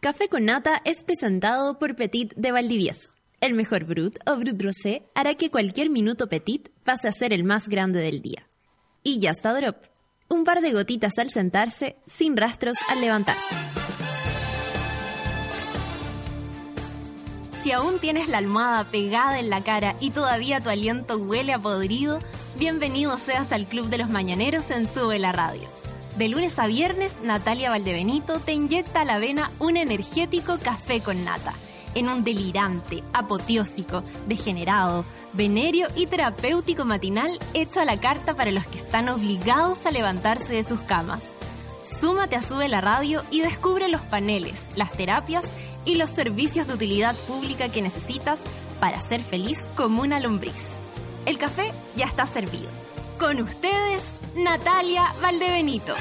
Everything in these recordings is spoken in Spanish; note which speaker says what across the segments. Speaker 1: Café con Nata es presentado por Petit de Valdivieso. El mejor Brut o Brut Rosé hará que cualquier minuto Petit pase a ser el más grande del día. Y ya está Drop. Un par de gotitas al sentarse, sin rastros al levantarse. Si aún tienes la almohada pegada en la cara y todavía tu aliento huele a podrido, bienvenido seas al Club de los Mañaneros en Sube la Radio. De lunes a viernes, Natalia Valdebenito te inyecta a la vena un energético café con nata, en un delirante, apoteósico, degenerado, venerio y terapéutico matinal hecho a la carta para los que están obligados a levantarse de sus camas. Súmate a Sube la Radio y descubre los paneles, las terapias y los servicios de utilidad pública que necesitas para ser feliz como una lombriz. El café ya está servido. Con ustedes, Natalia Valdebenito.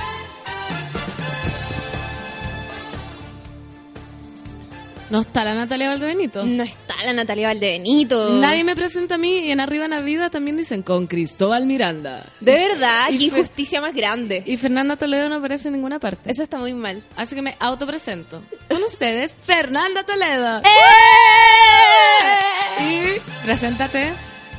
Speaker 2: No está la Natalia Valdebenito.
Speaker 1: No está la Natalia Valdebenito.
Speaker 2: Nadie me presenta a mí y en Arriba Navidad también dicen con Cristóbal Miranda.
Speaker 1: De verdad,
Speaker 2: Y
Speaker 1: qué
Speaker 2: fue-
Speaker 1: injusticia más grande.
Speaker 2: Y Fernanda Toledo no aparece en ninguna parte.
Speaker 1: Eso está muy mal.
Speaker 2: Así que me autopresento. Eh. Con ustedes, Fernanda Toledo.
Speaker 1: ¡Eh!
Speaker 2: Y preséntate.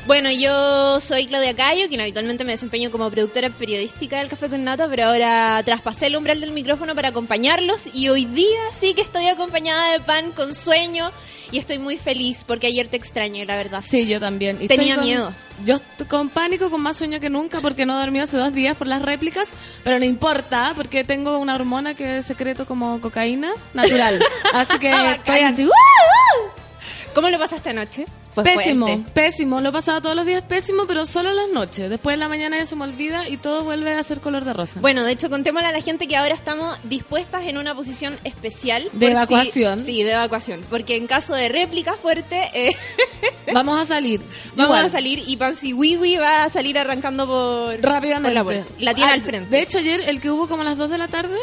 Speaker 3: Bueno, yo soy Claudia Cayo, quien habitualmente me desempeño como productora periodística del Café con Nata, pero ahora traspasé el umbral del micrófono para acompañarlos y hoy día sí que estoy acompañada de pan con sueño y estoy muy feliz porque ayer te extrañé, la verdad.
Speaker 2: Sí, yo también. Y
Speaker 3: Tenía
Speaker 2: estoy con-
Speaker 3: miedo.
Speaker 2: Yo estoy con pánico, con más sueño que nunca, porque no he dormido hace dos días por las réplicas, pero no importa, porque tengo una hormona que es secreto como cocaína natural. Así que estoy así. ¡uh!
Speaker 3: ¿Cómo lo pasaste anoche?
Speaker 1: Fue
Speaker 2: pésimo,
Speaker 1: fuerte.
Speaker 2: pésimo. Lo he pasado todos los días pésimo, pero solo en las noches. Después de la mañana ya se me olvida y todo vuelve a ser color de rosa.
Speaker 3: Bueno, de hecho, contémosle a la gente que ahora estamos dispuestas en una posición especial.
Speaker 2: De
Speaker 3: por si-
Speaker 2: evacuación.
Speaker 3: sí, de evacuación. Porque en caso de réplica fuerte, eh,
Speaker 2: Vamos a salir.
Speaker 3: vamos
Speaker 2: Igual.
Speaker 3: a salir y Pansy Wiwi va a salir arrancando por...
Speaker 2: Rápidamente.
Speaker 3: por la, puerta. la tiene
Speaker 2: Ah,
Speaker 3: al frente.
Speaker 2: De hecho, ayer, el que hubo como a las 2 de la tarde,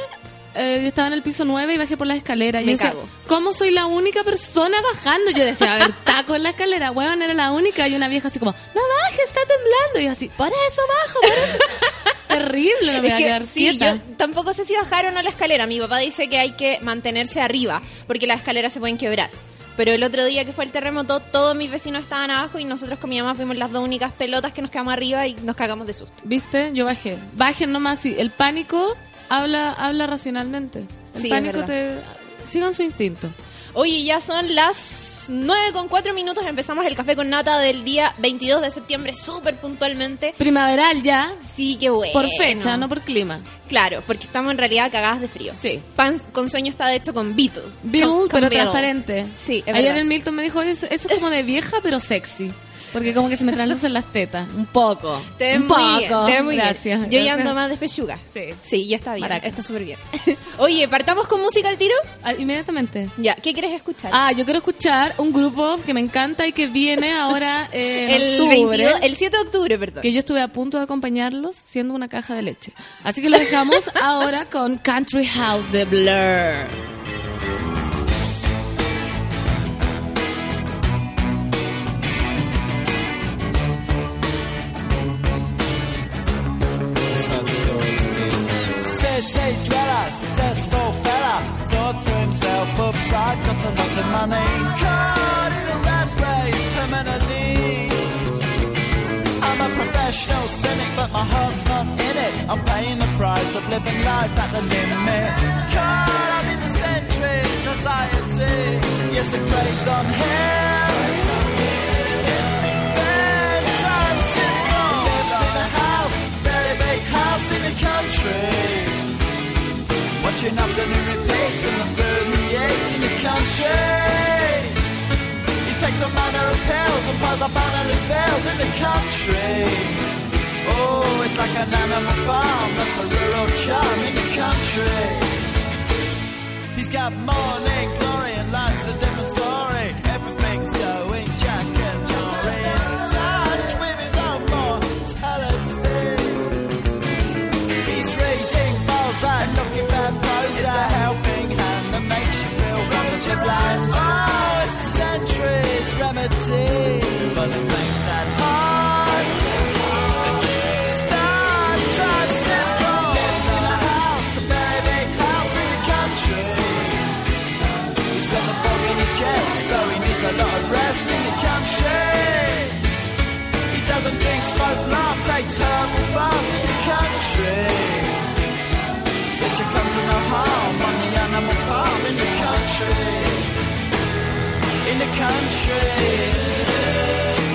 Speaker 2: eh, yo estaba en el piso 9 y bajé por la escalera. y
Speaker 3: Me
Speaker 2: yo decía,
Speaker 3: cago.
Speaker 2: ¿Cómo soy la única persona bajando? Yo decía, a ver, taco en la escalera. Weón, era la única. Y una vieja así como, no bajes, está temblando. Y yo así, por eso bajo, por eso". Terrible, no me voy a quedar
Speaker 3: sí,
Speaker 2: quieta.
Speaker 3: yo tampoco sé si bajaron a la escalera. Mi papá dice que hay que mantenerse arriba porque las escaleras se pueden quebrar. Pero el otro día que fue el terremoto, todos mis vecinos estaban abajo y nosotros con mi mamá fuimos las dos únicas pelotas que nos quedamos arriba y nos cagamos de susto.
Speaker 2: ¿Viste? Yo bajé. Bajen nomás sí. El pánico habla, habla racionalmente. El
Speaker 3: Sí, es
Speaker 2: pánico te... Sigan su instinto.
Speaker 3: Oye, ya son las 9 con 4 minutos. Empezamos el café con nata del día 22 de septiembre, súper puntualmente.
Speaker 2: Primaveral ya,
Speaker 3: Sí, qué bueno.
Speaker 2: por fecha, no por clima.
Speaker 3: Claro, porque estamos en realidad cagadas de frío.
Speaker 2: Sí.
Speaker 3: Pan con sueño está de hecho con Beatle.
Speaker 2: Bill,
Speaker 3: Con- con
Speaker 2: pero
Speaker 3: Beatle.
Speaker 2: transparente.
Speaker 3: Sí, es
Speaker 2: Ayer
Speaker 3: verdad.
Speaker 2: el Milton me dijo, eso, eso es como de vieja, pero sexy. Porque como que se me traslucen las tetas. Un poco.
Speaker 3: Te ves
Speaker 2: un
Speaker 3: muy
Speaker 2: poco.
Speaker 3: bien, te ves muy bien.
Speaker 2: Gracias.
Speaker 3: Yo ya
Speaker 2: gracias.
Speaker 3: ando más despechuga.
Speaker 2: Sí.
Speaker 3: Sí, ya está bien,
Speaker 2: Maraca.
Speaker 3: está súper bien. Oye, ¿partamos con música al tiro?
Speaker 2: Ah, Inmediatamente.
Speaker 3: Ya, ¿qué quieres escuchar?
Speaker 2: Ah, yo quiero escuchar un grupo que me encanta y que viene ahora eh, en
Speaker 3: el,
Speaker 2: octubre.
Speaker 3: 22 el 7 de octubre, perdón.
Speaker 2: que yo estuve a punto de acompañarlos siendo una caja de leche. Así que lo dejamos ahora con Country House de Blur.
Speaker 4: City dweller, successful fella, thought to himself, oops, I've got a lot of money. Caught in a rat race, terminally. I'm a professional cynic, but my heart's not in it. I'm paying the price of living life at the limit. Caught up in the centuries, anxiety. Yes, the credit's on him. Then drives him wrong. Lives in a house, very big house in the country. Watching afternoon repeats in the 38s in the country. He takes a manner of pills and piles up on his bills in the country. Oh, it's like an animal farm, that's a rural charm in the country. He's got morning glory and life's a different story. Everything's going jack and Jory in touch with his own mortality. He's reading balls and looking bad blows. It's a helping hand that makes you feel rubbish and blind. Oh, it's the century's remedy. But it makes that hard. Star drives simple. Lives in a house, a very big house in the country. Guess you come to no harm on the animal farm in the country. In the country.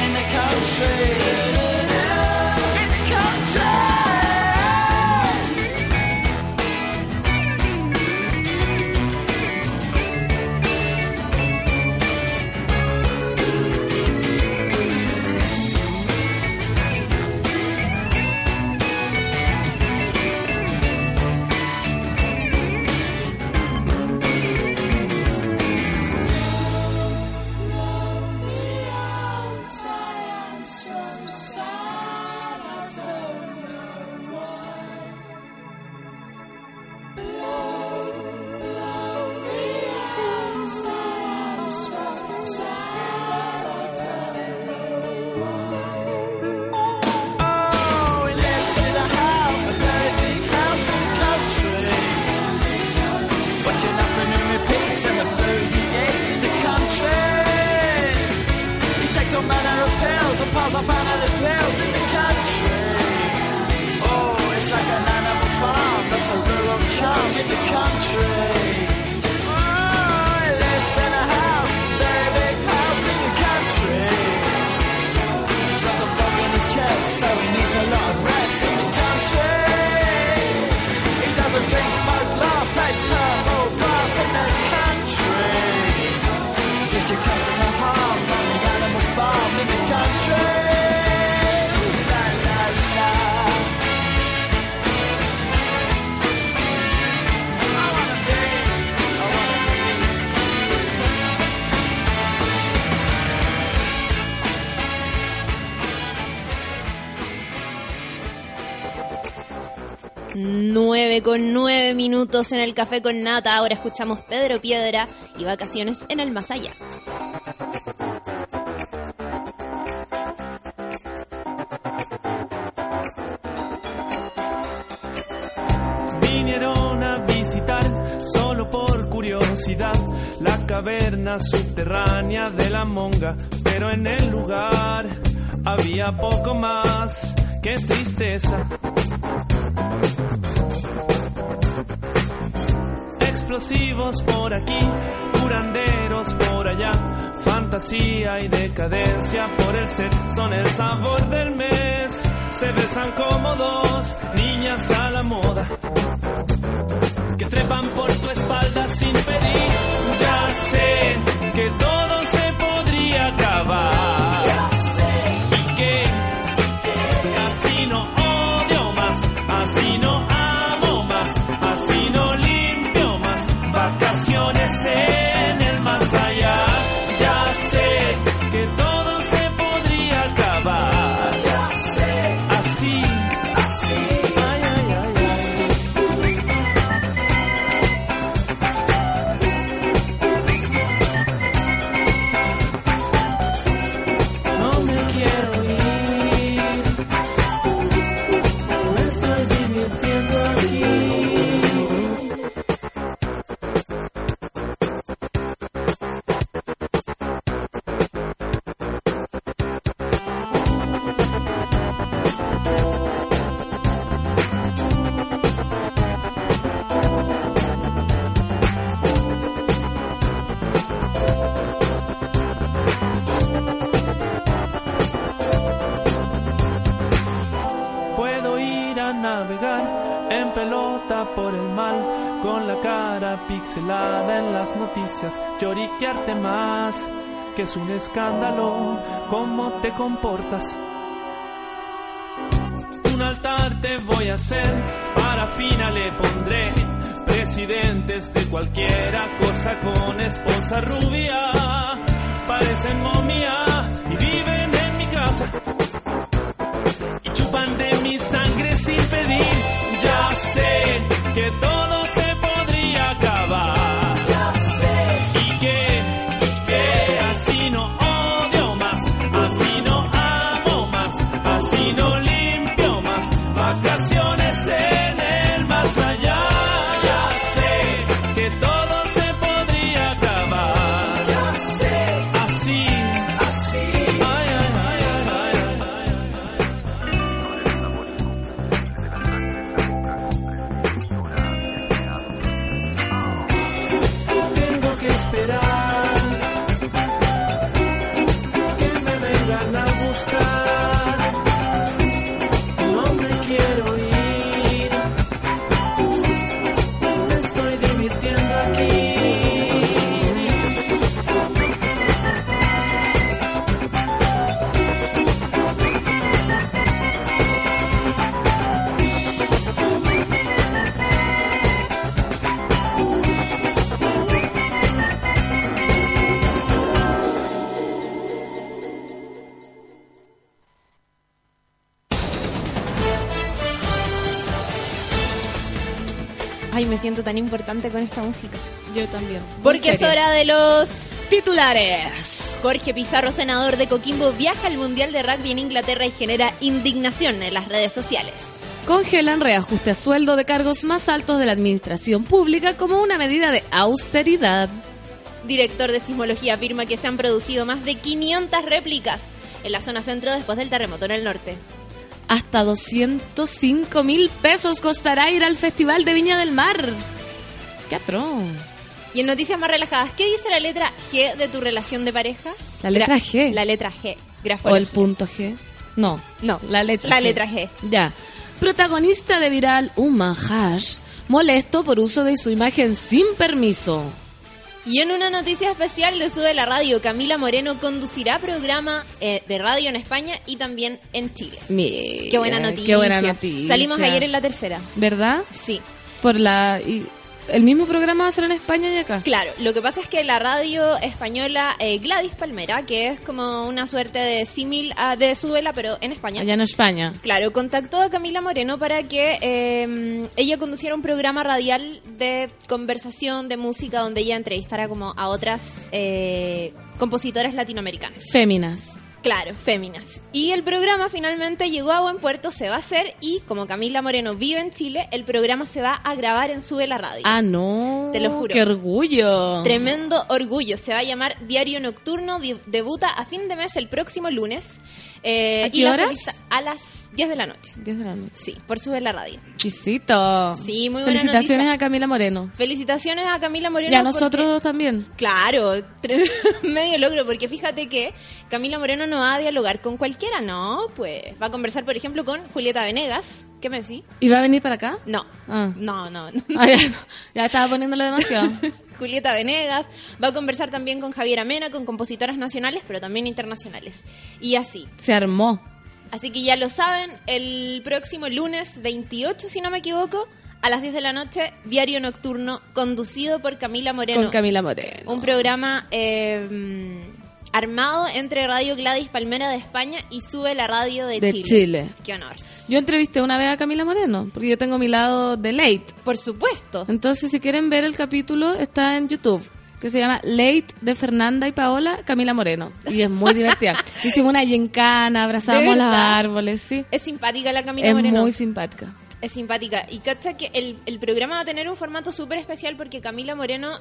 Speaker 4: In the country. In the country. Oh, he lives in a house, a very big house in the country. Watching afternoon repeats and the food he eats in the country. He takes all manner of pills and piles up endless pills in the country. Oh, it's like an animal farm, that's a rural charm in the country. Oh, he lives in a house, very big house in the country. He's got a bug in his chest, so he needs a lot of rest in the country. He doesn't drink, smoke, laugh, takes herbal baths in the country. Since you come to the harm on the animal farm in the country. La, la, la. I wanna be, I wanna be.
Speaker 3: Nueve con nueve minutos en el café con nata. Ahora escuchamos Pedro Piedra y vacaciones en el más allá.
Speaker 5: vinieron a visitar solo por curiosidad la caverna subterránea de la monga, pero en el lugar había poco más que tristeza. Explosivos por aquí, curanderos por allá, fantasía y decadencia por el set son el sabor del mes. Se besan como dos niñas a la moda que trepan por tu espalda sin pedir. Ya sé que todo se podría acabar. Y que así no odio más, así no amo más, así no limpio más. Vacaciones en el más allá. Ya sé que todo se podría acabar. Ya sé. Así, así. Ay, ay, ay, ay. no me quiero ir. Me estoy divirtiendo aquí. Puedo ir a navegar en pelota por el mal, con la cara pixelada en las noticias, lloriquearte más, que es un escándalo, cómo te comportas. Un altar te voy a hacer, para fina le pondré presidentes de cualquiera cosa con esposa rubia, parecen momia y viven en mi casa y chupan de mi sangre sin pedir. Ya sé que todo se podría acabar. Ya sé. Y que, y que así no odio más, así no amo más, así no limpio más. Vacaciones en el más allá. Ya sé que todo se podría acabar. Ya sé. Así, así. Ay, ay, ay, ay, ay, ay.
Speaker 3: Ay, me siento tan importante con esta música.
Speaker 2: Yo también.
Speaker 3: Porque es
Speaker 2: Serio.
Speaker 3: hora de los titulares. Jorge Pizarro, senador de Coquimbo, viaja al Mundial de Rugby en Inglaterra y genera indignación en las redes sociales.
Speaker 2: Congelan reajuste a sueldo de cargos más altos de la administración pública como una medida de austeridad.
Speaker 3: Director de sismología afirma que se han producido más de 500 réplicas en la zona centro después del terremoto en el norte.
Speaker 2: Hasta 205 mil pesos costará ir al Festival de Viña del Mar. ¡Qué atrón!
Speaker 3: Y en noticias más relajadas, ¿qué dice la letra G de tu relación de pareja?
Speaker 2: La letra G.
Speaker 3: La letra G.
Speaker 2: ¿O el
Speaker 3: Grafología.
Speaker 2: punto G? No,
Speaker 3: No,
Speaker 2: la letra
Speaker 3: la letra G.
Speaker 2: Ya. Protagonista de viral un manjar molesto por uso de su imagen sin permiso.
Speaker 3: Y en una noticia especial de Sube la Radio, Camila Moreno conducirá programa eh, de radio en España y también en Chile.
Speaker 2: Mira,
Speaker 3: Qué buena noticia.
Speaker 2: eh, Qué buena noticia.
Speaker 3: Salimos ayer en la tercera.
Speaker 2: ¿Verdad?
Speaker 3: Sí.
Speaker 2: Por la... y- el mismo programa va a ser en España y acá.
Speaker 3: Claro, lo que pasa es que la radio española eh, Gladys Palmera, que es como una suerte de símil a de Súbela, pero en España.
Speaker 2: Allá en España.
Speaker 3: Claro, contactó a Camila Moreno para que eh, ella conduciera un programa radial de conversación, de música, donde ella entrevistara como a otras eh, compositoras latinoamericanas.
Speaker 2: Féminas.
Speaker 3: Claro, féminas. Y el programa finalmente llegó a buen puerto, se va a hacer y como Camila Moreno vive en Chile, el programa se va a grabar en Sube la Radio.
Speaker 2: Ah, no.
Speaker 3: Te lo juro.
Speaker 2: Qué orgullo.
Speaker 3: Tremendo orgullo. Se va a llamar Diario Nocturno. di- debuta a fin de mes el próximo lunes. Eh,
Speaker 2: ¿A qué
Speaker 3: y la
Speaker 2: horas?
Speaker 3: solista A las 10 de la noche.
Speaker 2: 10 de la noche.
Speaker 3: Sí, por Sube la Radio.
Speaker 2: Exquisito.
Speaker 3: Sí, muy buena
Speaker 2: Felicitaciones
Speaker 3: noticia.
Speaker 2: a Camila Moreno.
Speaker 3: Felicitaciones a Camila Moreno.
Speaker 2: Y a
Speaker 3: porque-
Speaker 2: nosotros también.
Speaker 3: Claro, tre- medio logro, porque fíjate que Camila Moreno no va a dialogar con cualquiera, ¿no? Pues va a conversar, por ejemplo, con Julieta Venegas. ¿Qué me decís?
Speaker 2: ¿Y va a venir para acá?
Speaker 3: No,
Speaker 2: Ah.
Speaker 3: no, no. no.
Speaker 2: Ah, ya, ya estaba poniéndole demasiado.
Speaker 3: Julieta Venegas va a conversar también con Javier Amena, con compositoras nacionales, pero también internacionales. Y así.
Speaker 2: Se armó.
Speaker 3: Así que ya lo saben, el próximo lunes 28, si no me equivoco, a las 10 de la noche, Diario Nocturno, conducido por Camila Moreno.
Speaker 2: Con Camila Moreno.
Speaker 3: Un programa eh, armado entre Radio Gladys Palmera de España y Sube la Radio de,
Speaker 2: De
Speaker 3: Chile.
Speaker 2: Chile.
Speaker 3: ¡Qué honores!
Speaker 2: Yo entrevisté una vez a Camila Moreno, porque yo tengo mi lado de Late.
Speaker 3: Por supuesto.
Speaker 2: Entonces, si quieren ver el capítulo, está en YouTube, que se llama Late de Fernanda y Paola, Camila Moreno. Y es muy divertida. Hicimos una gincana, abrazamos
Speaker 3: ¿De
Speaker 2: los
Speaker 3: verdad?
Speaker 2: árboles, sí.
Speaker 3: Es simpática la Camila
Speaker 2: Es
Speaker 3: Moreno.
Speaker 2: muy simpática.
Speaker 3: Es simpática. Y cacha que el, el programa va a tener un formato súper especial porque Camila Moreno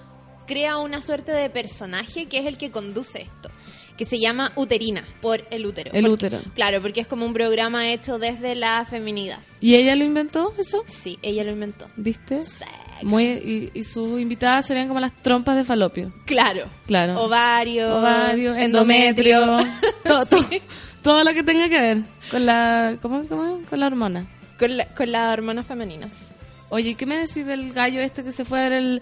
Speaker 3: crea una suerte de personaje que es el que conduce esto, que se llama Uterina, por el útero.
Speaker 2: El
Speaker 3: Porque-
Speaker 2: útero.
Speaker 3: Claro, porque es como un programa hecho desde la feminidad.
Speaker 2: ¿Y ella lo inventó eso?
Speaker 3: Sí, ella lo inventó.
Speaker 2: ¿Viste? Muy, y, y sus invitadas serían como las trompas de falopio.
Speaker 3: Claro.
Speaker 2: Claro.
Speaker 3: Ovarios,
Speaker 2: Ovario,
Speaker 3: endometrio.
Speaker 2: endometrio, todo, todo, todo lo que tenga que ver con la, ¿cómo, cómo es? con la hormona.
Speaker 3: Con, la- con las hormonas femeninas.
Speaker 2: Oye, ¿qué me decís del gallo este que se fue a ver el,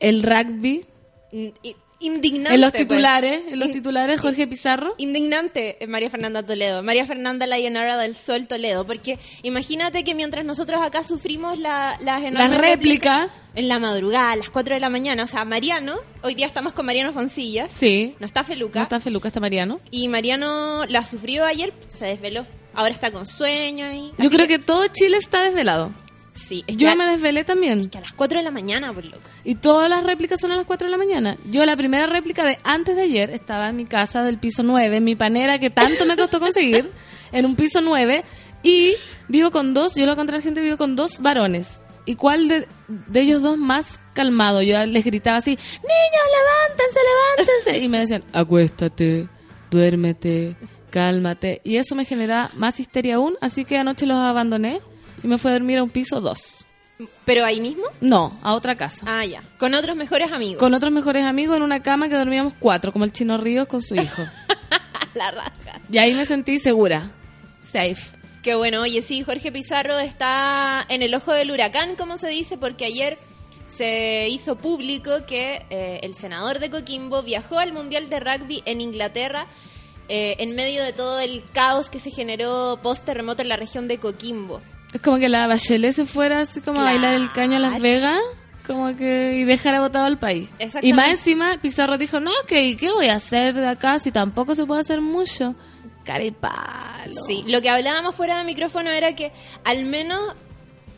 Speaker 2: el rugby?
Speaker 3: Mm, i- Indignante.
Speaker 2: En los
Speaker 3: pues.
Speaker 2: titulares, en los
Speaker 3: In-
Speaker 2: titulares, Jorge Pizarro.
Speaker 3: Indignante eh, María Fernanda Toledo, María Fernanda la llanera del Sol Toledo, porque imagínate que mientras nosotros acá sufrimos la, las
Speaker 2: La
Speaker 3: enormes
Speaker 2: réplica.
Speaker 3: réplicas en la madrugada, a las 4 de la mañana, o sea, Mariano, hoy día estamos con Mariano Foncillas,
Speaker 2: Sí.
Speaker 3: no está Feluca,
Speaker 2: No está Feluca, está Mariano.
Speaker 3: y Mariano la sufrió ayer, se desveló, ahora está con sueño y...
Speaker 2: Yo
Speaker 3: así
Speaker 2: creo que todo Chile está desvelado.
Speaker 3: Sí, es
Speaker 2: Yo
Speaker 3: que,
Speaker 2: me desvelé también.
Speaker 3: que a las 4 de la mañana, por loco.
Speaker 2: Y todas las réplicas son a las 4 de la mañana. Yo la primera réplica de antes de ayer estaba en mi casa del piso 9, en mi panera que tanto me costó conseguir, en un piso 9, y vivo con dos, yo lo encontré gente, vivo con dos varones. ¿Y cuál de, de ellos dos más calmado? Yo les gritaba así, niños, levántense, levántense. Y me decían, acuéstate, duérmete, cálmate. Y eso me generaba más histeria aún, así que anoche los abandoné y me fui a dormir a un piso 2.
Speaker 3: ¿Pero ahí mismo?
Speaker 2: No, a otra casa.
Speaker 3: Ah, ya, con otros mejores amigos.
Speaker 2: Con otros mejores amigos en una cama que dormíamos cuatro, como el chino Ríos con su hijo.
Speaker 3: la raja.
Speaker 2: Y ahí me sentí segura. Safe.
Speaker 3: Qué bueno, oye, sí, Jorge Pizarro está en el ojo del huracán, como se dice, porque ayer se hizo público que eh, el senador de Coquimbo viajó al Mundial de Rugby en Inglaterra eh, en medio de todo el caos que se generó post-terremoto en la región de Coquimbo.
Speaker 2: Es como que la Bachelet se fuera así como a bailar el caño a Las
Speaker 3: Clach.
Speaker 2: Vegas. Como que y dejara botado al país. Y
Speaker 3: Exactamente.
Speaker 2: más encima Pizarro dijo, no, que ¿qué voy a hacer de acá si tampoco se puede hacer mucho? Caripalo.
Speaker 3: Sí, lo que hablábamos fuera de micrófono era que al menos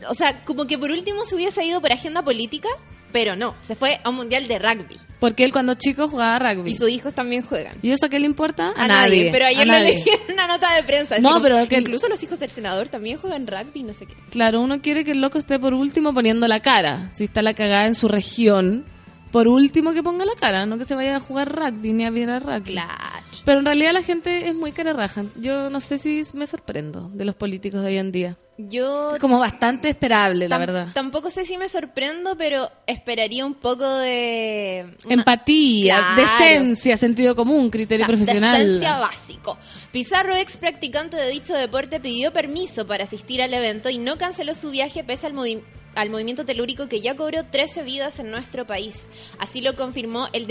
Speaker 3: o sea, como que por último se hubiese ido por agenda política, pero no, se fue a un mundial de rugby.
Speaker 2: Porque él cuando chico jugaba rugby.
Speaker 3: Y sus hijos también juegan.
Speaker 2: ¿Y eso a qué le importa?
Speaker 3: A, nadie. Pero
Speaker 2: a
Speaker 3: ayer lo
Speaker 2: nadie.
Speaker 3: leí en una nota de prensa. así
Speaker 2: No,
Speaker 3: como,
Speaker 2: pero que-
Speaker 3: Incluso los hijos del senador también juegan rugby, no sé qué.
Speaker 2: Claro, uno quiere que el loco esté por último poniendo la cara. Si está la cagada en su región, por último que ponga la cara, no que se vaya a jugar rugby ni a ver a rugby.
Speaker 3: Claro.
Speaker 2: Pero en realidad la gente es muy cara raja. Yo no sé si me sorprendo de los políticos de hoy en día.
Speaker 3: Yo
Speaker 2: Es como bastante esperable, la
Speaker 3: tam-
Speaker 2: verdad.
Speaker 3: tampoco sé si me sorprendo, pero esperaría un poco de... una-
Speaker 2: Empatía,
Speaker 3: Claro.
Speaker 2: decencia, sentido común, criterio
Speaker 3: O sea,
Speaker 2: profesional.
Speaker 3: Decencia básico. Pizarro, ex practicante de dicho deporte, pidió permiso para asistir al evento y no canceló su viaje pese al, movi- al movimiento telúrico que ya cobró 13 vidas en nuestro país. Así lo confirmó el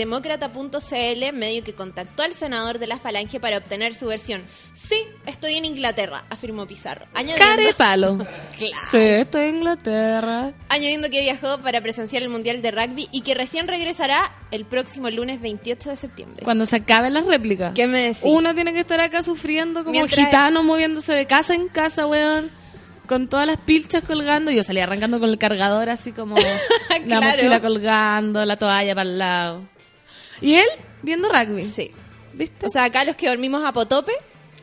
Speaker 3: demócrata.cl, medio que contactó al senador de la Falange para obtener su versión. Sí, estoy en Inglaterra, afirmó Pizarro. Añadiendo-
Speaker 2: Cara de palo.
Speaker 3: Claro.
Speaker 2: Sí, estoy en Inglaterra.
Speaker 3: Añadiendo que viajó para presenciar el Mundial de Rugby y que recién regresará el próximo lunes 28 de septiembre.
Speaker 2: Cuando se acaben las réplicas.
Speaker 3: Este, ¿Qué me decís?
Speaker 2: Uno tiene que estar acá sufriendo como
Speaker 3: Mientras-
Speaker 2: gitano, moviéndose de casa en casa, weón. Con todas las pilchas colgando. Yo salía arrancando con el cargador así como la
Speaker 3: Claro.
Speaker 2: mochila colgando, la toalla para el lado. Y él viendo rugby.
Speaker 3: Sí.
Speaker 2: ¿Viste?
Speaker 3: O sea, acá los que dormimos a potope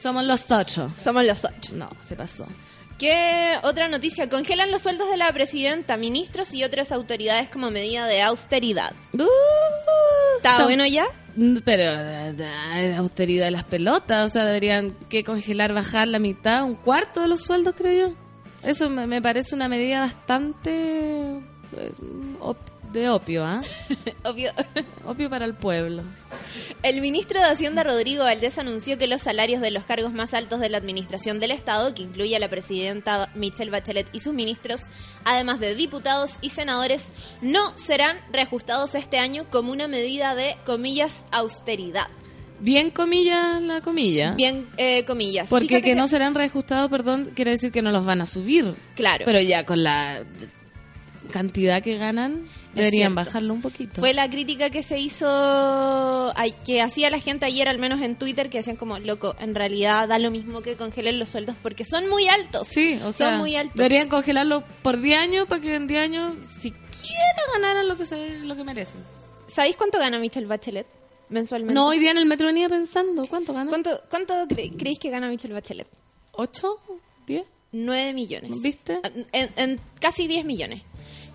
Speaker 2: Somos los ocho.
Speaker 3: somos los ocho.
Speaker 2: No, se pasó.
Speaker 3: ¿Qué otra noticia? Congelan los sueldos de la presidenta, ministros y otras autoridades como medida de austeridad. ¿Está
Speaker 2: Está-
Speaker 3: bueno ya?
Speaker 2: Mm, Pero eh, eh, austeridad de las pelotas, o sea, deberían que congelar, bajar la mitad, un cuarto de los sueldos, creo yo. Eso me, me parece una medida bastante eh, op- de opio, ¿ah?
Speaker 3: Obvio.
Speaker 2: Opio para el pueblo.
Speaker 3: El ministro de Hacienda Rodrigo Valdés anunció que los salarios de los cargos más altos de la administración del Estado, que incluye a la presidenta Michelle Bachelet y sus ministros, además de diputados y senadores, no serán reajustados este año como una medida de, comillas, austeridad.
Speaker 2: Bien comillas la comilla.
Speaker 3: Bien, eh, comillas.
Speaker 2: Ah. Porque que,
Speaker 3: Fíjate
Speaker 2: no serán reajustados, perdón, quiere decir que no los van a subir.
Speaker 3: Claro.
Speaker 2: Pero ya con la cantidad que ganan, deberían
Speaker 3: cierto.
Speaker 2: bajarlo un poquito.
Speaker 3: Fue la crítica que se hizo, ay- que hacía la gente ayer, al menos en Twitter, que decían como, loco, en realidad da lo mismo que congelen los sueldos porque son muy altos.
Speaker 2: Sí, o sea,
Speaker 3: son muy altos.
Speaker 2: deberían congelarlo por 10 años para que en 10 años siquiera ganaran lo que se, lo que merecen.
Speaker 3: ¿Sabéis cuánto gana Michelle Bachelet mensualmente?
Speaker 2: No, hoy día en el metro venía pensando, ¿cuánto ganan?
Speaker 3: ¿Cuánto, cuánto cre- creéis que gana Michelle Bachelet?
Speaker 2: ¿8? ¿10?
Speaker 3: 9 millones. Ah,
Speaker 2: ¿Viste?
Speaker 3: En, en casi 10 millones.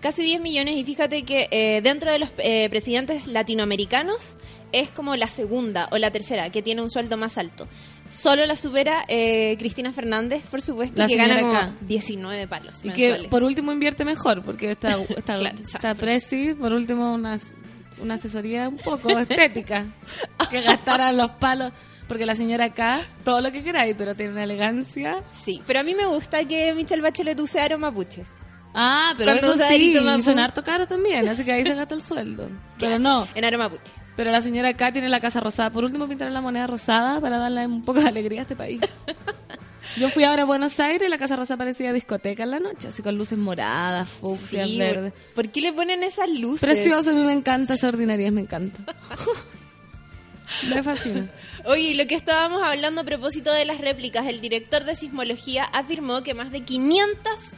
Speaker 3: Casi 10 millones y fíjate que eh, dentro de los eh, presidentes latinoamericanos es como la segunda o la tercera que tiene un sueldo más alto. Solo la supera eh, Cristina Fernández, por supuesto,
Speaker 2: La
Speaker 3: que gana
Speaker 2: señora
Speaker 3: como
Speaker 2: acá.
Speaker 3: 19 palos
Speaker 2: Y
Speaker 3: mensuales.
Speaker 2: que por último invierte mejor, porque esta, esta,
Speaker 3: Claro,
Speaker 2: esta presi, por último, una, una asesoría un poco estética. que gastaran los palos. Porque la señora acá, todo lo que queráis, pero tiene una elegancia.
Speaker 3: Sí, pero a mí me gusta que Michelle Bachelet use aro mapuche.
Speaker 2: Ah, pero
Speaker 3: Cuando
Speaker 2: eso
Speaker 3: usa
Speaker 2: sí,
Speaker 3: arito
Speaker 2: y
Speaker 3: mapu-
Speaker 2: son harto caro también, así que ahí se gasta el sueldo. Pero
Speaker 3: Claro,
Speaker 2: no,
Speaker 3: En aro mapuche.
Speaker 2: Pero la señora acá tiene la casa rosada. Por último, pintaron la moneda rosada para darle un poco de alegría a este país. Yo fui ahora a Buenos Aires y la casa rosada parecía discoteca en la noche, así con luces moradas, fucsias,
Speaker 3: Sí,
Speaker 2: verdes.
Speaker 3: ¿Por qué le ponen esas luces?
Speaker 2: Precioso, a mí me encanta esas ordinarias, me encanta. Me fascina.
Speaker 3: Oye, y lo que estábamos hablando a propósito de las réplicas, el director de sismología afirmó que más de 500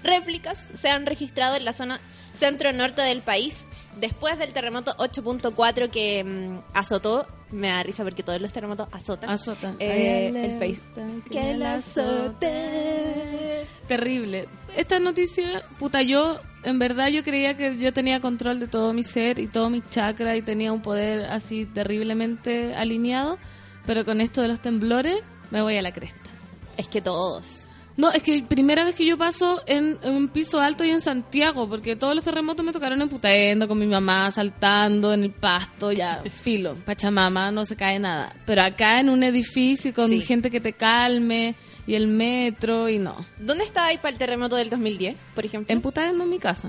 Speaker 3: réplicas se han registrado en la zona centro-norte del país después del terremoto 8.4 que mm, azotó. Me da risa porque todos los terremotos azotan.
Speaker 2: Azota.
Speaker 3: eh,
Speaker 2: Ay, le
Speaker 3: el país.
Speaker 2: gusta que la azote. Terrible. Esta noticia, puta, yo en verdad yo creía que yo tenía control de todo mi ser y todo mi chakra y tenía un poder así terriblemente alineado, pero con esto de los temblores me voy a la cresta.
Speaker 3: Es que todos.
Speaker 2: No, es que primera vez que yo paso en, en un piso alto y en Santiago, porque todos los terremotos me tocaron en Putaendo, con mi mamá, saltando en el pasto, ya, filo, Pachamama, no se cae nada. Pero acá en un edificio y con
Speaker 3: Sí.
Speaker 2: gente que te calme, y el metro, y no.
Speaker 3: ¿Dónde estabais para el terremoto del 2010, por ejemplo?
Speaker 2: En Putaendo en mi casa,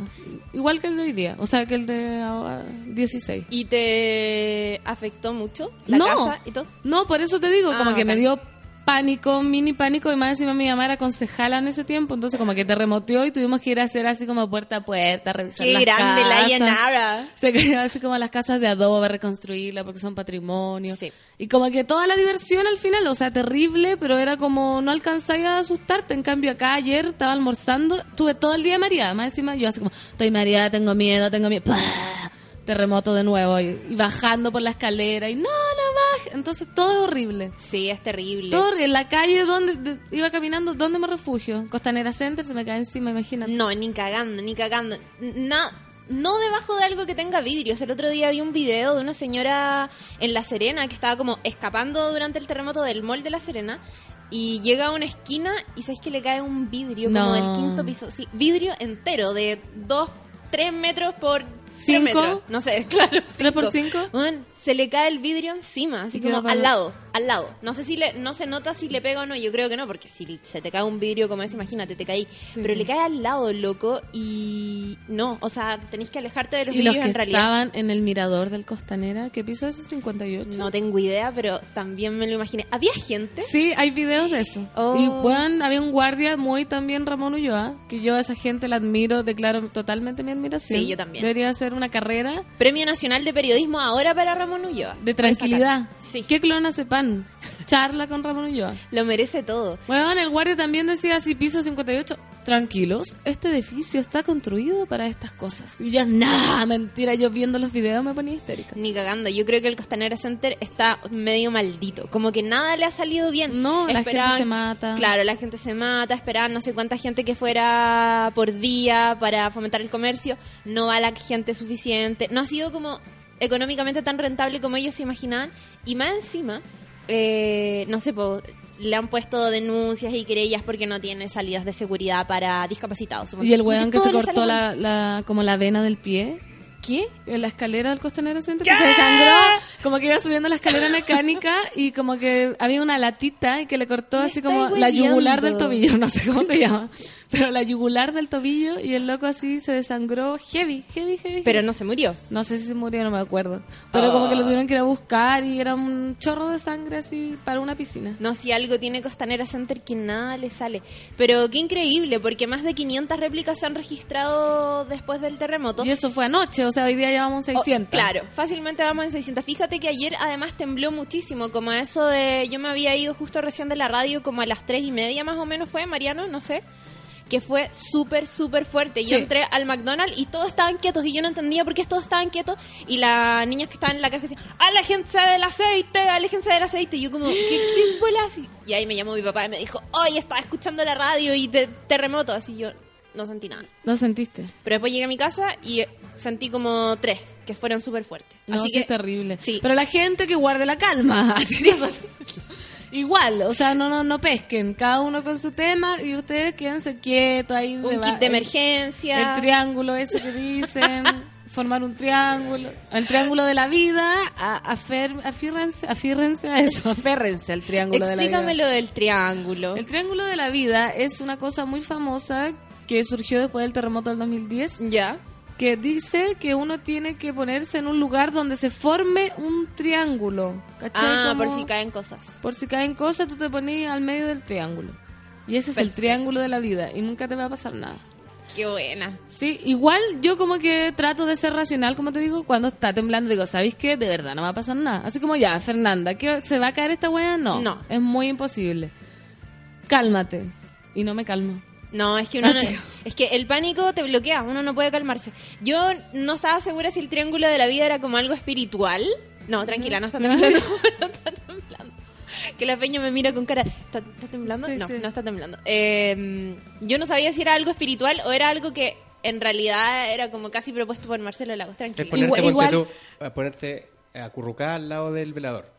Speaker 2: igual que el de hoy día, o sea, que el de ahora, 16.
Speaker 3: ¿Y te afectó mucho la
Speaker 2: No.
Speaker 3: casa y todo?
Speaker 2: No, por eso te digo,
Speaker 3: Ah,
Speaker 2: como que me
Speaker 3: bacán.
Speaker 2: dio pánico, mini pánico, y más encima mi mamá era concejala en ese tiempo, entonces como que terremoteó y tuvimos que ir a hacer así como puerta a puerta, revisar
Speaker 3: Qué
Speaker 2: las
Speaker 3: grande la
Speaker 2: casas.
Speaker 3: Yanara.
Speaker 2: Se creó así como las casas de adobe, reconstruirla porque son patrimonio.
Speaker 3: Sí.
Speaker 2: Y como que toda la diversión al final, o sea, terrible, pero era como no alcanzaba a asustarte. En cambio, acá ayer estaba almorzando, tuve todo el día mareada. Más encima, yo así como, estoy mareada, tengo miedo, tengo miedo. ¡Pah! Terremoto de nuevo y, y bajando por la escalera y no, no bajes. Entonces todo es horrible.
Speaker 3: Sí, es terrible.
Speaker 2: Todo horrible. en la calle donde de- iba caminando, ¿dónde me refugio? Costanera Center se me cae encima, imagínate.
Speaker 3: No, ni cagando, ni cagando. Na- no debajo de algo que tenga vidrios. El otro día vi un video de una señora en La Serena que estaba como escapando durante el terremoto del mall de La Serena y llega a una esquina y sabes que le cae un vidrio como
Speaker 2: No.
Speaker 3: del quinto piso. Sí, vidrio entero de dos, tres metros por
Speaker 2: ¿Cinco?
Speaker 3: cinco metros. No sé, claro.
Speaker 2: ¿Tres por cinco?
Speaker 3: Bueno, se le cae el vidrio encima, así
Speaker 2: Y queda
Speaker 3: como
Speaker 2: para-
Speaker 3: al lado, al lado. No sé si le, no se nota si le pega o no, yo creo que no, porque si se te cae un vidrio como es, imagínate, te caí. Pero le cae al lado, loco, y no, o sea, tenéis que alejarte de los
Speaker 2: y los
Speaker 3: vidrios
Speaker 2: que
Speaker 3: en realidad.
Speaker 2: estaban en el mirador del Costanera, ¿qué piso es? ¿El 58?
Speaker 3: No tengo idea, pero también me lo imaginé. ¿Había gente?
Speaker 2: Sí, hay videos de eso.
Speaker 3: Oh.
Speaker 2: Y bueno, había un guardia muy también Ramón Ulloa, que yo a esa gente la admiro, declaro totalmente mi admiración.
Speaker 3: Sí, yo también.
Speaker 2: Debería hacer una carrera
Speaker 3: Premio Nacional de Periodismo ahora para Ramón Ulloa.
Speaker 2: de tranquilidad.
Speaker 3: Sí.
Speaker 2: ¿Qué clona sepan? Charla con Ramón Ulloa.
Speaker 3: Lo merece todo.
Speaker 2: Bueno, el guardia también decía así, piso 58, tranquilos, este edificio está construido para estas cosas. Y yo, nada, mentira, yo viendo los videos me ponía histérica.
Speaker 3: Ni cagando. Yo creo que el Costanera Center está medio maldito. Como que nada le ha salido bien.
Speaker 2: No, la gente
Speaker 3: Esperaban-
Speaker 2: se mata.
Speaker 3: Claro, la gente se mata. Esperaban no sé cuánta gente que fuera por día para fomentar el comercio. No va la gente suficiente. No ha sido como económicamente tan rentable como ellos se imaginaban. Y más encima, eh, no sé, po, le han puesto denuncias y querellas porque no tiene salidas de seguridad para discapacitados.
Speaker 2: Y el weón que
Speaker 3: Todo
Speaker 2: se
Speaker 3: le sale
Speaker 2: cortó
Speaker 3: mal.
Speaker 2: la, la- como la vena del pie.
Speaker 3: ¿Qué?
Speaker 2: En la escalera del Costanero Center que se desangró, como que iba subiendo la escalera mecánica y como que había una latita y que le cortó
Speaker 3: Me
Speaker 2: así
Speaker 3: estáis
Speaker 2: como la yugular del
Speaker 3: hueviando.
Speaker 2: tobillo, no sé cómo se llama, pero la yugular del tobillo y el loco así se desangró heavy, heavy, heavy.
Speaker 3: Pero
Speaker 2: heavy.
Speaker 3: no Oh. se murió.
Speaker 2: No sé si se murió, no me acuerdo. Pero como que lo tuvieron que ir a buscar y era un chorro de sangre así para una piscina.
Speaker 3: No, si algo tiene Costanera Center que nada le sale. Pero qué increíble, porque más de 500 réplicas se han registrado después del terremoto.
Speaker 2: Y eso fue anoche, o sea, hoy día llevamos
Speaker 3: Oh,
Speaker 2: 600.
Speaker 3: claro, fácilmente vamos en 600. Fíjate que ayer además tembló muchísimo, como a eso de... Yo me había ido justo recién de la radio, como a las 3 y media más o menos fue, Mariano, no sé. Que fue súper, súper fuerte.
Speaker 2: Sí.
Speaker 3: Yo entré al McDonald's y todos estaban quietos y yo no entendía por qué todos estaban quietos. Y las niñas que estaban en la caja decían, aléjense del aceite, aléjense del aceite. Y yo como, ¿qué, qué bolas?". Y ahí me llamó mi papá y me dijo, hoy estaba escuchando la radio y te, terremoto. Así yo no sentí nada.
Speaker 2: ¿No sentiste?
Speaker 3: Pero después llegué a mi casa y sentí como tres, que fueron súper fuertes.
Speaker 2: No,
Speaker 3: Así
Speaker 2: sí
Speaker 3: que
Speaker 2: es terrible.
Speaker 3: Sí.
Speaker 2: Pero la gente que guarde la calma. Igual, o sea, no, no, no pesquen. Cada uno con su tema y ustedes quédense quietos ahí.
Speaker 3: un
Speaker 2: deba-
Speaker 3: kit de
Speaker 2: el-
Speaker 3: emergencia.
Speaker 2: El triángulo ese que dicen. formar un triángulo. El triángulo de la vida. A, afer- afírrense, afírrense a eso. Aférrense al triángulo de la
Speaker 3: Explícame
Speaker 2: vida.
Speaker 3: lo del triángulo.
Speaker 2: El triángulo de la vida es una cosa muy famosa que surgió después del terremoto del 2010
Speaker 3: Ya.
Speaker 2: que dice que uno tiene que ponerse en un lugar donde se forme un triángulo. ¿cachai?
Speaker 3: Ah,
Speaker 2: Como-
Speaker 3: por si caen cosas.
Speaker 2: Por si caen cosas, tú te pones al medio del triángulo. Y ese es el
Speaker 3: Perfecto.
Speaker 2: triángulo de la vida y nunca te va a pasar nada.
Speaker 3: Qué buena.
Speaker 2: Sí, igual yo como que trato de ser racional, como te digo, cuando está temblando digo, ¿sabéis qué? De verdad no va a pasar nada. Así como ya, Fernanda, ¿qué, ¿se va a caer esta wea? No.
Speaker 3: No.
Speaker 2: Es muy imposible. Cálmate. Y no me calmo.
Speaker 3: No, es que uno no-
Speaker 2: Así.
Speaker 3: es que el pánico te bloquea, uno no puede calmarse. Yo no estaba segura si el triángulo de la vida era como algo espiritual. No, tranquila, no está temblando. no está temblando. Que la peña me mira con cara. ¿Está, está temblando?
Speaker 2: Sí,
Speaker 3: no,
Speaker 2: sí.
Speaker 3: no está temblando. Eh, yo no sabía si era algo espiritual o era algo que en realidad era como casi propuesto por Marcelo Lagos.
Speaker 6: Es
Speaker 3: Tranquila.
Speaker 6: ponerte,
Speaker 2: Igual-
Speaker 6: ponte
Speaker 2: igual-
Speaker 6: tú, a ponerte acurrucada al lado del velador.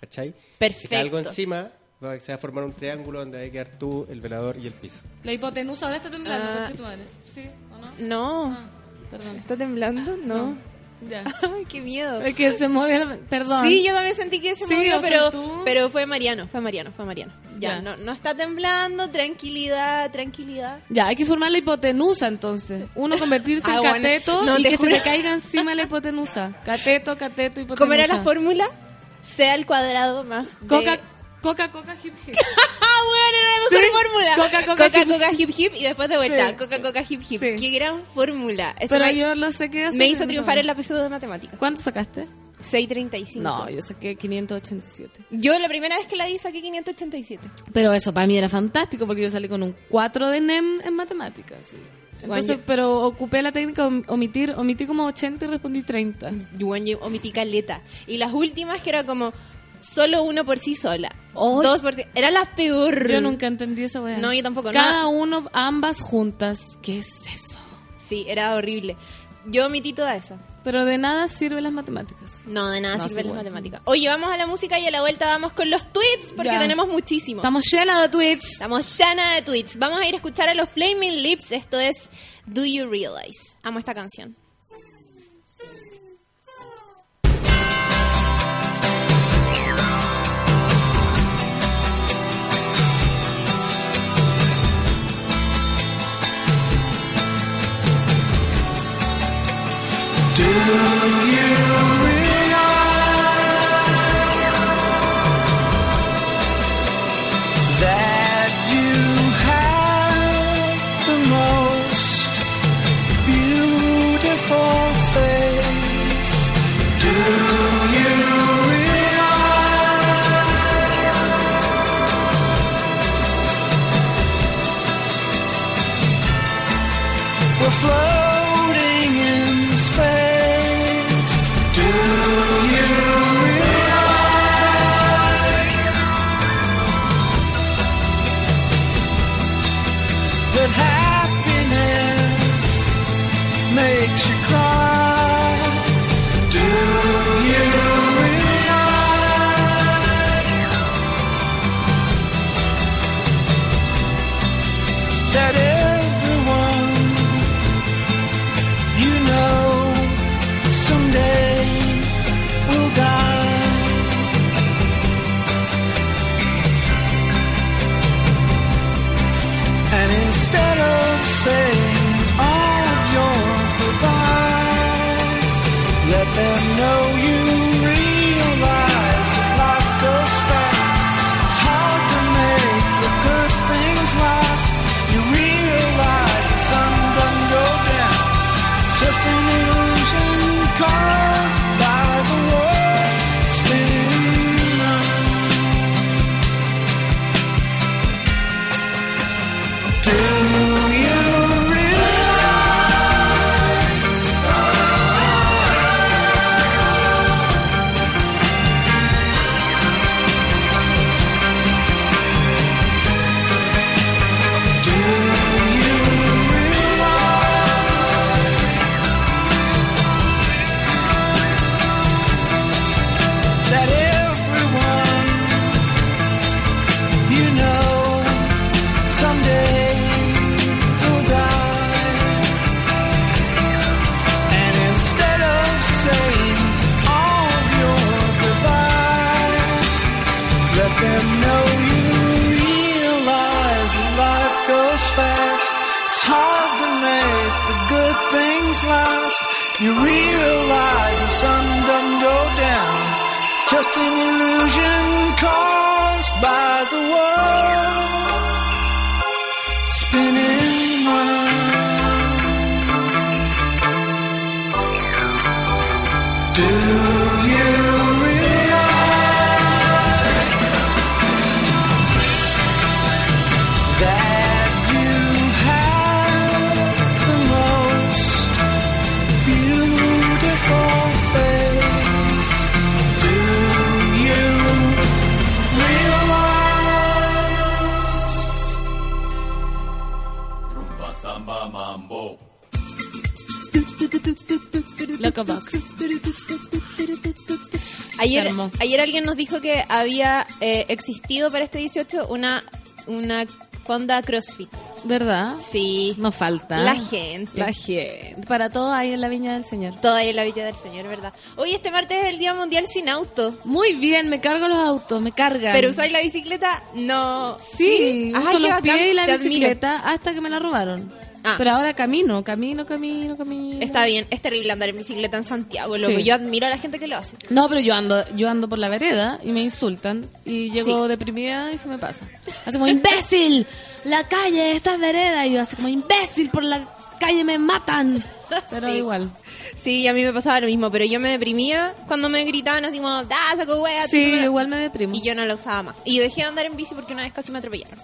Speaker 6: ¿Cachai? Si
Speaker 3: Perfecto.
Speaker 6: cae algo encima, va- se va a formar un triángulo donde hay que quedar tú, el velador y el piso.
Speaker 2: La hipotenusa ahora está temblando,
Speaker 3: Ah.
Speaker 2: coche tu madre. ¿Sí o no?
Speaker 3: No.
Speaker 2: Ah, perdón.
Speaker 3: ¿Está temblando? No.
Speaker 2: Ya.
Speaker 3: Ay, qué miedo.
Speaker 2: Es que se movió la- Perdón.
Speaker 3: Sí, yo también sentí que se
Speaker 2: Sí,
Speaker 3: movió,
Speaker 2: o sea,
Speaker 3: pero,
Speaker 2: tú-
Speaker 3: pero fue Mariano, fue Mariano, fue Mariano. Ya,
Speaker 2: Ya.
Speaker 3: No, no está temblando, tranquilidad, tranquilidad.
Speaker 2: Ya, hay que formar la hipotenusa entonces. Uno convertirse
Speaker 3: Ah,
Speaker 2: en
Speaker 3: bueno.
Speaker 2: cateto
Speaker 3: No,
Speaker 2: y
Speaker 3: te
Speaker 2: que
Speaker 3: juro.
Speaker 2: se le caiga encima la hipotenusa. Cateto, cateto, hipotenusa.
Speaker 3: ¿Cómo era la fórmula? Sea al cuadrado más de-
Speaker 2: Coca, Coca, coca, hip, hip.
Speaker 3: ¡Ah, bueno! Era
Speaker 2: Sí.
Speaker 3: de nuestra fórmula.
Speaker 2: Coca, coca,
Speaker 3: hip,
Speaker 2: hip,
Speaker 3: hip. Y después de vuelta,
Speaker 2: Sí.
Speaker 3: coca, coca, hip, hip.
Speaker 2: Sí.
Speaker 3: ¡Qué gran fórmula! Eso
Speaker 2: Pero
Speaker 3: me,
Speaker 2: yo lo sé que hacer,
Speaker 3: me hizo
Speaker 2: no.
Speaker 3: triunfar en la episodio de matemática.
Speaker 2: ¿Cuánto sacaste?
Speaker 3: 6.35.
Speaker 2: No, yo saqué 587.
Speaker 3: Yo la primera vez que la di saqué 587.
Speaker 2: Pero eso para mí era fantástico porque yo salí con un 4 de NEM en matemáticas. sí. Entonces,
Speaker 3: Guau, yo-
Speaker 2: pero ocupé la técnica om- omitir, omití como 80 y respondí 30.
Speaker 3: Yo yo omití caleta. Y las últimas que era como solo uno por sí sola.
Speaker 2: Ay.
Speaker 3: Dos por sí. Era la peor.
Speaker 2: Yo nunca entendí esa weá.
Speaker 3: No, yo tampoco,
Speaker 2: Cada
Speaker 3: no.
Speaker 2: uno, ambas juntas. ¿Qué es eso?
Speaker 3: Sí, era horrible. Yo omití toda esa.
Speaker 2: Pero de nada sirven las matemáticas.
Speaker 3: No, de nada
Speaker 2: No,
Speaker 3: sirve
Speaker 2: sí,
Speaker 3: la
Speaker 2: igual.
Speaker 3: matemática. Oye, vamos a la música y a la vuelta vamos con los tweets porque
Speaker 2: Ya.
Speaker 3: tenemos muchísimos.
Speaker 2: Estamos llenos de tweets.
Speaker 3: Estamos llena de tweets. Vamos a ir a escuchar a los Flaming Lips. Esto es Do You Realize. Amo esta canción.
Speaker 7: that you have the most beautiful face. Do you realize we're floating in space? Do you realize? that happiness makes you cry. Do you realize that everyone you know someday will die? And instead of saying all of your goodbyes, let them know you realize that life goes fast. It's hard to make the good things last. You realize the sun doesn't go down. It's just an illusion caused by the world spinning round. Do you realize Do you realize that everyone you know someday will die. And instead of saying all of your goodbyes, let them know you realize that life goes fast. It's hard to make the good things last. You realize the sun doesn't go down. It's just an illusion caused by the world spinning round. Do you realize that you have the most beautiful face? Do you realize?
Speaker 5: Rumba, samba, mambo.
Speaker 2: Locobox.
Speaker 3: Ayer,
Speaker 2: Enfermo.
Speaker 3: ayer alguien nos dijo que había eh, existido para este 18 una, una fonda CrossFit.
Speaker 2: ¿Verdad?
Speaker 3: Sí.
Speaker 2: No falta.
Speaker 3: La gente.
Speaker 2: La gente. Para todo ahí en la viña del Señor.
Speaker 3: Todavía en la Villa del Señor, ¿verdad? Hoy este martes es el Día Mundial sin auto.
Speaker 2: Muy bien, me cargo los autos, me cargan.
Speaker 3: ¿Pero usáis la bicicleta? No.
Speaker 2: Sí,
Speaker 3: Ajá,
Speaker 2: uso
Speaker 3: qué
Speaker 2: los
Speaker 3: bacán,
Speaker 2: pies y la
Speaker 3: te admiro.
Speaker 2: bicicleta hasta que me la robaron.
Speaker 3: Ah.
Speaker 2: Pero ahora camino, camino, camino, camino.
Speaker 3: Está bien, es terrible andar en bicicleta en Santiago, loco.
Speaker 2: Sí.
Speaker 3: Yo admiro a la gente que lo hace.
Speaker 2: No, pero yo ando, yo ando por la vereda y me insultan y llego deprimida y se me pasa. Así como, imbécil, la calle, esta es vereda. Y yo así como, imbécil, por la calle me matan. Pero
Speaker 3: Sí.
Speaker 2: igual.
Speaker 3: Sí, a mí me pasaba lo mismo, pero yo me deprimía cuando me gritaban así como, ¡Ah, saco wea! tú
Speaker 2: Sí,
Speaker 3: saco-".
Speaker 2: yo igual me deprimo.
Speaker 3: Y yo no la usaba más. Y yo dejé de andar en bici porque una vez casi me atropellaron.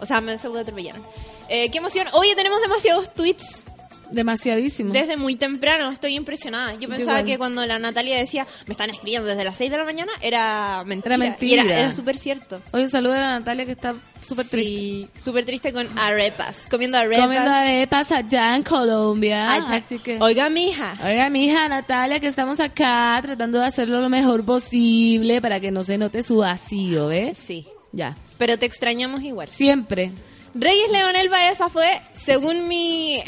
Speaker 3: O sea, me pseudo atropellaron. Eh, ¡Qué emoción! Oye, tenemos demasiados tweets
Speaker 2: Demasiadísimo.
Speaker 3: desde muy temprano. Estoy impresionada. Yo pensaba
Speaker 2: igual.
Speaker 3: que cuando la Natalia decía, me están escribiendo desde las 6 de la mañana, era mentira.
Speaker 2: Era
Speaker 3: Y
Speaker 2: mentira.
Speaker 3: era, era súper cierto.
Speaker 2: Hoy un saludo a la Natalia que está súper triste.
Speaker 3: Sí, súper triste con arepas. Comiendo arepas.
Speaker 2: Comiendo arepas allá en Colombia.
Speaker 3: Ay, cha-
Speaker 2: así que...
Speaker 3: Oiga, mija.
Speaker 2: Oiga, mi hija Natalia, que estamos acá tratando de hacerlo lo mejor posible para que no se note su vacío, ¿ves?
Speaker 3: Sí.
Speaker 2: Ya.
Speaker 3: Pero te extrañamos igual.
Speaker 2: Siempre.
Speaker 3: Reyes Leonel Baeza fue, según mi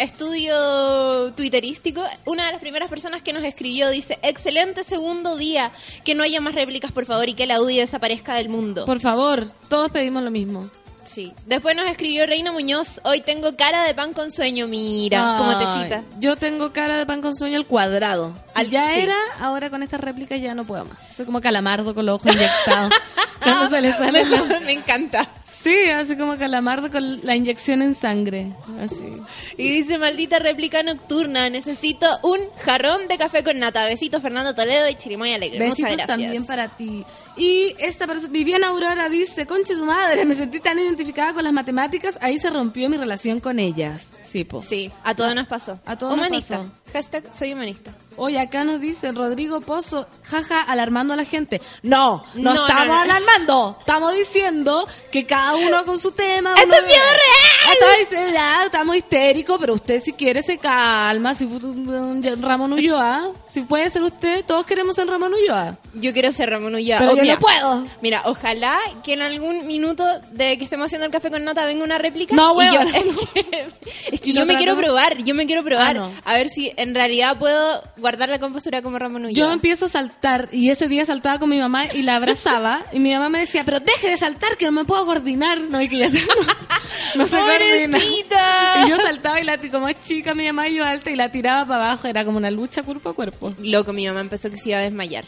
Speaker 3: estudio twitterístico, una de las primeras personas que nos escribió. Dice, excelente segundo día, que no haya más réplicas, por favor, y que la UDI desaparezca del mundo.
Speaker 2: Por favor, todos pedimos lo mismo.
Speaker 3: Sí. Después nos escribió Reina Muñoz, hoy tengo cara de pan con sueño, mira, como te
Speaker 2: Ay,
Speaker 3: cita.
Speaker 2: Yo tengo cara de pan con sueño al cuadrado. Si
Speaker 3: Al-
Speaker 2: ya
Speaker 3: sí.
Speaker 2: era, ahora con esta réplica ya no puedo más. Soy como calamardo con los ojos inyectados. Cuando se le sale la-
Speaker 3: Ah, me, me encanta.
Speaker 2: Sí, así como calamardo con la inyección en sangre. Así.
Speaker 3: Y dice, maldita réplica nocturna, necesito un jarrón de café con nata. Besitos, Fernando Toledo y Chirimoya Alegre. Muchas
Speaker 2: Besitos
Speaker 3: gracias.
Speaker 2: también para ti. Y esta persona, Viviana Aurora dice, conche su madre, me sentí tan identificada con las matemáticas, ahí se rompió mi relación con ellas. Sí, po.
Speaker 3: Sí, a todos nos pasó.
Speaker 2: Ah. A todos nos
Speaker 3: humanista.
Speaker 2: pasó.
Speaker 3: Hashtag soy humanista.
Speaker 2: Hoy acá nos dice Rodrigo Pozo, jaja, alarmando a la gente. No, no,
Speaker 3: No, no,
Speaker 2: estamos
Speaker 3: no.
Speaker 2: alarmando, estamos diciendo que cada uno con su tema.
Speaker 3: ¡Esto
Speaker 2: uno-
Speaker 3: es miedo real!
Speaker 2: Esto es miedo real, estamos histéricos, pero usted si quiere se calma, si fue un- un Ramón Ulloa, si puede ser usted, todos queremos ser Ramón Ulloa.
Speaker 3: Yo quiero ser Ramón Ulloa.
Speaker 2: Pero
Speaker 3: O
Speaker 2: yo
Speaker 3: mira,
Speaker 2: no puedo.
Speaker 3: Mira, ojalá que en algún minuto de que estemos haciendo el café con nata venga una réplica.
Speaker 2: No,
Speaker 3: y yo-
Speaker 2: huevona.
Speaker 3: Es que, es que
Speaker 2: Y
Speaker 3: yo
Speaker 2: no
Speaker 3: me quiero
Speaker 2: tratamos-
Speaker 3: probar, yo me quiero probar.
Speaker 2: Ah, no.
Speaker 3: A ver si en realidad puedo guardar la compostura como Ramón Ulloa.
Speaker 2: Yo empiezo a saltar y ese día saltaba con mi mamá y la abrazaba y mi mamá me decía, pero deje de saltar que no me puedo coordinar. No, y que ya se- no, se coordina.
Speaker 3: ¡Pobrecita!
Speaker 2: Y yo saltaba y la ti- como es chica mi mamá y yo alta y la tiraba para abajo. Era como una lucha cuerpo a cuerpo.
Speaker 3: Loco, mi mamá empezó que se iba a desmayar.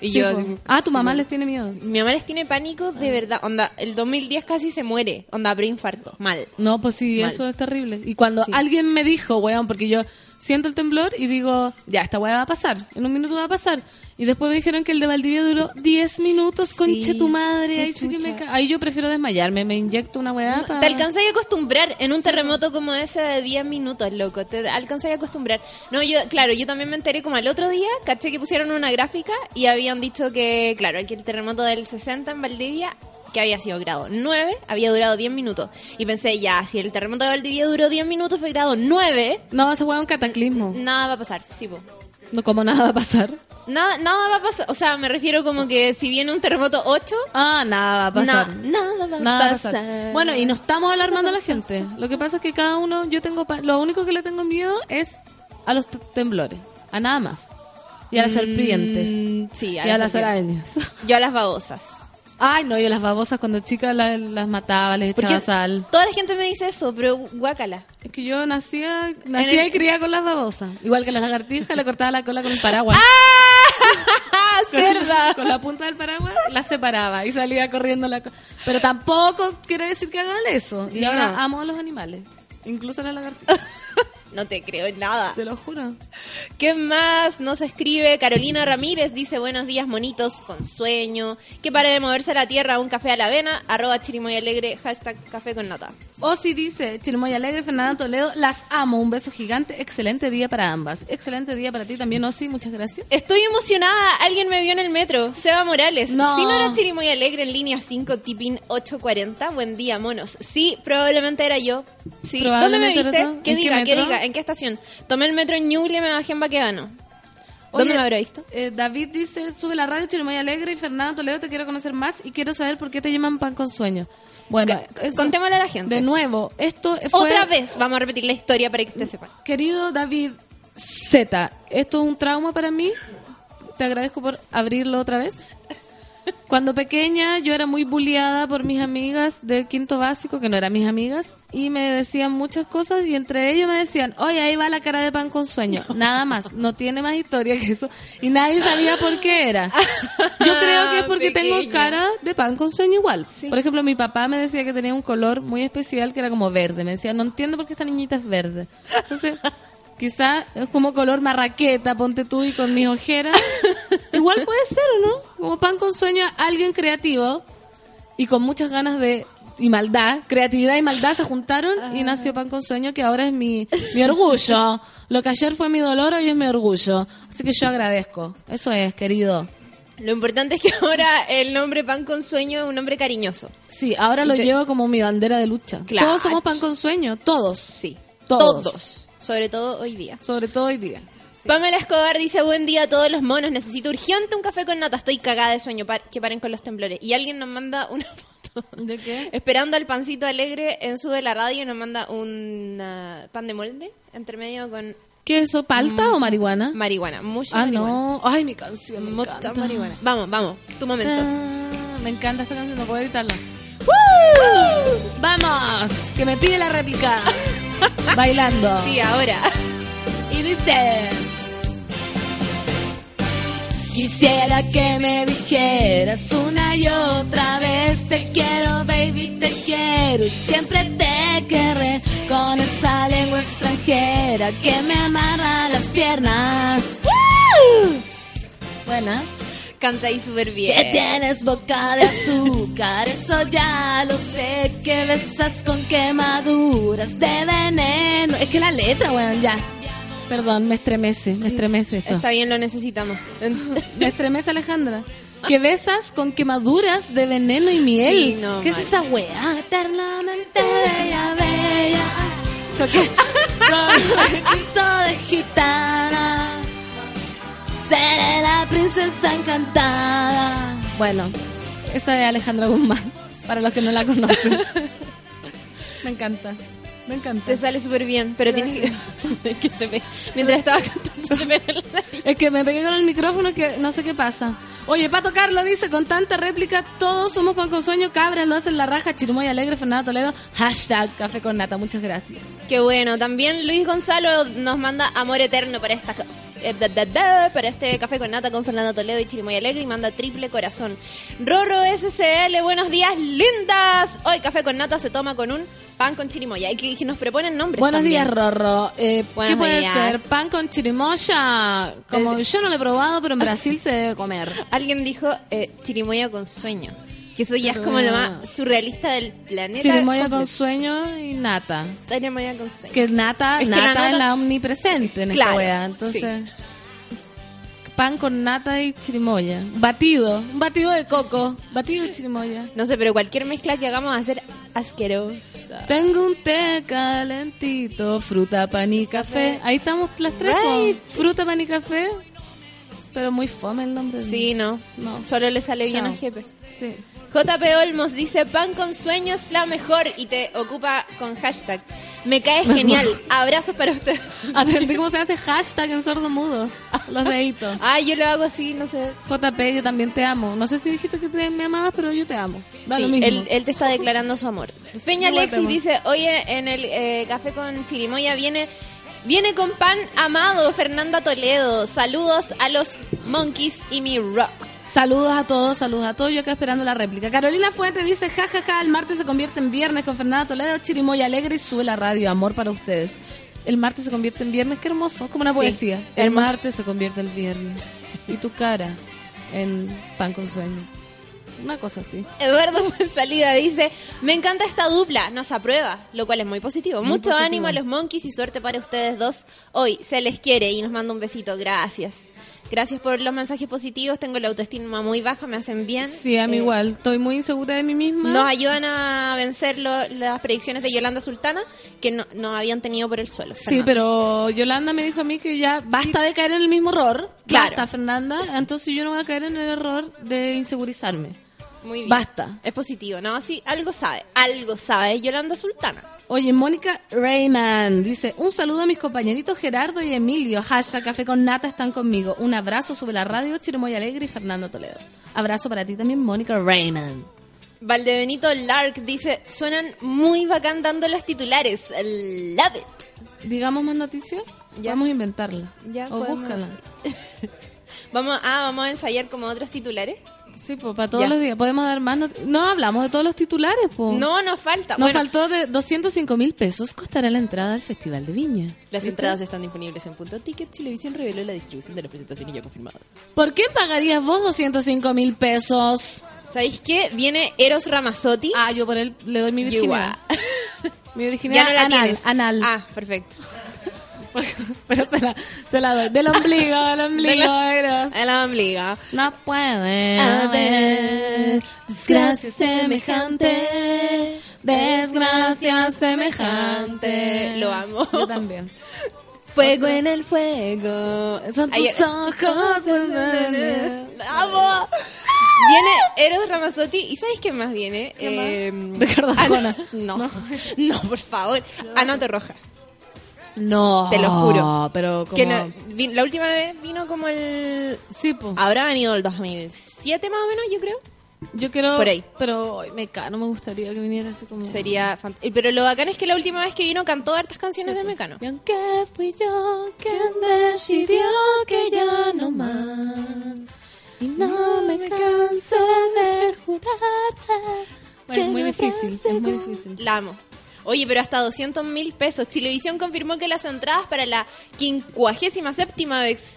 Speaker 3: Y yo...
Speaker 2: Tipo,
Speaker 3: así-
Speaker 2: ah, tu mamá les tiene miedo.
Speaker 3: Mi mamá les tiene pánico
Speaker 2: Ah.
Speaker 3: de verdad. Onda, el 2010 casi se muere. Onda, preinfarto. Mal.
Speaker 2: No, pues sí,
Speaker 3: Mal.
Speaker 2: eso es terrible. Y cuando
Speaker 3: Sí.
Speaker 2: alguien me dijo, weón, porque yo siento el temblor y digo, ya, esta weá va a pasar, en un minuto va a pasar. Y después me dijeron que el de Valdivia duró 10 minutos, conche tu madre.
Speaker 3: qué
Speaker 2: Ahí, sí que me
Speaker 3: chucha.
Speaker 2: ca- ahí yo prefiero desmayarme, me inyecto una weá. pa-
Speaker 3: Te alcanzáis a acostumbrar en un terremoto como ese de 10 minutos, loco. Te alcanzáis a acostumbrar. No, yo, claro, yo también me enteré como al otro día, caché que pusieron una gráfica y habían dicho que, claro, que el terremoto del 60 en Valdivia, que había sido grado 9, había durado 10 minutos. Y pensé, ya, si el terremoto de Valdivia duró 10 minutos, fue grado 9,
Speaker 2: No, ese weá es un cataclismo.
Speaker 3: nada va a pasar, sí, po.
Speaker 2: No, como nada va a pasar.
Speaker 3: Nada, nada va a pasar. O sea, me refiero como que si viene un terremoto 8,
Speaker 2: Ah, nada va a pasar.
Speaker 3: na- nada va
Speaker 2: Nada va
Speaker 3: a
Speaker 2: a
Speaker 3: pasar.
Speaker 2: pasar. Bueno, y no estamos alarmando a la gente. Lo que pasa es que cada uno, yo tengo, pa- lo único que le tengo miedo es a los te- temblores, a nada más. Y a las serpientes.
Speaker 3: Mm, Sí,
Speaker 2: y a
Speaker 3: Mm. las
Speaker 2: las
Speaker 3: serpientes.
Speaker 2: arañas.
Speaker 3: Yo a las babosas.
Speaker 2: Ay, no, yo las babosas cuando chica la- las mataba, les echaba
Speaker 3: Porque
Speaker 2: sal.
Speaker 3: toda la gente me dice eso, pero guácala.
Speaker 2: Es que yo nacía, nacía y cría con las babosas. Igual que las lagartijas, le cortaba la cola con el paraguas.
Speaker 3: ¡Ah, cerda!
Speaker 2: Con la punta del paraguas la separaba y salía corriendo la co- Pero tampoco quiere decir que hagan eso. Y
Speaker 3: No.
Speaker 2: ahora amo a los animales. Incluso a la lagartija.
Speaker 3: No te creo en nada.
Speaker 2: Te lo juro.
Speaker 3: ¿Qué más nos escribe? Carolina Ramírez dice, buenos días, monitos, con sueño. Que pare de moverse a la tierra, un café a la avena, arroba chirimoy alegre, hashtag café con nata.
Speaker 2: O si dice Chirimoy Alegre, Fernanda Toledo, las amo. Un beso gigante. Excelente día para ambas. Excelente día para ti también, Osi. Muchas gracias.
Speaker 3: Estoy emocionada, alguien me vio en el metro, Seba Morales.
Speaker 2: No.
Speaker 3: Si no era Chirimoy Alegre en línea 5, tipín 840, buen día, monos. Sí, probablemente era yo. Sí. ¿Dónde me
Speaker 2: Probablemente
Speaker 3: viste?
Speaker 2: era tú.
Speaker 3: ¿Qué
Speaker 2: ¿En qué
Speaker 3: diga? ¿Qué,
Speaker 2: metro?
Speaker 3: diga? ¿En qué estación? Tomé el metro en Ñuble y me bajé en Baquedano. ¿Dónde
Speaker 2: Oye,
Speaker 3: me habrá visto?
Speaker 2: eh, David dice, sube la radio Chirimoya Alegre y Fernando Toledo, te quiero conocer más y quiero saber por qué te llaman pan con sueño. Bueno,
Speaker 3: C-
Speaker 2: eso.
Speaker 3: contémosle a la gente.
Speaker 2: De nuevo, esto fue...
Speaker 3: Otra vez vamos a repetir la historia para que usted sepa.
Speaker 2: Querido David Z, esto es un trauma para mí. Te agradezco por abrirlo otra vez. Cuando pequeña yo era muy bulliada por mis amigas del quinto básico, que no eran mis amigas, y me decían muchas cosas y entre ellos me decían, oye, ahí va la cara de pan con sueño, nada más, no tiene más historia que eso, y nadie sabía por qué era. Yo creo que es porque tengo
Speaker 3: Pequeña.
Speaker 2: cara de pan con sueño igual. Por ejemplo, mi papá me decía que tenía un color muy especial que era como verde, me decía, no entiendo por qué esta niñita es verde. Entonces... Quizá es como color marraqueta, ponte tú y con mis ojeras. Igual puede ser, ¿o no? Como pan con sueño, alguien creativo y con muchas ganas de. y maldad. Creatividad y maldad se juntaron y nació pan con sueño, que ahora es mi, mi orgullo. Lo que ayer fue mi dolor, hoy es mi orgullo. Así que yo agradezco. Eso es, querido.
Speaker 3: Lo importante es que ahora el nombre Pan con Sueño es un nombre cariñoso.
Speaker 2: Sí, ahora lo
Speaker 3: Ente-
Speaker 2: llevo como mi bandera de lucha.
Speaker 3: Claro.
Speaker 2: Todos somos pan con sueño, todos.
Speaker 3: Sí.
Speaker 2: Todos.
Speaker 3: Todos. Sobre todo hoy día.
Speaker 2: Sobre todo hoy día.
Speaker 3: Pamela Escobar dice, buen día a todos los monos, necesito urgente un café con nata, estoy cagada de sueño, par- que paren con los temblores. Y alguien nos manda una foto.
Speaker 2: ¿De qué?
Speaker 3: Esperando al pancito alegre en Sube la Radio nos manda un ah, pan de molde, entre medio con
Speaker 2: ¿Qué es eso? ¿Palta o marihuana?
Speaker 3: marihuana, Mm. mucha
Speaker 2: Ah,
Speaker 3: marihuana.
Speaker 2: no. Ay, mi canción. Me
Speaker 3: Mucha
Speaker 2: encanta.
Speaker 3: marihuana. Vamos, vamos, tu momento.
Speaker 2: Ah, me encanta esta canción, no puedo evitarla. ¡Vamos! Que me pide la réplica. Bailando.
Speaker 3: Sí, ahora.
Speaker 2: Y dice... Quisiera que me dijeras una y otra vez te quiero, baby, te quiero, y siempre te querré con esa lengua extranjera que me amarra las piernas. Buena.
Speaker 3: Canta ahí súper
Speaker 2: Que
Speaker 3: bien.
Speaker 2: tienes boca de azúcar, eso ya lo sé. Que besas con quemaduras de veneno. Es que la letra, weón, ya. Perdón, me estremece, me estremece esto.
Speaker 3: Está bien, lo necesitamos.
Speaker 2: Me estremece Alejandra. Que besas con quemaduras de veneno y miel.
Speaker 3: Sí, no,
Speaker 2: ¿Qué
Speaker 3: mal.
Speaker 2: es esa weá? Eternamente bella, bella. Choqué. Hechizo de gitana. Seré la princesa encantada. Bueno, esa es Alejandra Guzmán, para los que no la conocen. Me encanta. Me encanta.
Speaker 3: Te sale súper bien, pero tienes que... que se me... Mientras estaba cantando se me...
Speaker 2: Es que me pegué con el micrófono que no sé qué pasa. Oye, Pato Carlos dice, con tanta réplica, todos somos pan con sueño, cabras, lo hacen la raja, Chirimoy Alegre, Fernando Toledo, hashtag Café con Nata, muchas gracias.
Speaker 3: Qué bueno. También Luis Gonzalo nos manda amor eterno para esta ca- eh, da, da, da, para este café con nata con Fernando Toledo y Chirimoy Alegre y manda triple corazón. Rorro SCL, buenos días, lindas. Hoy café con nata se toma con un pan con chirimoya. Y que, que nos proponen nombres.
Speaker 2: Buenos
Speaker 3: también.
Speaker 2: días, Rorro. Eh, ¿Qué
Speaker 3: Buenos
Speaker 2: puede
Speaker 3: días. Eh,
Speaker 2: ser? Pan con chirimoya. Como yo no lo he probado, pero en Brasil se debe comer.
Speaker 3: Alguien dijo eh, chirimoya con sueño. Que eso ya es como lo más surrealista del planeta.
Speaker 2: Chirimoya con
Speaker 3: completo.
Speaker 2: sueño y nata.
Speaker 3: Chirimoya con sueño.
Speaker 2: Que nata,
Speaker 3: Es que la
Speaker 2: nata
Speaker 3: nata-
Speaker 2: es la omnipresente en esta
Speaker 3: Claro,
Speaker 2: wea. Entonces, pan con nata y chirimoya. Batido, un batido de coco, batido de chirimoya.
Speaker 3: No sé, pero cualquier mezcla que hagamos va a ser asquerosa.
Speaker 2: Tengo un té calentito, fruta, pan y café. Ahí estamos las tres. po.
Speaker 3: Right.
Speaker 2: Fruta, pan y café. Pero muy fome el nombre.
Speaker 3: Sí, no.
Speaker 2: No.
Speaker 3: Solo le sale bien
Speaker 2: Chao.
Speaker 3: a Jepe.
Speaker 2: Sí.
Speaker 3: JP Olmos dice, pan con sueño es la mejor y te ocupa con hashtag. Me cae genial. Abrazos para usted.
Speaker 2: Aprendí cómo se hace hashtag en sordo mudo. Los deditos.
Speaker 3: Ah, yo lo hago así, no sé.
Speaker 2: JP, yo también te amo. No sé si dijiste que te- me amabas, pero yo te amo. Da
Speaker 3: Sí,
Speaker 2: lo mismo.
Speaker 3: Él, él te está declarando su amor. Peña
Speaker 2: Igual te
Speaker 3: Alexis
Speaker 2: amo.
Speaker 3: dice, oye, en el eh, café con Chirimoya viene... Viene con pan amado Fernanda Toledo. Saludos a los monkeys y mi rock.
Speaker 2: Saludos a todos, saludos a todos. Yo acá esperando la réplica. Carolina Fuente dice: jajaja, el martes se convierte en viernes con Fernanda Toledo, Chirimoya Alegre y sube la radio. Amor para ustedes. El martes se convierte en viernes, qué hermoso, como una
Speaker 3: Sí,
Speaker 2: poesía. El
Speaker 3: hermoso.
Speaker 2: martes se convierte en viernes. Y tu cara en pan con sueño. Una cosa así.
Speaker 3: Eduardo Salida dice, me encanta esta dupla, nos aprueba, lo cual es muy positivo.
Speaker 2: Muy
Speaker 3: Mucho
Speaker 2: positivo.
Speaker 3: ánimo a los monkeys y suerte para ustedes dos hoy. Se les quiere y nos manda un besito, gracias. Gracias por los mensajes positivos, tengo la autoestima muy baja, me hacen bien.
Speaker 2: Sí, a mí
Speaker 3: Eh,
Speaker 2: igual. Estoy muy insegura de mí misma.
Speaker 3: Nos ayudan a vencer lo- las predicciones de Yolanda Sultana que no, no habían tenido por el suelo.
Speaker 2: Sí,
Speaker 3: Fernanda.
Speaker 2: pero Yolanda me dijo a mí que ya basta de caer en el mismo error.
Speaker 3: Claro.
Speaker 2: Basta, Fernanda. Entonces yo no voy a caer en el error de insegurizarme.
Speaker 3: Muy bien.
Speaker 2: Basta.
Speaker 3: Es positivo, ¿no? Sí, algo sabe. Algo sabe Yolanda Sultana.
Speaker 2: Oye, Mónica Rayman dice, un saludo a mis compañeritos Gerardo y Emilio, hashtag Café con Nata están conmigo. Un abrazo sobre la radio, Chiromoy Alegre y Fernando Toledo. Abrazo para ti también, Mónica Rayman.
Speaker 3: Valdebenito Lark dice, suenan muy bacán dando los titulares. Love it.
Speaker 2: Digamos más noticias,
Speaker 3: Ya.
Speaker 2: vamos a inventarla.
Speaker 3: Ya,
Speaker 2: o
Speaker 3: podemos.
Speaker 2: búscala.
Speaker 3: Vamos, ah, vamos a ensayar como otros titulares.
Speaker 2: Sí, pues para todos
Speaker 3: Ya.
Speaker 2: los días. Podemos dar más not- No hablamos de todos los titulares, pues.
Speaker 3: No, nos falta.
Speaker 8: Ah,
Speaker 2: Nos
Speaker 3: Bueno,
Speaker 2: faltó de 205 mil pesos costará la entrada al Festival de Viña.
Speaker 8: Las entradas están disponibles en punto ticket. Televisión reveló la distribución de las presentaciones ya confirmadas.
Speaker 2: ¿Por qué pagarías vos 205 mil pesos?
Speaker 3: ¿sabéis qué? Viene Eros Ramazzotti.
Speaker 2: Ah, yo por él le doy mi
Speaker 3: Yo
Speaker 2: virginidad. Mi virginidad
Speaker 3: ya no la
Speaker 2: anal,
Speaker 3: tienes.
Speaker 2: anal.
Speaker 3: Ah, perfecto.
Speaker 2: Pero se la, se la doy. Del ombligo, del ombligo, Eros.
Speaker 3: A la ombliga.
Speaker 2: No puede
Speaker 3: haber
Speaker 2: haber
Speaker 3: desgracia
Speaker 2: desgracia
Speaker 3: semejante,
Speaker 2: semejante,
Speaker 3: desgracia
Speaker 2: desgracia
Speaker 3: semejante.
Speaker 2: semejante.
Speaker 3: Lo amo.
Speaker 2: Yo también.
Speaker 3: Fuego en el fuego.
Speaker 2: Son tus
Speaker 3: Ayer-
Speaker 2: ojos.
Speaker 3: Lo ¡Amo! Viene Eros Ramazzotti. ¿Y sabes qué más viene? Eh,
Speaker 2: Ricardo Arjona.
Speaker 3: Ana- No, no, por favor. Anote Roja.
Speaker 2: No.
Speaker 3: Te lo juro.
Speaker 2: Pero como...
Speaker 3: Que no- vi- la última vez vino como el...
Speaker 2: Sí, po.
Speaker 3: Habrá venido el 2007 más o menos, yo creo.
Speaker 2: Yo quiero...
Speaker 3: por ahí.
Speaker 2: Pero ay, Mecano me gustaría que viniera así como...
Speaker 3: Sería fant- eh, Pero lo bacán es que la última vez que vino cantó hartas canciones de Mecano.
Speaker 2: Y aunque fui yo quien decidió que ya no más Y no me canso de jurarte Es muy difícil, es muy difícil
Speaker 3: La amo. Oye, pero hasta 200 mil pesos. Televisión confirmó que las entradas para la 57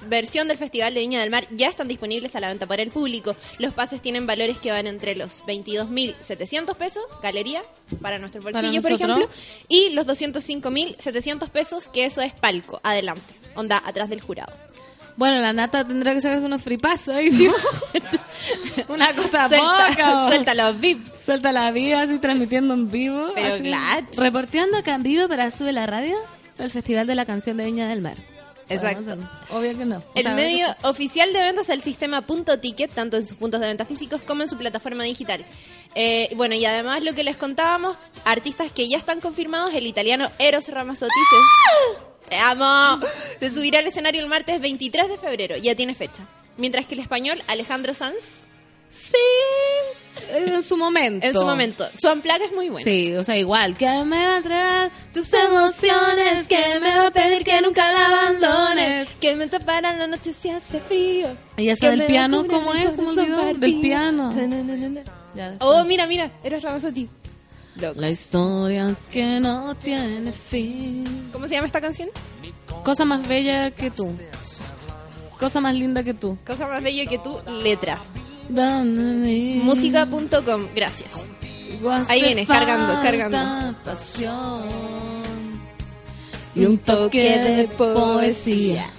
Speaker 3: versión del Festival de Viña del Mar ya están disponibles a la venta para el público. Los pases tienen valores que van entre los 22.700 pesos, galería, para nuestro
Speaker 2: Para
Speaker 3: bolsillo, por
Speaker 2: nosotros.
Speaker 3: ejemplo, y los 205.700 pesos, que eso es palco, adelante, onda, atrás del jurado.
Speaker 2: Bueno, la nata tendrá que sacarse unos fripasos ahí, ¿sí? Una cosa poca
Speaker 3: suelta,
Speaker 2: o-
Speaker 3: suelta los VIP.
Speaker 2: Suelta la vida así transmitiendo en vivo
Speaker 3: Pero
Speaker 2: así,
Speaker 3: glach.
Speaker 2: Reporteando acá en vivo para Sube la Radio El Festival de la Canción de Viña del Mar
Speaker 3: Exacto.
Speaker 2: Bueno, no sé, Obvio que no O
Speaker 3: El
Speaker 2: sea,
Speaker 3: medio oficial de ventas es el sistema punto ticket, tanto en sus puntos de venta físicos como en su plataforma digital. Eh, bueno, y además lo que les contábamos, artistas que ya están confirmados, el italiano Eros Ramazzotti se, ¡Te amo! se subirá al escenario el martes 23 de febrero, ya tiene fecha. Mientras que el español Alejandro Sanz,
Speaker 2: Sí, en su momento.
Speaker 3: en su momento, su amplaga es muy buena.
Speaker 2: Sí, o sea, igual. Que me va a traer tus emociones, que me va a pedir que nunca la abandones.
Speaker 3: Que me taparán la noche si hace frío.
Speaker 2: ¿Y esa
Speaker 3: Que
Speaker 2: del
Speaker 3: me
Speaker 2: piano
Speaker 3: descubran
Speaker 2: cómo
Speaker 3: mi
Speaker 2: es? Se me
Speaker 3: corazón
Speaker 2: olvidó, del
Speaker 3: partido.
Speaker 2: piano.
Speaker 3: Ta-na-na-na-na.
Speaker 2: Ya,
Speaker 3: Oh,
Speaker 2: sí.
Speaker 3: mira, mira, Eros Ramazzotti. Loco.
Speaker 2: La historia que no tiene fin.
Speaker 3: ¿Cómo se llama esta canción?
Speaker 2: Cosa más bella que tú. Cosa más linda que tú.
Speaker 3: Cosa más bella que tú, letra.
Speaker 2: Música.
Speaker 3: Música.com, gracias.
Speaker 2: Oh,
Speaker 3: Ahí viene, cargando, cargando.
Speaker 2: Pasión y un toque de poesía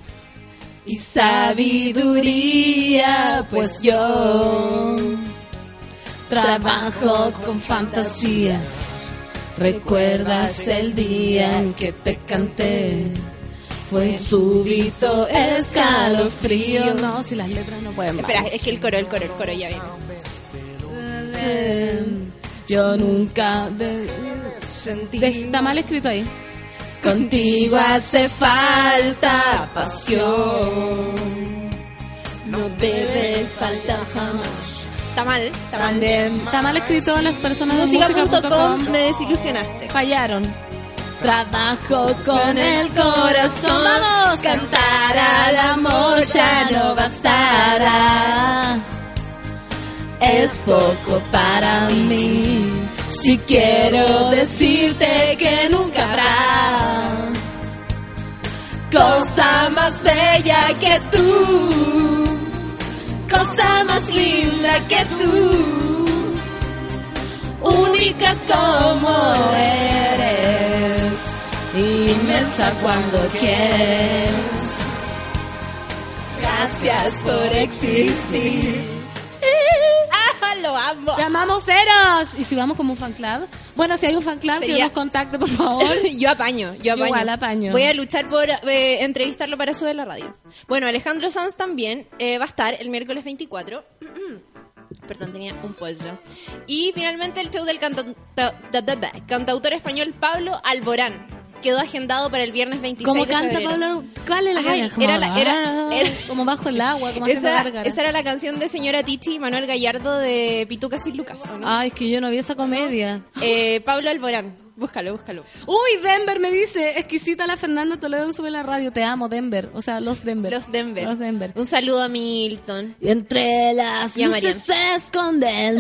Speaker 2: y sabiduría, pues yo trabajo con fantasías. Recuerdas el día en que te canté. Fue súbito escalofrío. No, si las letras no pueden.
Speaker 3: Espera, es que el coro, el coro, el coro ya viene.
Speaker 2: Yo nunca de- de- está mal escrito ahí. Contigo hace falta pasión. No debe faltar jamás.
Speaker 3: Está mal, está mal.
Speaker 2: También está mal escrito las personas de
Speaker 3: Música.com,
Speaker 2: música.com
Speaker 3: me desilusionaste.
Speaker 2: fallaron. Trabajo con el corazón. Vamos, cantar al amor ya no bastará. Es poco para mí. Si quiero decirte que nunca habrá cosa más bella que tú, cosa más linda que tú única como eres, inmensa cuando quieres. Gracias por existir.
Speaker 3: ¡Ah, lo amo!
Speaker 2: Llamamos Eros. Y si vamos como un fan club. Bueno, si hay un fan club, que
Speaker 3: Sería-
Speaker 2: nos contacte, por favor.
Speaker 3: Yo apaño, yo apaño.
Speaker 2: igual apaño.
Speaker 3: Voy a luchar por eh, entrevistarlo para eso de la radio. Bueno, Alejandro Sanz también eh, va a estar el miércoles 24 perdón, tenía un pollo. Y finalmente el show del cantauta- da- da- da- cantautor español Pablo Alborán quedó agendado para el viernes 26
Speaker 2: Como
Speaker 3: de
Speaker 2: canta
Speaker 3: febrero.
Speaker 2: Pablo? ¿Cuál es la
Speaker 3: Ay,
Speaker 2: canción? Como
Speaker 3: era la- era-
Speaker 2: ah,
Speaker 3: era-
Speaker 2: como bajo el agua, como haciendo
Speaker 3: Esa,
Speaker 2: gárgaras.
Speaker 3: esa era la canción de señora Tichi y Manuel Gallardo de Pitucas y Lucas, ¿o no?
Speaker 2: Ay, es que yo no vi esa comedia.
Speaker 3: Eh, Pablo Alborán, búscalo, búscalo.
Speaker 2: Uy, Denver me dice, exquisita la Fernanda Toledo sube la radio, te amo Denver, o sea, los Denver.
Speaker 3: Los Denver.
Speaker 2: Los Denver.
Speaker 3: Un saludo a Milton.
Speaker 2: Y entre las
Speaker 3: Y a
Speaker 2: luces se esconde el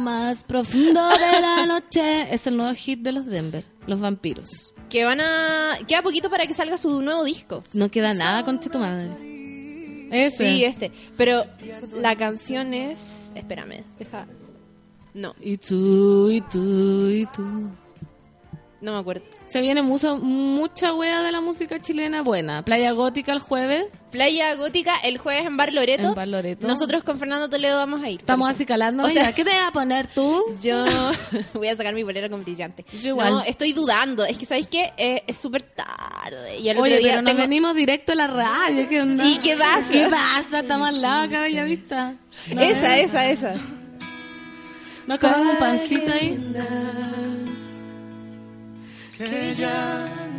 Speaker 2: más profundo de la noche. Es el nuevo hit de los Denver, los vampiros.
Speaker 3: Que van a. Queda poquito para que salga su nuevo disco.
Speaker 2: No queda nada con tu madre. Ese.
Speaker 3: Sí, este. Pero la canción es. Espérame, deja. No,
Speaker 2: Y tú, y tú, y tú.
Speaker 3: no me acuerdo.
Speaker 2: Se viene mucho, mucha wea de la música chilena buena. Playa Gótica el jueves.
Speaker 3: Playa Gótica el jueves en Bar Loreto.
Speaker 2: En Bar Loreto.
Speaker 3: Nosotros con Fernando Toledo vamos a ir.
Speaker 2: Estamos así calando.
Speaker 3: O sea-
Speaker 2: venga, ¿qué te vas a poner tú?
Speaker 3: Yo voy a sacar mi bolera con brillante.
Speaker 2: Yo igual.
Speaker 3: No, estoy dudando. Es que, ¿sabéis qué? Eh, es súper tarde. Y al
Speaker 2: Oye,
Speaker 3: otro día
Speaker 2: pero nos
Speaker 3: tengo-
Speaker 2: venimos directo a la radio. ¿Qué onda?
Speaker 3: ¿Y qué pasa?
Speaker 2: ¿Qué pasa? Estamos al lado acá, Bellavista. No,
Speaker 3: Esa,
Speaker 2: eh.
Speaker 3: esa, esa.
Speaker 2: Nos comemos un pancito ahí.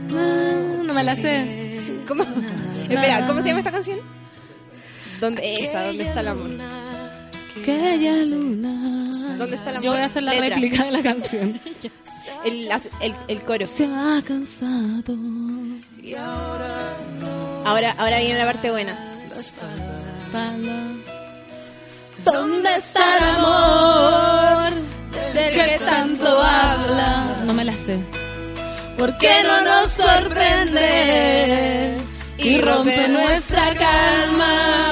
Speaker 2: No, no me la sé.
Speaker 3: ¿Cómo? Espera, ¿cómo se llama esta canción? ¿Dónde, esa, ¿dónde está el amor?
Speaker 2: Aquella luna.
Speaker 3: ¿Dónde está el amor?
Speaker 2: Yo voy a hacer la
Speaker 3: Letra.
Speaker 2: réplica de la canción.
Speaker 3: El, las- el- el coro.
Speaker 2: Se ha cansado.
Speaker 3: Ahora, ahora viene la parte buena.
Speaker 2: Palo.
Speaker 3: ¿Dónde está el amor del que tanto habla?
Speaker 2: No me la sé.
Speaker 3: ¿Por qué no nos sorprende y rompe nuestra calma?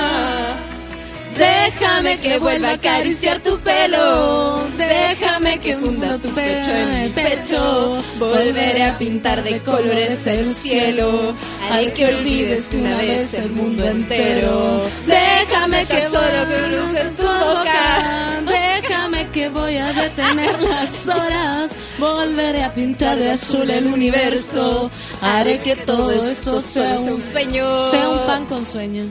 Speaker 3: Déjame que vuelva a acariciar tu pelo, déjame que funda tu pecho en el pecho, volveré a pintar de colores el cielo, haré que olvides una vez el mundo entero. Déjame que solo que luz en tu boca.
Speaker 2: Déjame que voy a detener las horas. Volveré a pintar de azul el universo. Haré que todo esto sea un,
Speaker 3: sueño.
Speaker 2: sea un pan con sueño.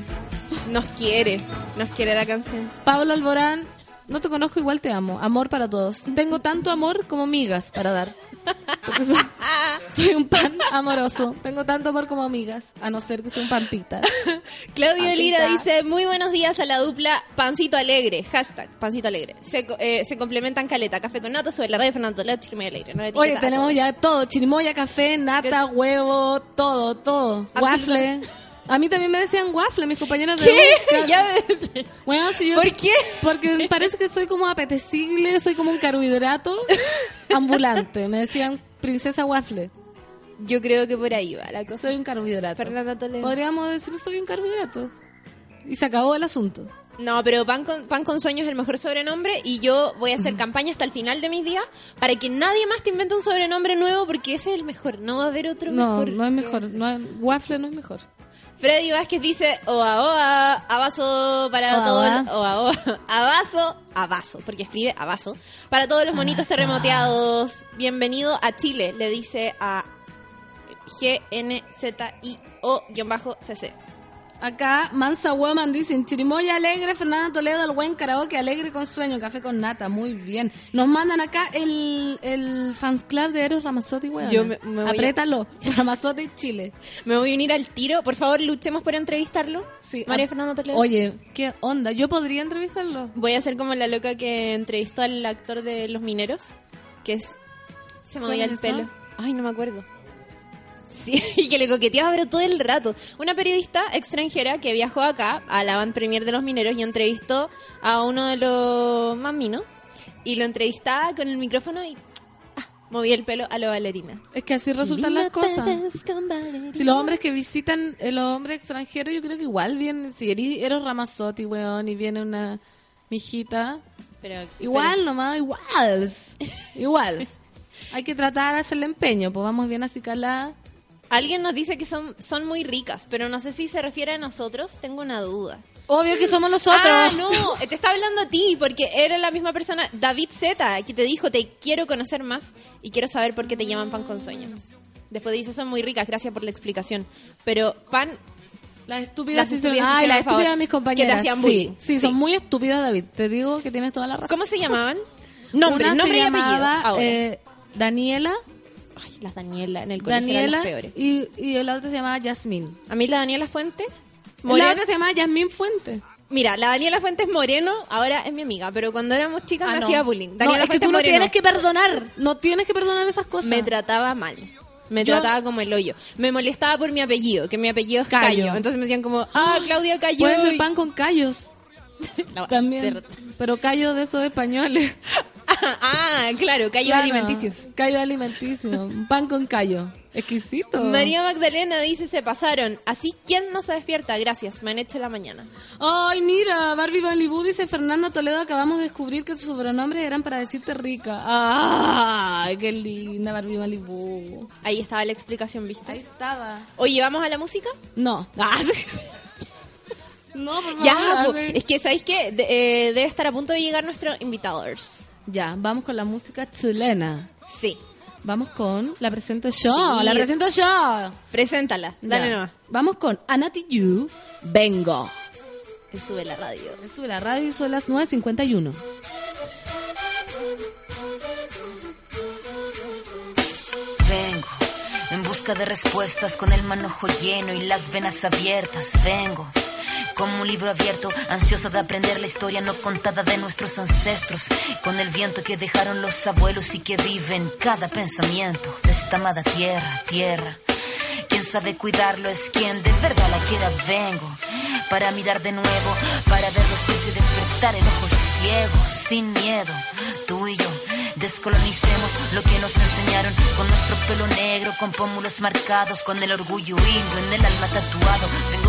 Speaker 3: Nos quiere, nos quiere la canción.
Speaker 2: Pablo Alborán, no te conozco, igual te amo. Amor para todos. Tengo tanto amor como migas para dar. Porque soy, soy un pan amoroso. Tengo tanto amor como migas. A no ser que sea un pan pita.
Speaker 3: Claudio Lira
Speaker 2: Patita.
Speaker 3: dice, muy buenos días a la dupla Pancito Alegre, hashtag Pancito Alegre. Se, co- eh, se complementan caleta, café con nata, sobre la radio Fernando Toledo, Chirimoya Alegre. No etiqueta
Speaker 2: Oye,
Speaker 3: a
Speaker 2: tenemos
Speaker 3: todos.
Speaker 2: ya todo, chirimoya, café, nata, huevo, todo, todo, waffle.
Speaker 3: Absolutamente.
Speaker 2: A mí también me decían waffle mis compañeras de
Speaker 3: ¿Qué?
Speaker 2: UNESCA.
Speaker 3: Ya-
Speaker 2: Bueno, si yo-
Speaker 3: ¿Por qué?
Speaker 2: Porque parece que soy como apetecible, soy como un carbohidrato ambulante. Me decían princesa waffle.
Speaker 3: Yo creo que por ahí va la cosa.
Speaker 2: Soy un carbohidrato.
Speaker 3: Fernanda Toledo.
Speaker 2: Podríamos decir soy un carbohidrato. Y se acabó el asunto.
Speaker 3: No, pero Pan con, Pan con Sueño es el mejor sobrenombre y yo voy a hacer campaña hasta el final de mis días para que nadie más te invente un sobrenombre nuevo porque ese es el mejor, no va a haber otro
Speaker 2: No,
Speaker 3: mejor.
Speaker 2: no es mejor. No, es- waffle no es mejor.
Speaker 3: Freddy Vázquez dice, oa, oa, abaso para
Speaker 2: Oa,
Speaker 3: todo
Speaker 2: oa.
Speaker 3: el- oa, oa, abaso, abaso, porque escribe abaso, para todos los monitos terremoteados, bienvenido a Chile, le dice a GNZIO-CC.
Speaker 2: Acá, Mansa Woman dice, en Chirimoya alegre, Fernanda Toledo, el buen karaoke, alegre con sueño, café con nata, muy bien. Nos mandan acá el, el fans club de Eros Ramazzotti, weón.
Speaker 3: Yo me- me voy a-
Speaker 2: Apriétalo, Ramazzotti Chile.
Speaker 3: Me voy a unir al tiro, por favor, luchemos por entrevistarlo.
Speaker 2: Sí,
Speaker 3: María
Speaker 2: ah,
Speaker 3: Fernanda Toledo.
Speaker 2: Oye, qué onda, yo podría entrevistarlo.
Speaker 3: Voy a ser como la loca que entrevistó al actor de Los Mineros, que es... Se
Speaker 2: ¿Cuál
Speaker 3: movía el
Speaker 2: es
Speaker 3: pelo.
Speaker 2: esa?
Speaker 3: Ay, no me acuerdo. Sí, y que le coqueteaba pero todo el rato. Una periodista extranjera que viajó acá a la van premier de Los Mineros y entrevistó a uno de los más minos y lo entrevistaba con el micrófono y ah, movía el pelo a la bailarina.
Speaker 2: Es que así resultan las cosas. Si los hombres que visitan, eh, los hombres extranjeros, yo creo que igual vienen, si eres Eros Ramazzotti, weón, y viene una mijita,
Speaker 3: Pero,
Speaker 2: Igual nomás, igual. Igual. Hay que tratar de hacerle empeño, pues vamos bien así calada.
Speaker 3: pero alguien nos dice que son, son muy ricas, pero no sé si se refiere a nosotros. Tengo una duda.
Speaker 2: Obvio que somos nosotros.
Speaker 3: Ah, no, te está hablando a ti, porque era la misma persona, David Z, que te dijo, te quiero conocer más y quiero saber por qué te llaman pan con sueño. Después dice, son muy ricas, gracias por la explicación. Pero pan
Speaker 2: Las
Speaker 3: Las
Speaker 2: estúpidas, sí son-
Speaker 3: estúpidas te
Speaker 2: Ay,
Speaker 3: hicieron
Speaker 2: las
Speaker 3: el favor.
Speaker 2: estúpidas de mis
Speaker 3: Que te
Speaker 2: compañeras.
Speaker 3: hacían
Speaker 2: Sí,
Speaker 3: bullying.
Speaker 2: Sí,
Speaker 3: Sí.
Speaker 2: son muy estúpidas, David. Te digo que tienes toda la razón.
Speaker 3: ¿Cómo se llamaban? Nombre,
Speaker 2: Una
Speaker 3: nombre
Speaker 2: se
Speaker 3: y
Speaker 2: llamaba,
Speaker 3: apellido. Ahora.
Speaker 2: eh, Daniela,
Speaker 3: Ay, las Daniela en el colegio eran
Speaker 2: Daniela
Speaker 3: las peores.
Speaker 2: y, y la otra se llamaba Yasmín.
Speaker 3: A mí la Daniela Fuente.
Speaker 2: La
Speaker 3: Moreno-
Speaker 2: otra se llamaba Yasmín Fuentes.
Speaker 3: Mira, la Daniela Fuentes Moreno ahora es mi amiga, pero cuando éramos chicas
Speaker 2: Ah,
Speaker 3: me
Speaker 2: no.
Speaker 3: hacía bullying.
Speaker 2: No,
Speaker 3: Daniela
Speaker 2: es que
Speaker 3: Fuentes
Speaker 2: tú no
Speaker 3: Moreno
Speaker 2: tienes que perdonar. No tienes que perdonar esas cosas.
Speaker 3: me trataba mal. Me
Speaker 2: Yo-
Speaker 3: trataba como el hoyo. Me molestaba por mi apellido, que mi apellido es Callo.
Speaker 2: Callo.
Speaker 3: Entonces me decían como, ah, Claudia Callo.
Speaker 2: Puede ser
Speaker 3: y-
Speaker 2: pan con callos Ah,
Speaker 3: La-
Speaker 2: también. Pero callos de esos españoles.
Speaker 3: ah, claro, Callo
Speaker 2: Claro,
Speaker 3: Alimenticios.
Speaker 2: Callo alimenticio. Un pan con callo. Exquisito.
Speaker 3: María Magdalena dice, se pasaron. Así, ¿quién no se despierta? Gracias, me han hecho la mañana.
Speaker 2: Ay, mira, Barbie Bollywood dice Fernando Toledo, acabamos de descubrir que tus sobrenombres eran para decirte rica. Ay, qué linda Barbie Malibu.
Speaker 3: Ahí estaba la explicación, ¿viste?
Speaker 2: estaba.
Speaker 3: Oye, ¿vamos a la música?
Speaker 2: No. Ah, sí. pues, no, por favor.
Speaker 3: Ya, po.
Speaker 2: Barbie.
Speaker 3: es que, ¿sabéis qué? De- eh, debe estar a punto de llegar nuestro invitados.
Speaker 2: Ya, vamos con la música chilena.
Speaker 3: Sí.
Speaker 2: Vamos con La presento yo,
Speaker 3: Sí.
Speaker 2: la presento yo.
Speaker 3: Preséntala, dale
Speaker 2: Ya.
Speaker 3: nomás.
Speaker 2: Vamos con Anati You, Vengo.
Speaker 3: Sube la radio.
Speaker 2: Sube la radio y son las 9.51.
Speaker 9: Vengo en busca de respuestas con el manojo lleno y las venas abiertas. Vengo como un libro abierto, ansiosa de aprender la historia no contada de nuestros ancestros, con el viento que dejaron los abuelos y que vive en cada pensamiento de esta amada tierra, tierra. Quien sabe cuidarlo es quien de verdad la quiera. Vengo para mirar de nuevo, para verlo siempre y despertar el ojo ciego, sin miedo. Tú y yo descolonicemos lo que nos enseñaron con nuestro pelo negro, con pómulos marcados, con el orgullo indio en el alma tatuado. Vengo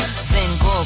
Speaker 9: vengo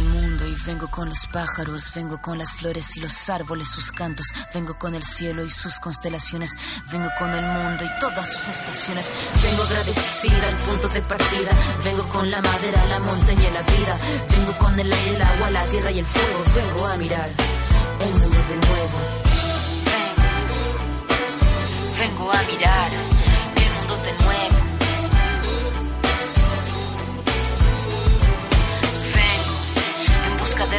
Speaker 9: mundo y vengo con los pájaros, vengo con las flores y los árboles, sus cantos, vengo con el cielo y sus constelaciones, vengo con el mundo y todas sus estaciones, vengo agradecida al punto de partida, vengo con la madera, la montaña y la vida, vengo con el aire, el agua, la tierra y el fuego, vengo a mirar el mundo de nuevo. Vengo, vengo a mirar el mundo de nuevo. Vengo en busca de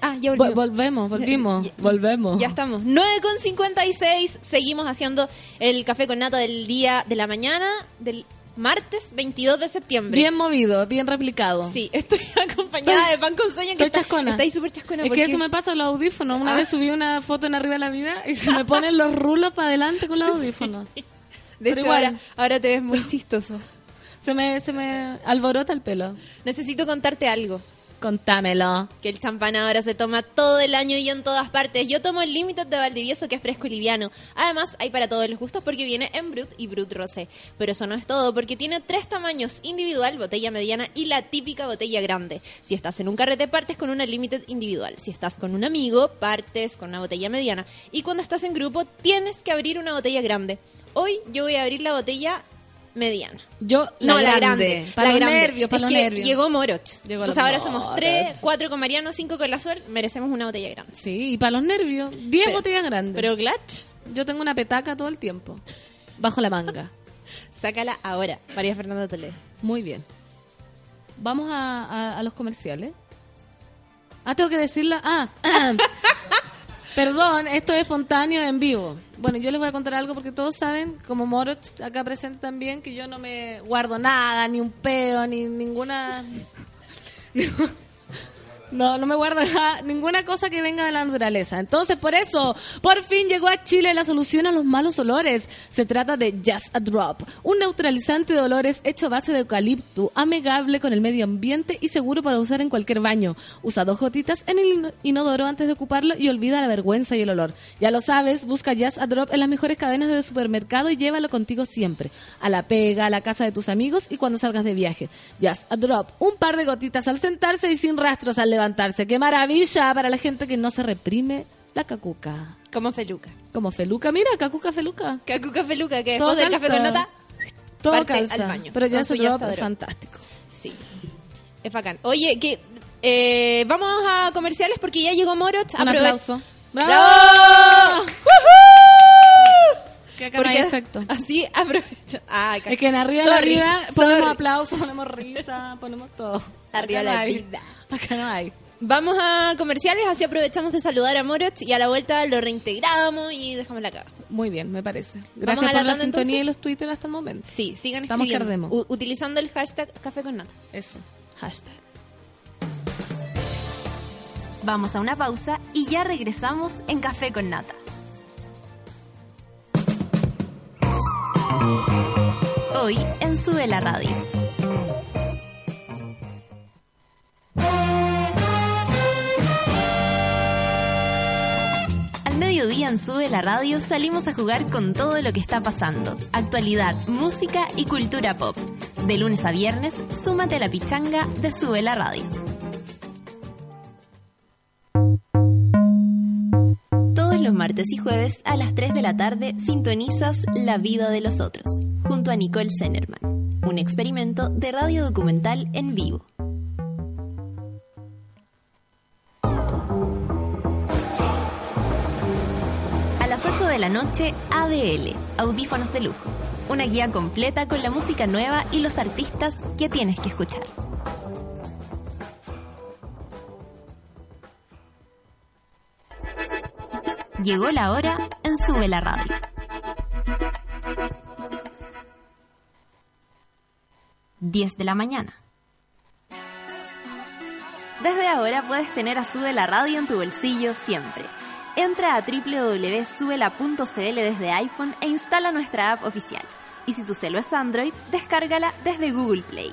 Speaker 3: Ah, ya
Speaker 2: Vol-
Speaker 3: volvimos.
Speaker 2: volvemos, volvimos,
Speaker 3: Ya- ya-
Speaker 2: volvemos.
Speaker 3: Ya estamos. 9 con 56. Seguimos haciendo el café con nata del día de la mañana del martes 22 de septiembre.
Speaker 2: Bien movido, bien replicado.
Speaker 3: Sí, estoy acompañada
Speaker 2: Estoy-
Speaker 3: de pan con sueño.
Speaker 2: Estoy
Speaker 3: está-
Speaker 2: chascona.
Speaker 3: Está ahí súper chascona.
Speaker 2: Es que
Speaker 3: porque-
Speaker 2: eso me pasa con los audífonos. Una
Speaker 3: Ah.
Speaker 2: vez subí una foto en Arriba de la Vida y se me ponen los rulos para adelante con los audífonos.
Speaker 3: De
Speaker 2: pero
Speaker 3: hecho,
Speaker 2: igual.
Speaker 3: ahora, ahora te ves muy chistoso.
Speaker 2: Se me, se me alborota el pelo.
Speaker 3: Necesito contarte algo.
Speaker 2: Contámelo.
Speaker 3: que el champán ahora se toma todo el año y en todas partes. Yo tomo el Limited de Valdivieso, que es fresco y liviano. Además, hay para todos los gustos porque viene en Brut y Brut Rosé. Pero eso no es todo, porque tiene tres tamaños, individual, botella mediana y la típica botella grande. Si estás en un carrete, partes con una Limited individual. Si estás con un amigo, partes con una botella mediana. Y cuando estás en grupo, tienes que abrir una botella grande. Hoy yo voy a abrir la botella mediana.
Speaker 2: Yo,
Speaker 3: No, la grande.
Speaker 2: Para
Speaker 3: la
Speaker 2: los
Speaker 3: grande.
Speaker 2: nervios, para
Speaker 3: Es
Speaker 2: los
Speaker 3: que
Speaker 2: nervios.
Speaker 3: Llegó Moroch.
Speaker 2: Llegó
Speaker 3: Entonces
Speaker 2: la
Speaker 3: ahora
Speaker 2: Moroch.
Speaker 3: somos tres, cuatro con Mariano, cinco con la Sol. Merecemos una botella grande.
Speaker 2: Sí, y para los nervios. Diez
Speaker 3: Pero-
Speaker 2: botellas grandes.
Speaker 3: Pero Glatch,
Speaker 2: Yo tengo una petaca todo el tiempo. Bajo la manga.
Speaker 3: sácala ahora. María Fernanda Toledo.
Speaker 2: Muy bien. Vamos a, a- a los comerciales. Ah, tengo que decirla. Ah, perdón, esto es espontáneo en vivo. Bueno, yo les voy a contar algo porque todos saben, como Moros acá presente también, que yo no me guardo nada, ni un peo, ni ninguna. No, no me guardo nada, ninguna cosa que venga de la naturaleza. Entonces, por eso, por fin llegó a Chile la solución a los malos olores. Se trata de Just a Drop, un neutralizante de olores hecho a base de eucalipto, amigable con el medio ambiente y seguro para usar en cualquier baño. Usa dos gotitas en el ino- inodoro antes de ocuparlo y olvida la vergüenza y el olor. Ya lo sabes, busca Just a Drop en las mejores cadenas del supermercado y llévalo contigo siempre. A la pega, a la casa de tus amigos y cuando salgas de viaje. Just a Drop, un par de gotitas al sentarse y sin rastros al levantarse. ¡Qué maravilla para la gente que no se reprime la cacuca!
Speaker 3: Como Feluca.
Speaker 2: Como Feluca, mira, cacuca, Feluca.
Speaker 3: Cacuca Feluca, que
Speaker 2: Todo
Speaker 3: después del café
Speaker 2: calza.
Speaker 3: con nata,
Speaker 2: Todo
Speaker 3: Parte
Speaker 2: calza.
Speaker 3: al baño.
Speaker 2: Pero
Speaker 3: Con
Speaker 2: Just
Speaker 3: su
Speaker 2: a
Speaker 3: Just a
Speaker 2: Drop
Speaker 3: Drop.
Speaker 2: es fantástico.
Speaker 3: Sí. Es bacán. Oye, que eh, vamos a comerciales porque ya llegó Moroch.
Speaker 2: Un
Speaker 3: Aprove-
Speaker 2: aplauso.
Speaker 3: ¡Bravo!
Speaker 2: ¡Qué
Speaker 3: Porque
Speaker 2: efecto!
Speaker 3: así aprovecha. Ah, acá.
Speaker 2: Es que en arriba de
Speaker 3: Sorry,
Speaker 2: arriba
Speaker 3: sorry.
Speaker 2: ponemos aplausos, ponemos risa, ponemos todo.
Speaker 3: Arriba
Speaker 2: Acá no
Speaker 3: la
Speaker 2: hay.
Speaker 3: vida.
Speaker 2: Acá no hay.
Speaker 3: Vamos a comerciales, así aprovechamos de saludar a Moroch y a la vuelta lo reintegramos y dejamos la caga.
Speaker 2: Muy bien, me parece.
Speaker 3: Vamos
Speaker 2: Gracias por la
Speaker 3: alargando,
Speaker 2: sintonía y
Speaker 3: entonces.
Speaker 2: los Twitter hasta el momento.
Speaker 3: Sí, sigan
Speaker 2: Estamos que
Speaker 3: escribiendo.
Speaker 2: ardemos.
Speaker 3: U- utilizando el hashtag Café con Nata.
Speaker 2: Eso.
Speaker 3: Hashtag.
Speaker 1: Vamos a una pausa y ya regresamos en Café con Nata. Hoy en Sube la Radio. Al mediodía en Sube la Radio salimos a jugar con todo lo que está pasando. Actualidad, música y cultura pop. De lunes a viernes, súmate a la pichanga de Sube la Radio. Todos los martes y jueves a las 3 de la tarde sintonizas La vida de los otros, junto a Nicole Zenerman. Un experimento de radio documental en vivo. A las 8 de la noche, ADL, Audífonos de Lujo. Una guía completa con la música nueva y los artistas que tienes que escuchar. Llegó la hora en Sube la Radio. ...10 de la mañana. Desde ahora puedes tener a Sube la Radio en tu bolsillo siempre. Entra a www.subela.cl desde iPhone e instala nuestra app oficial. Y si tu celo es Android, descárgala desde Google Play.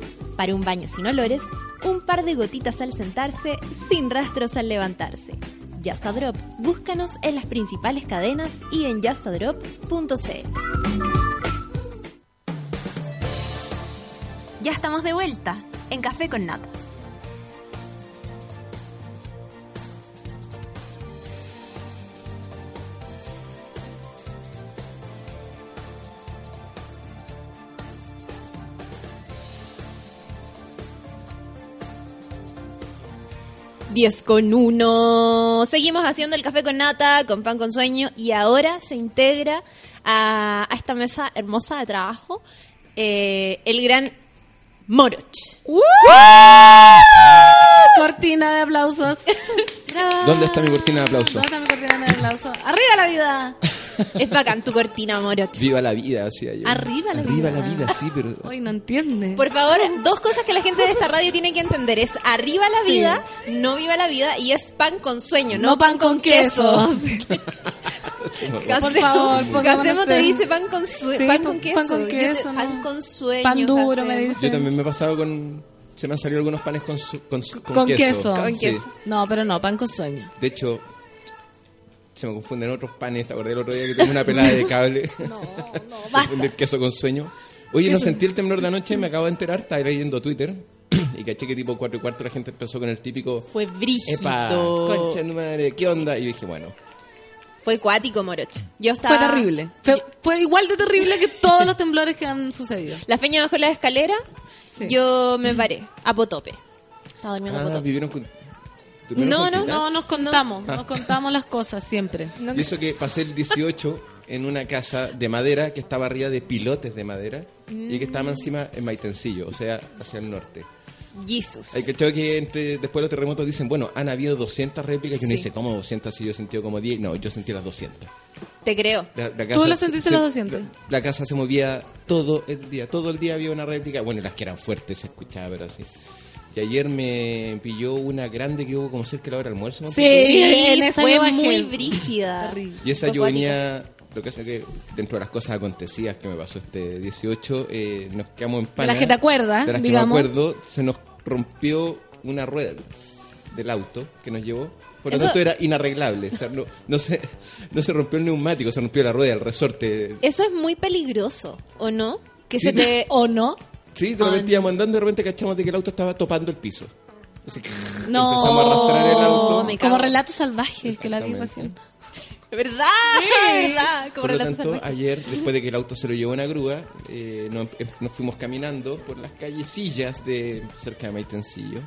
Speaker 3: Para un baño sin olores, un par de gotitas al sentarse, sin rastros al levantarse. Just a Drop, búscanos en las principales cadenas y en justadrop.cl.
Speaker 1: Ya estamos de vuelta en Café con Nata.
Speaker 3: Diez con uno. Seguimos haciendo el café con nata, con pan con sueño y ahora se integra a, a esta mesa hermosa de trabajo eh, el gran Moroch.
Speaker 2: ¡Uh! Cortina de aplausos.
Speaker 10: ¿Dónde está mi cortina de aplauso?
Speaker 2: ¿Dónde está mi cortina de aplausos? ¡Arriba la vida!
Speaker 3: Es bacán tu cortina, Moroch.
Speaker 10: Viva la vida, decía yo.
Speaker 2: Arriba la
Speaker 10: Arriba
Speaker 2: vida.
Speaker 10: la vida, sí, pero.
Speaker 2: Hoy no entiende.
Speaker 3: Por favor, dos cosas que la gente de esta radio tiene que entender. Es arriba la vida, no viva la vida, y es pan con sueño, no, pan con, queso.
Speaker 2: Por favor, pongámonos
Speaker 3: Gacemo te
Speaker 2: en-
Speaker 3: dice pan con, sue-
Speaker 2: Sí,
Speaker 3: pan
Speaker 2: po-
Speaker 3: con queso.
Speaker 2: pan con
Speaker 3: Yo te-
Speaker 2: queso,
Speaker 3: pan
Speaker 2: no.
Speaker 3: con sueño.
Speaker 2: Pan duro, me
Speaker 3: Gacemo.
Speaker 2: dice.
Speaker 10: Yo también me he pasado con. Se me han salido algunos panes con, su- con, su-
Speaker 2: Con queso.
Speaker 3: Con
Speaker 10: Sí.
Speaker 3: queso.
Speaker 2: No, pero no, pan con sueño.
Speaker 10: De hecho, se me confunden otros panes. Te acordé el otro día que tuve una pelada de cable. No, no, Confundir queso con sueño. Oye, no sentí el temblor de anoche, me acabo de enterar, estaba leyendo Twitter. Y caché que tipo 4 y cuarto la gente empezó con el típico.
Speaker 3: Fue brígido.
Speaker 10: Epa, concha de tu madre, ¿qué onda? Y yo dije, bueno,
Speaker 3: Fue cuático, Moroch. Yo estaba...
Speaker 2: Fue terrible. Fue, fue igual de terrible que todos los temblores que han sucedido.
Speaker 3: La feña bajó la escalera,
Speaker 2: Sí.
Speaker 3: yo me paré, a potope. Estaba durmiendo a
Speaker 10: ah,
Speaker 3: potope.
Speaker 10: vivieron con. durmieron
Speaker 3: No, no,
Speaker 10: juntitas.
Speaker 2: No, nos contamos,
Speaker 10: Ah.
Speaker 2: nos contamos las cosas siempre.
Speaker 10: Y eso que pasé el 18 en una casa de madera que estaba arriba de pilotes de madera y que
Speaker 3: Mm.
Speaker 10: estaba encima en Maitencillo, o sea, hacia el norte.
Speaker 3: Jesus.
Speaker 10: Hay que que entre- después de los terremotos dicen, bueno, han habido 200 réplicas que uno dice, ¿cómo 200 si yo he sentido como 10? No, yo sentí las 200.
Speaker 3: Te creo.
Speaker 10: La, la casa
Speaker 2: las sentiste las 200?
Speaker 10: La, la casa se movía todo el día, todo el día había una réplica, bueno, las que eran fuertes se escuchaba, pero así. Y ayer me pilló una grande que hubo como cerca de la hora del almuerzo. ¿no?
Speaker 2: en esa
Speaker 3: fue
Speaker 2: yo bajé.
Speaker 3: muy brígida.
Speaker 10: Y esa
Speaker 3: Fue
Speaker 10: yo venía, lo que pasa que dentro de las cosas acontecidas que me pasó este 18, eh, nos quedamos en pana.
Speaker 2: las que te acuerdas,
Speaker 10: De las
Speaker 2: digamos.
Speaker 10: que me acuerdo, se nos rompió una rueda del auto que nos llevó. Por lo
Speaker 3: Eso-
Speaker 10: tanto era inarreglable, o sea, no, no, se, no se rompió el neumático, se rompió la rueda, el resorte.
Speaker 3: Eso es muy peligroso, ¿o no? Que
Speaker 10: Sí.
Speaker 3: se te...
Speaker 2: ¿O no?
Speaker 10: Sí, de repente íbamos andando y de repente cachamos de que el auto estaba topando el piso. Así que
Speaker 2: No.
Speaker 10: empezamos a arrastrar el auto.
Speaker 3: me cago.
Speaker 2: Como relatos salvajes que la vi recién.
Speaker 10: Exactamente.
Speaker 3: ¿Verdad? ¿Verdad? Como
Speaker 10: Por lo
Speaker 3: relatos
Speaker 10: tanto,
Speaker 3: salvajes.
Speaker 10: ayer, después de que el auto se lo llevó una grúa, eh, nos, eh, nos fuimos caminando por las callecillas de cerca de Maitencillo.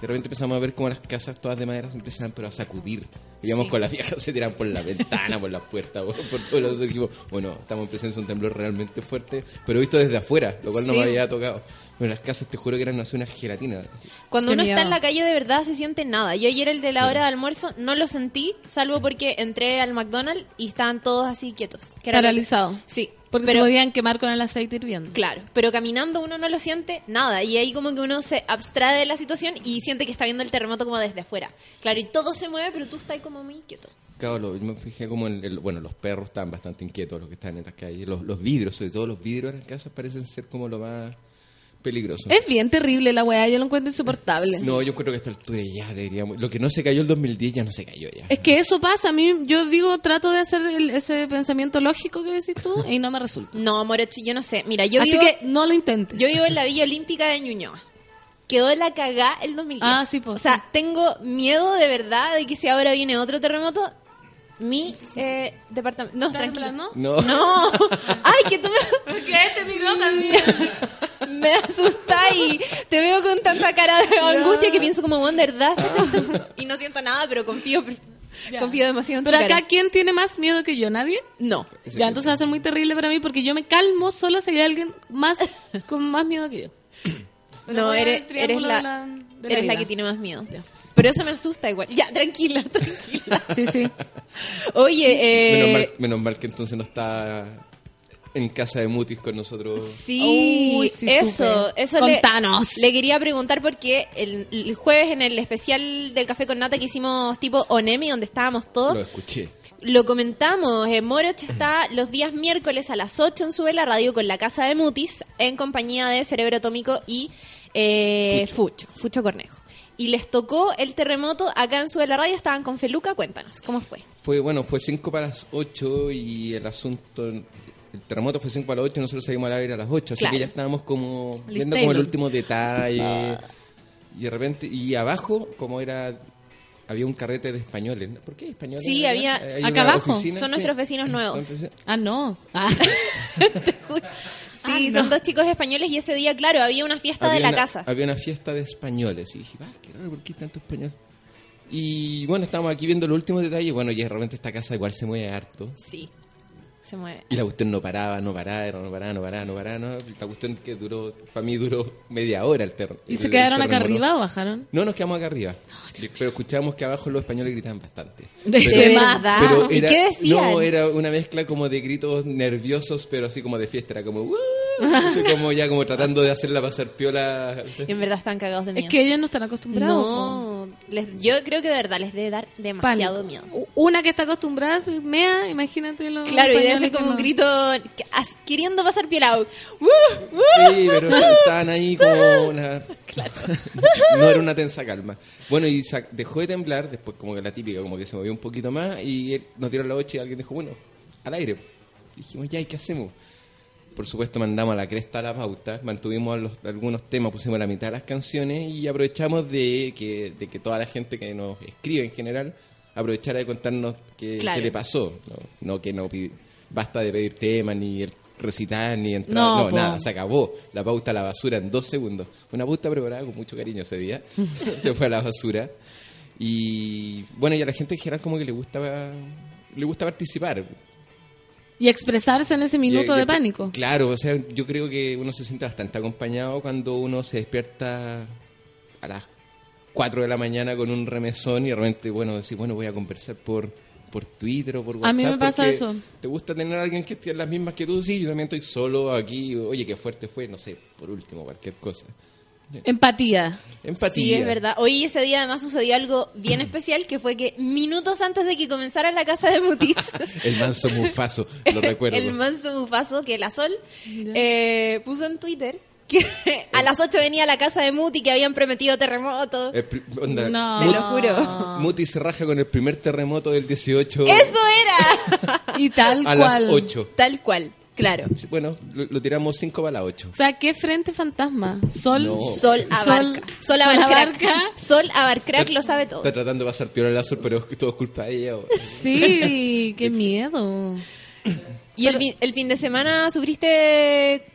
Speaker 10: De repente empezamos a ver cómo las casas todas de madera se empezaban pero a sacudir. Y íbamos con las viejas, se tiraban por la ventana, por las puertas, por, por todos lados. Dijimos, bueno, estamos en presencia de un temblor realmente fuerte, pero visto desde afuera, lo cual no
Speaker 3: Sí.
Speaker 10: me había tocado. Bueno, las casas, te juro que eran así una gelatina.
Speaker 3: Cuando
Speaker 2: Qué
Speaker 3: uno está
Speaker 2: miedo.
Speaker 3: en la calle de verdad se siente nada. Yo ayer el de la hora de almuerzo no lo sentí, salvo porque entré al McDonald's y estaban todos así quietos. Que era lo que-
Speaker 2: Paralizado.
Speaker 3: Sí,
Speaker 2: Porque
Speaker 3: pero-
Speaker 2: se podían quemar con el aceite hirviendo.
Speaker 3: Claro, pero caminando uno no lo siente nada y ahí como que uno se abstrae de la situación y siente que está viendo el terremoto como desde afuera. Claro, y todo se mueve, pero tú estás ahí como muy quieto.
Speaker 10: Claro, lo- yo me fijé como el, el- bueno, los perros están bastante inquietos, los que están en las calles, los, los vidrios, sobre todo los vidrios de las casas parecen ser como lo más peligroso.
Speaker 2: Es bien terrible la weá, yo lo encuentro insoportable.
Speaker 10: No, yo creo que a esta altura ya deberíamos, lo que no se cayó el 2010 ya no se cayó ya.
Speaker 2: Es que eso pasa, a mí yo digo, trato de hacer el- ese pensamiento lógico que decís tú y no me resulta.
Speaker 3: No, Morochi, yo no sé. Mira, yo,
Speaker 2: Así
Speaker 3: vivo,
Speaker 2: que no lo intentes.
Speaker 3: yo vivo en la Villa Olímpica de Ñuñoa. Quedó la cagá el 2010.
Speaker 2: Ah, sí, pues,
Speaker 3: O sea,
Speaker 2: sí.
Speaker 3: tengo miedo de verdad de que si ahora viene otro terremoto, mi eh, departamento... No,
Speaker 2: ¿Estás
Speaker 3: tranquila.
Speaker 2: temblando?
Speaker 10: No,
Speaker 3: No. Ay, que tú me...
Speaker 2: Que este miró también.
Speaker 3: Me asustáis. Te veo con tanta cara de angustia que pienso como, Wonder ¿verdad? Y no siento nada, pero confío confío demasiado en tu
Speaker 2: Pero
Speaker 3: cara.
Speaker 2: acá, ¿quién tiene más miedo que yo? ¿Nadie?
Speaker 3: No.
Speaker 10: Ese
Speaker 2: Ya,
Speaker 10: que-
Speaker 2: entonces va a ser muy terrible para mí porque yo me calmo solo si hay alguien más con más miedo que yo. Pero
Speaker 3: no,
Speaker 2: voy
Speaker 3: eres,
Speaker 2: al
Speaker 3: eres
Speaker 2: triángulo
Speaker 3: la,
Speaker 2: de la- de la
Speaker 3: eres la
Speaker 2: vida.
Speaker 3: que tiene más miedo. Pero eso me asusta igual. Ya, tranquila, tranquila.
Speaker 2: Sí, sí.
Speaker 3: Oye, eh...
Speaker 10: menos, mal, menos mal que entonces no está en casa de Mutis con nosotros.
Speaker 3: Sí,
Speaker 2: Uy, sí,
Speaker 3: eso,
Speaker 2: supe.
Speaker 3: eso le,
Speaker 2: Contanos.
Speaker 3: le quería preguntar porque el, el jueves en el especial del café con nata que hicimos tipo Onemi, donde estábamos todos,
Speaker 10: Lo escuché.
Speaker 3: Lo comentamos, eh, Moroch está los días miércoles a las 8 en Sube la Radio con la Casa de Mutis en compañía de Cerebro Atómico y eh, Fucho. Fucho, Cornejo. Y les tocó el terremoto acá en Sube la Radio, estaban con Feluca, cuéntanos, ¿cómo fue?
Speaker 10: Fue, bueno, fue 5 para las 8 y el asunto, el terremoto fue 5 para las 8 y nosotros salimos al aire a las 8, así
Speaker 3: Claro.
Speaker 10: que ya estábamos como
Speaker 2: Liz
Speaker 10: viendo como el
Speaker 2: Taylor.
Speaker 10: último detalle. Y de repente, y abajo, como era, había un carrete de españoles. ¿no? ¿Por qué españoles?
Speaker 3: Sí,
Speaker 10: ¿verdad?
Speaker 3: había-
Speaker 10: Hay
Speaker 2: acá
Speaker 10: una
Speaker 2: abajo,
Speaker 10: oficina,
Speaker 3: son
Speaker 10: sí.
Speaker 3: nuestros vecinos nuevos.
Speaker 10: Entonces,
Speaker 2: Ah, no. Ah.
Speaker 3: Sí,
Speaker 2: Ah,
Speaker 3: son
Speaker 2: no.
Speaker 3: dos chicos españoles y ese día, claro, había una fiesta
Speaker 10: había
Speaker 3: de la
Speaker 10: una-
Speaker 3: casa.
Speaker 10: Había una fiesta de españoles. Y dije, va, qué raro, ¿por qué tanto español? Y bueno, estábamos aquí viendo los últimos detalles. Bueno, y de repente esta casa igual se mueve harto.
Speaker 3: Sí. Se mueve.
Speaker 10: Y la cuestión no paraba, no paraba, no paraba, no paraba, no paraba. No. La cuestión que duró, para mí duró media hora el terreno.
Speaker 2: ¿Y se quedaron acá arriba o bajaron?
Speaker 10: No, nos quedamos acá arriba. pero escuchábamos que abajo los españoles gritaban bastante.
Speaker 2: De
Speaker 3: De
Speaker 2: verdad.
Speaker 3: verdad.
Speaker 10: Pero
Speaker 3: ¿Y
Speaker 10: era-
Speaker 3: qué decían?
Speaker 10: No, era una mezcla como de gritos nerviosos, pero así como de fiesta. Era como... "¡Uh!", así como ya como tratando de hacerla pasar piola.
Speaker 3: Y en verdad están cagados de miedo.
Speaker 2: Es que ellos no están acostumbrados. po.
Speaker 3: no, les- yo creo que de verdad les debe dar demasiado
Speaker 2: Pánico.
Speaker 3: miedo.
Speaker 2: U- Una que está acostumbrada se mea, imagínate los
Speaker 3: Claro, y debe
Speaker 2: españoles
Speaker 3: ser
Speaker 2: que
Speaker 3: como un
Speaker 2: no.
Speaker 3: grito que- as- queriendo pasar piel out. ¡Woo! ¡Woo!
Speaker 10: Sí, pero estaban ahí como una... no era una tensa calma. Bueno, y sa- dejó de temblar, después como que la típica, como que se movió un poquito más, y él- nos dieron la ocho y alguien dijo, bueno, al aire. Dijimos, ya, ¿y qué hacemos? Por supuesto, mandamos a la cresta la pauta, mantuvimos los- algunos temas, pusimos la mitad de las canciones y aprovechamos de que, de que toda la gente que nos escribe en general aprovechara de contarnos qué, qué
Speaker 3: Claro.
Speaker 10: le pasó. No, No que no pide- basta de pedir temas, ni el- recitar, ni entrar.
Speaker 2: No,
Speaker 10: No,
Speaker 2: po.
Speaker 10: nada, se acabó. La pauta a la basura en dos segundos. Una pauta preparada con mucho cariño ese día. se fue a la basura. Y bueno, y a la gente en general como que le gusta, le gusta participar.
Speaker 2: Y expresarse en ese minuto
Speaker 10: Y- y-
Speaker 2: de pánico.
Speaker 10: Claro, o sea, yo creo que uno se siente bastante acompañado cuando uno se despierta a las 4 de la mañana con un remesón y realmente, bueno, decir, bueno, voy a conversar por, por Twitter o por
Speaker 2: A
Speaker 10: WhatsApp.
Speaker 2: mí me pasa
Speaker 10: porque
Speaker 2: eso.
Speaker 10: ¿Te gusta tener a alguien que tiene las mismas que tú? Sí, yo también estoy solo aquí. Oye, qué fuerte fue, no sé, por último, cualquier cosa.
Speaker 2: Empatía.
Speaker 10: Empatía.
Speaker 3: Sí, es verdad. Hoy ese día además sucedió algo bien especial que fue que minutos antes de que comenzara la casa de Mutis,
Speaker 10: El manso mufazo, lo recuerdo.
Speaker 3: el manso mufazo que la Sol eh, puso en Twitter que a las 8 venía a la casa de Muti que habían prometido terremoto.
Speaker 10: El pri- onda,
Speaker 2: No.
Speaker 3: Te
Speaker 10: Mut-
Speaker 3: lo juro.
Speaker 10: Muti se raja con el primer terremoto del
Speaker 3: Eso
Speaker 10: 18
Speaker 3: era.
Speaker 2: Y tal
Speaker 10: a
Speaker 2: cual.
Speaker 10: las 8.
Speaker 3: Tal cual, claro.
Speaker 10: Sí, Bueno, lo, lo tiramos 5 para las 8.
Speaker 2: O sea, ¿qué frente fantasma? Sol.
Speaker 10: No.
Speaker 3: Sol abarca. Sol,
Speaker 2: Sol
Speaker 3: abarca.
Speaker 2: abarca.
Speaker 3: Sol abarcrack lo sabe todo.
Speaker 10: Está tratando de pasar piola al azul, pero es que todo es culpa de ella. o-
Speaker 2: Sí, qué miedo.
Speaker 3: Y el, fin- el fin de semana sufriste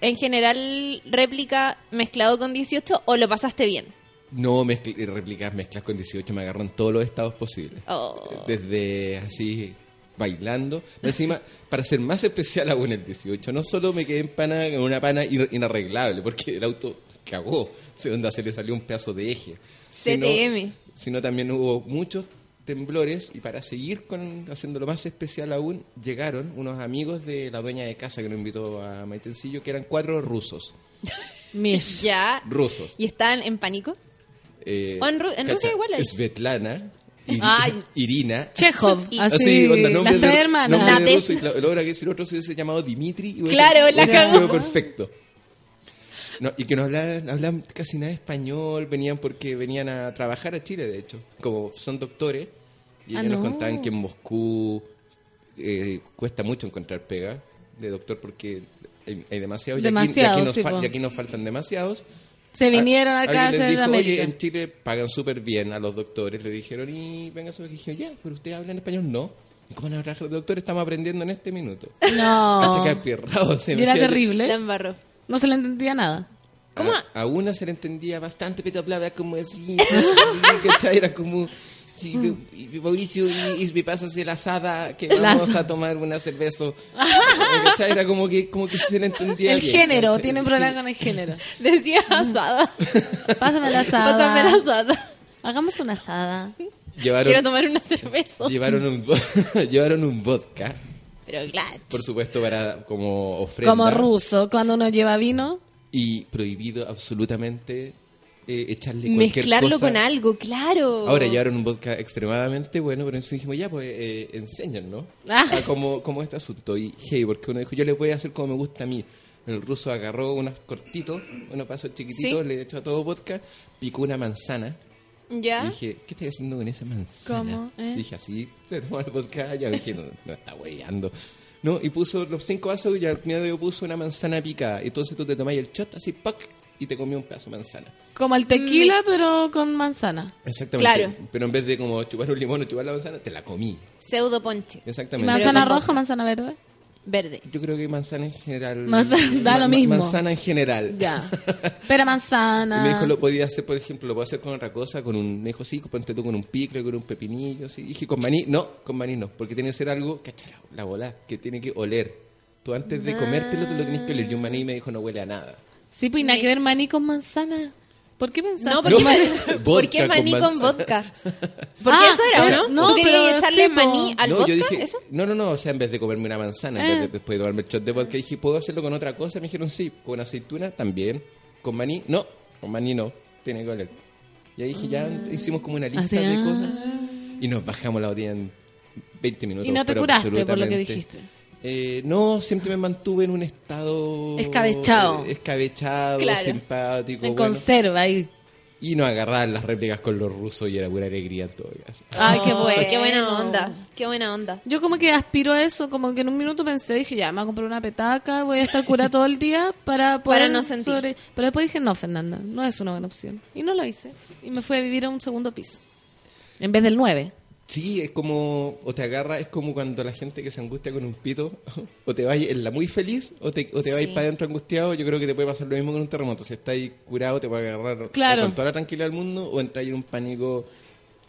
Speaker 3: en general réplica mezclado con 18 o lo pasaste bien.
Speaker 10: No, mezcl- eh, réplicas, mezclas con 18 me agarró en todos los estados posibles.
Speaker 3: Oh.
Speaker 10: Desde así bailando. Encima, para ser más especial aún el 18, no solo me quedé en pana, en una pana ir- inarreglable, porque el auto cagó, se, onda, se le salió un pedazo de eje. Sino-
Speaker 3: CTM.
Speaker 10: Sino, también hubo muchos temblores y para seguir con haciéndolo más especial aún, llegaron unos amigos de la dueña de casa que nos invitó a Maitencillo, que eran cuatro rusos.
Speaker 2: Mish.
Speaker 3: Ya.
Speaker 10: Rusos.
Speaker 3: ¿Y estaban en pánico?
Speaker 10: Eh,
Speaker 3: O en Ru- en
Speaker 10: cacha,
Speaker 3: Rusia igual hay. Ah,
Speaker 10: Svetlana, Ir-
Speaker 2: Ay.
Speaker 10: Irina. Ah,
Speaker 2: Chekhov.
Speaker 3: Y-
Speaker 2: Así,
Speaker 10: onda, nombre
Speaker 2: las tres
Speaker 10: de-
Speaker 2: hermanas.
Speaker 10: nombre de
Speaker 3: Nades.
Speaker 10: ruso, y la- la hora que ese otro se hubiese llamado Dimitri. y hubiese-
Speaker 3: Claro, la
Speaker 10: hubiese sido
Speaker 3: cagó.
Speaker 10: perfecto. No, y que no hablaban, hablaban casi nada español, venían porque venían a trabajar a Chile, de hecho. Como son doctores, y
Speaker 2: Ah,
Speaker 10: ellos nos
Speaker 2: no.
Speaker 10: contaban que en Moscú eh, cuesta mucho encontrar pega de doctor porque hay, hay demasiados. y aquí- y,
Speaker 2: Demasiados,
Speaker 10: aquí nos
Speaker 2: sí,
Speaker 10: fa-
Speaker 2: po.
Speaker 10: y aquí nos faltan demasiados.
Speaker 2: Se vinieron
Speaker 10: Al-
Speaker 2: acá a
Speaker 10: alguien les
Speaker 2: hacer
Speaker 10: dijo, "Oye,
Speaker 2: América.
Speaker 10: en Chile pagan súper bien a los doctores. Le dijeron, y venga, sobre aquí. Dijeron, ya, pero usted habla en español. No. ¿Y ¿Cómo van a hablar los doctores? Estamos aprendiendo en este minuto. Cacha que
Speaker 2: No.
Speaker 10: apierrado, se
Speaker 2: Y era
Speaker 10: imagínate.
Speaker 3: La
Speaker 2: terrible.
Speaker 3: embarró.
Speaker 2: No se le entendía nada.
Speaker 3: ¿Cómo?
Speaker 10: A, a una se le entendía bastante, pero hablaba como así. ¿Cachai? Era como... Sí, y- y- Mauricio, y, y me pasas el asada que vamos
Speaker 2: Lazo.
Speaker 10: a tomar una cerveza. ¿Cachai? Era como que, como que se le entendía
Speaker 2: El
Speaker 10: bien,
Speaker 2: género,
Speaker 10: ¿cachai?
Speaker 2: tienen
Speaker 10: Sí.
Speaker 2: problema con el género.
Speaker 3: Decía asada.
Speaker 2: Pásame la asada.
Speaker 3: Pásame la asada.
Speaker 2: Hagamos una asada.
Speaker 10: Llevaron,
Speaker 3: Quiero tomar una cerveza.
Speaker 10: llevaron, un, vo- llevaron un vodka.
Speaker 3: Pero claro.
Speaker 10: por supuesto, para como ofrenda.
Speaker 2: Como ruso, cuando uno lleva vino.
Speaker 10: Y prohibido absolutamente eh, echarle cualquier
Speaker 3: Mezclarlo
Speaker 10: cosa.
Speaker 3: con algo, claro.
Speaker 10: Ahora llevaron un vodka extremadamente bueno, pero entonces dijimos, ya, pues eh, enséñanos, ¿no?
Speaker 2: Ah.
Speaker 10: A cómo, cómo este asunto. Y hey, porque uno dijo, yo le voy a hacer como me gusta a mí. El ruso agarró unos cortitos, unos pasos chiquititos, le echó a todo vodka, picó una manzana.
Speaker 3: ¿Ya?
Speaker 10: Y dije, ¿qué estás haciendo con esa manzana?
Speaker 2: ¿Ah? ¿Cómo? ¿Eh?
Speaker 10: Y Dije, así, se toma el vodka, ya dije, no, no está weyando. No, y puso los cinco vasos y al final yo puso una manzana picada. Entonces tú te tomás el shot así, ¡pac! y te comí un pedazo de manzana.
Speaker 2: Como el tequila,
Speaker 3: Mix.
Speaker 2: pero con manzana.
Speaker 10: Exactamente.
Speaker 3: Claro.
Speaker 10: Pero en vez de como chupar un limón o chupar la manzana, te la comí.
Speaker 3: Pseudo ponche.
Speaker 10: Exactamente.
Speaker 2: ¿Manzana
Speaker 3: Pero con
Speaker 2: roja, manzana verde?
Speaker 3: Verde.
Speaker 10: Yo creo que manzana en general.
Speaker 2: Manzana, da lo mismo.
Speaker 10: Manzana en general.
Speaker 2: Ya. Pero
Speaker 10: Y
Speaker 2: manzana.
Speaker 10: me dijo, lo podía hacer, por ejemplo, lo puedo hacer con otra cosa, con un, me dijo, sí, ponte tú con un picle, con un pepinillo, sí. Y dije, con maní, no, con maní no, porque tiene que ser algo, cachara, la bola, que tiene que oler. Tú antes de comértelo, tú lo tienes que oler. Y un maní me dijo, no huele a nada.
Speaker 2: Sí, pues y nada que ver maní con manzana. ¿Por qué pensaste?
Speaker 3: No,
Speaker 10: No,
Speaker 3: porque
Speaker 10: ma-
Speaker 3: ¿por qué
Speaker 10: vodka
Speaker 3: maní
Speaker 10: con
Speaker 3: con vodka?
Speaker 10: manzana.
Speaker 3: Porque
Speaker 2: Ah,
Speaker 3: eso era,
Speaker 2: o
Speaker 3: ¿o
Speaker 2: sea,
Speaker 3: ¿no?
Speaker 2: no,
Speaker 3: ¿Tú querías
Speaker 2: pero
Speaker 3: echarle
Speaker 2: sí, po.
Speaker 3: maní al
Speaker 10: no,
Speaker 3: vodka?
Speaker 10: yo dije,
Speaker 3: ¿Eso?
Speaker 10: No, no, no, o sea, en vez de comerme una manzana, en
Speaker 2: Ah.
Speaker 10: vez de, después de tomarme el shot de vodka, dije, ¿puedo hacerlo con otra cosa? Me dijeron, sí, con aceituna también, con maní, no, con maní no, tiene que oler. Y ahí dije, ya
Speaker 2: Ah.
Speaker 10: hicimos como una lista
Speaker 2: Así,
Speaker 10: de
Speaker 2: ah.
Speaker 10: cosas y nos bajamos la botella en 20 minutos.
Speaker 2: Y no te
Speaker 10: pero
Speaker 2: curaste por lo que
Speaker 10: absolutamente.
Speaker 2: dijiste.
Speaker 10: Eh, no, siempre me mantuve en un estado...
Speaker 2: Escabechado.
Speaker 10: eh, Escabechado,
Speaker 3: Claro.
Speaker 10: simpático.
Speaker 2: En
Speaker 10: pues, bueno.
Speaker 2: conserva ahí.
Speaker 10: Y nos agarraban las réplicas con los rusos y era pura alegría en todo caso.
Speaker 2: Ay, Ah, qué bueno.
Speaker 3: Qué buena onda, qué buena onda.
Speaker 2: Yo como que aspiro a eso, como que en un minuto pensé, dije, ya, me voy a comprar una petaca, voy a estar curada todo el día para poder...
Speaker 3: no sentir.
Speaker 2: Pero después dije, no, Fernanda, no es una buena opción. Y no lo hice. Y me fui a vivir a un segundo piso. En vez del 9.
Speaker 10: Sí, es como, o te agarra, es como cuando la gente que se angustia con un pito, o te vas en la muy feliz, o te, o te vas para adentro angustiado, yo creo que te puede pasar lo mismo con un terremoto. Si estás ahí curado, te puede agarrar o
Speaker 2: Claro.
Speaker 10: con toda la tranquilidad del mundo, o entras en un pánico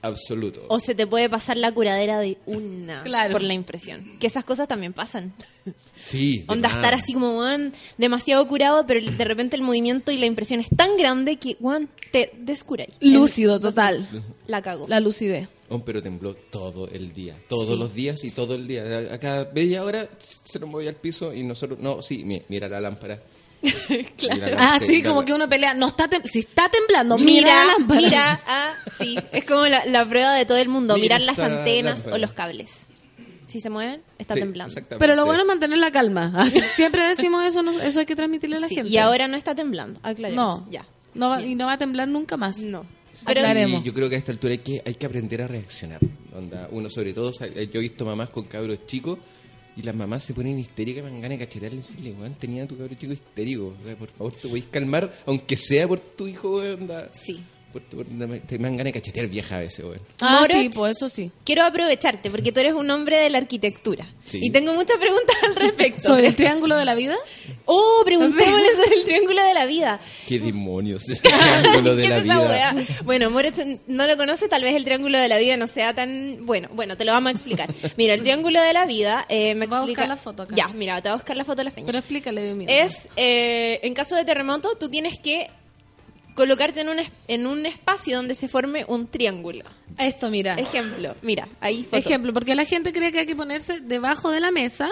Speaker 10: absoluto.
Speaker 3: O se te puede pasar la curadera de una
Speaker 2: Claro.
Speaker 3: por la impresión. Que esas cosas también pasan.
Speaker 10: sí. de
Speaker 3: Onda
Speaker 10: más.
Speaker 3: estar así como, weón, demasiado curado, pero de repente el movimiento y la impresión es tan grande que, weón, te descuráis.
Speaker 2: Lúcido, total.
Speaker 3: La cago.
Speaker 2: La lucidez.
Speaker 10: Oh, pero tembló todo el día, todos los días y todo el día. A a cada media hora se lo movía al piso y nosotros, no, sí, mi- mira la lámpara. claro.
Speaker 2: Ah, sí, como que uno pelea. No está tem- si está temblando, mira, la lámpara.
Speaker 3: mira, ah, sí, es como la, la prueba de todo el mundo,
Speaker 10: Mira
Speaker 3: mirar las
Speaker 10: esa
Speaker 3: antenas
Speaker 10: lámpara.
Speaker 3: o los cables. Si se mueven, está temblando.
Speaker 2: Pero lo bueno es mantener la calma. Así, siempre decimos eso, no- eso hay que transmitirle a la
Speaker 3: Sí,
Speaker 2: gente.
Speaker 3: y ahora no está temblando, aclaremos.
Speaker 2: No,
Speaker 3: ya.
Speaker 2: no va- y no va a temblar nunca más.
Speaker 3: No.
Speaker 2: Pero- Aclaremos.
Speaker 10: Sí, yo creo que a esta altura hay que, hay que aprender a reaccionar. Onda, uno sobre todo, sa- yo he visto mamás con cabros chicos y las mamás se ponen histéricas, me dan ganas de cachetarle y decirle, weón, tenía a tu cabro chico histérico. O sea, Por favor, te podéis calmar, aunque sea por tu hijo, weón, onda.
Speaker 3: Sí.
Speaker 10: Por tu- por- me- te me dan ganas de cachetear vieja a veces, weón.
Speaker 2: Ah,
Speaker 3: Moritz.
Speaker 2: sí, pues eso sí.
Speaker 3: Quiero aprovecharte porque tú eres un hombre de la arquitectura.
Speaker 10: Sí.
Speaker 3: Y tengo muchas preguntas al respecto.
Speaker 2: ¿Sobre el triángulo de la vida?
Speaker 3: Oh, preguntémosle sobre el triángulo de la vida.
Speaker 10: ¿Qué demonios es este ángulo de
Speaker 3: ¿Qué
Speaker 10: la
Speaker 3: es esa
Speaker 10: vida?
Speaker 3: weá? Bueno, Moritz no lo conoce, tal vez el triángulo de la vida no sea tan bueno. Bueno, te lo vamos a explicar. Mira, el triángulo de la vida eh, me
Speaker 2: Voy a
Speaker 3: explica-
Speaker 2: buscar la foto acá.
Speaker 3: Ya, mira, te voy a buscar la foto de la feña.
Speaker 2: Pero explícale, Dios mío.
Speaker 3: es eh, en caso de terremoto tú tienes que colocarte en un es- en un espacio donde se forme un triángulo.
Speaker 2: Esto, mira.
Speaker 3: Ejemplo, mira, ahí foto.
Speaker 2: Ah. Ejemplo, porque la gente cree que hay que ponerse debajo de la mesa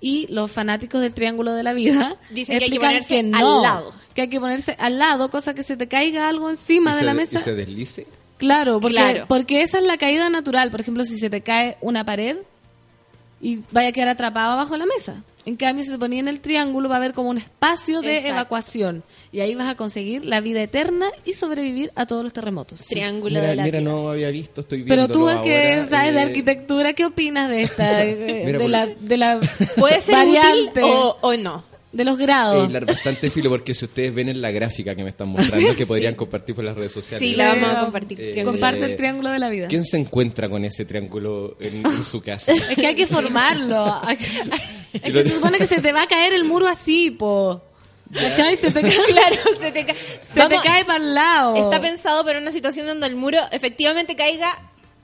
Speaker 2: y los fanáticos del triángulo de la vida
Speaker 3: Dicen que hay que
Speaker 2: explican
Speaker 3: ponerse
Speaker 2: no,
Speaker 3: al lado.
Speaker 2: Que hay que ponerse al lado, cosa que se te caiga algo encima
Speaker 10: Y
Speaker 2: de
Speaker 10: se
Speaker 2: la
Speaker 10: de-
Speaker 2: mesa.
Speaker 10: y se deslice.
Speaker 2: Claro, porque,
Speaker 3: Claro.
Speaker 2: porque esa es la caída natural. Por ejemplo, si se te cae una pared y vaya a quedar atrapado bajo la mesa. En cambio, si se ponía en el triángulo, va a haber como un espacio de
Speaker 3: Exacto.
Speaker 2: evacuación. Y ahí vas a conseguir la vida eterna y sobrevivir a todos los terremotos.
Speaker 3: Triángulo
Speaker 10: Mira,
Speaker 3: de la
Speaker 10: mira,
Speaker 3: vida.
Speaker 10: no había visto, estoy viendo.
Speaker 2: Pero tú que
Speaker 10: ahora,
Speaker 2: sabes de
Speaker 10: eh,
Speaker 2: arquitectura, ¿qué opinas de esta? eh,
Speaker 10: Mira,
Speaker 2: de,
Speaker 10: por-
Speaker 2: la, de la
Speaker 3: Puede ser
Speaker 2: variante,
Speaker 3: útil o, o no.
Speaker 2: de los
Speaker 3: Oh.
Speaker 2: grados.
Speaker 10: Hilar bastante filo porque si ustedes ven en la gráfica que me están mostrando que podrían compartir por las redes sociales.
Speaker 3: Sí, la vamos a
Speaker 2: Pero-
Speaker 3: compartir.
Speaker 10: Eh,
Speaker 3: triángulo.
Speaker 2: Comparte el triángulo de la vida.
Speaker 10: ¿Quién se encuentra con ese triángulo en, en su casa?
Speaker 2: Es que hay que formarlo. Hay que- Es que
Speaker 10: lo-
Speaker 2: se supone que se te va a caer el muro así, po. ¿Cachai? Se te cae,
Speaker 3: Claro, se te, ca-
Speaker 2: se
Speaker 3: Vamos,
Speaker 2: te cae para el lado.
Speaker 3: Está pensado para una situación donde el muro efectivamente caiga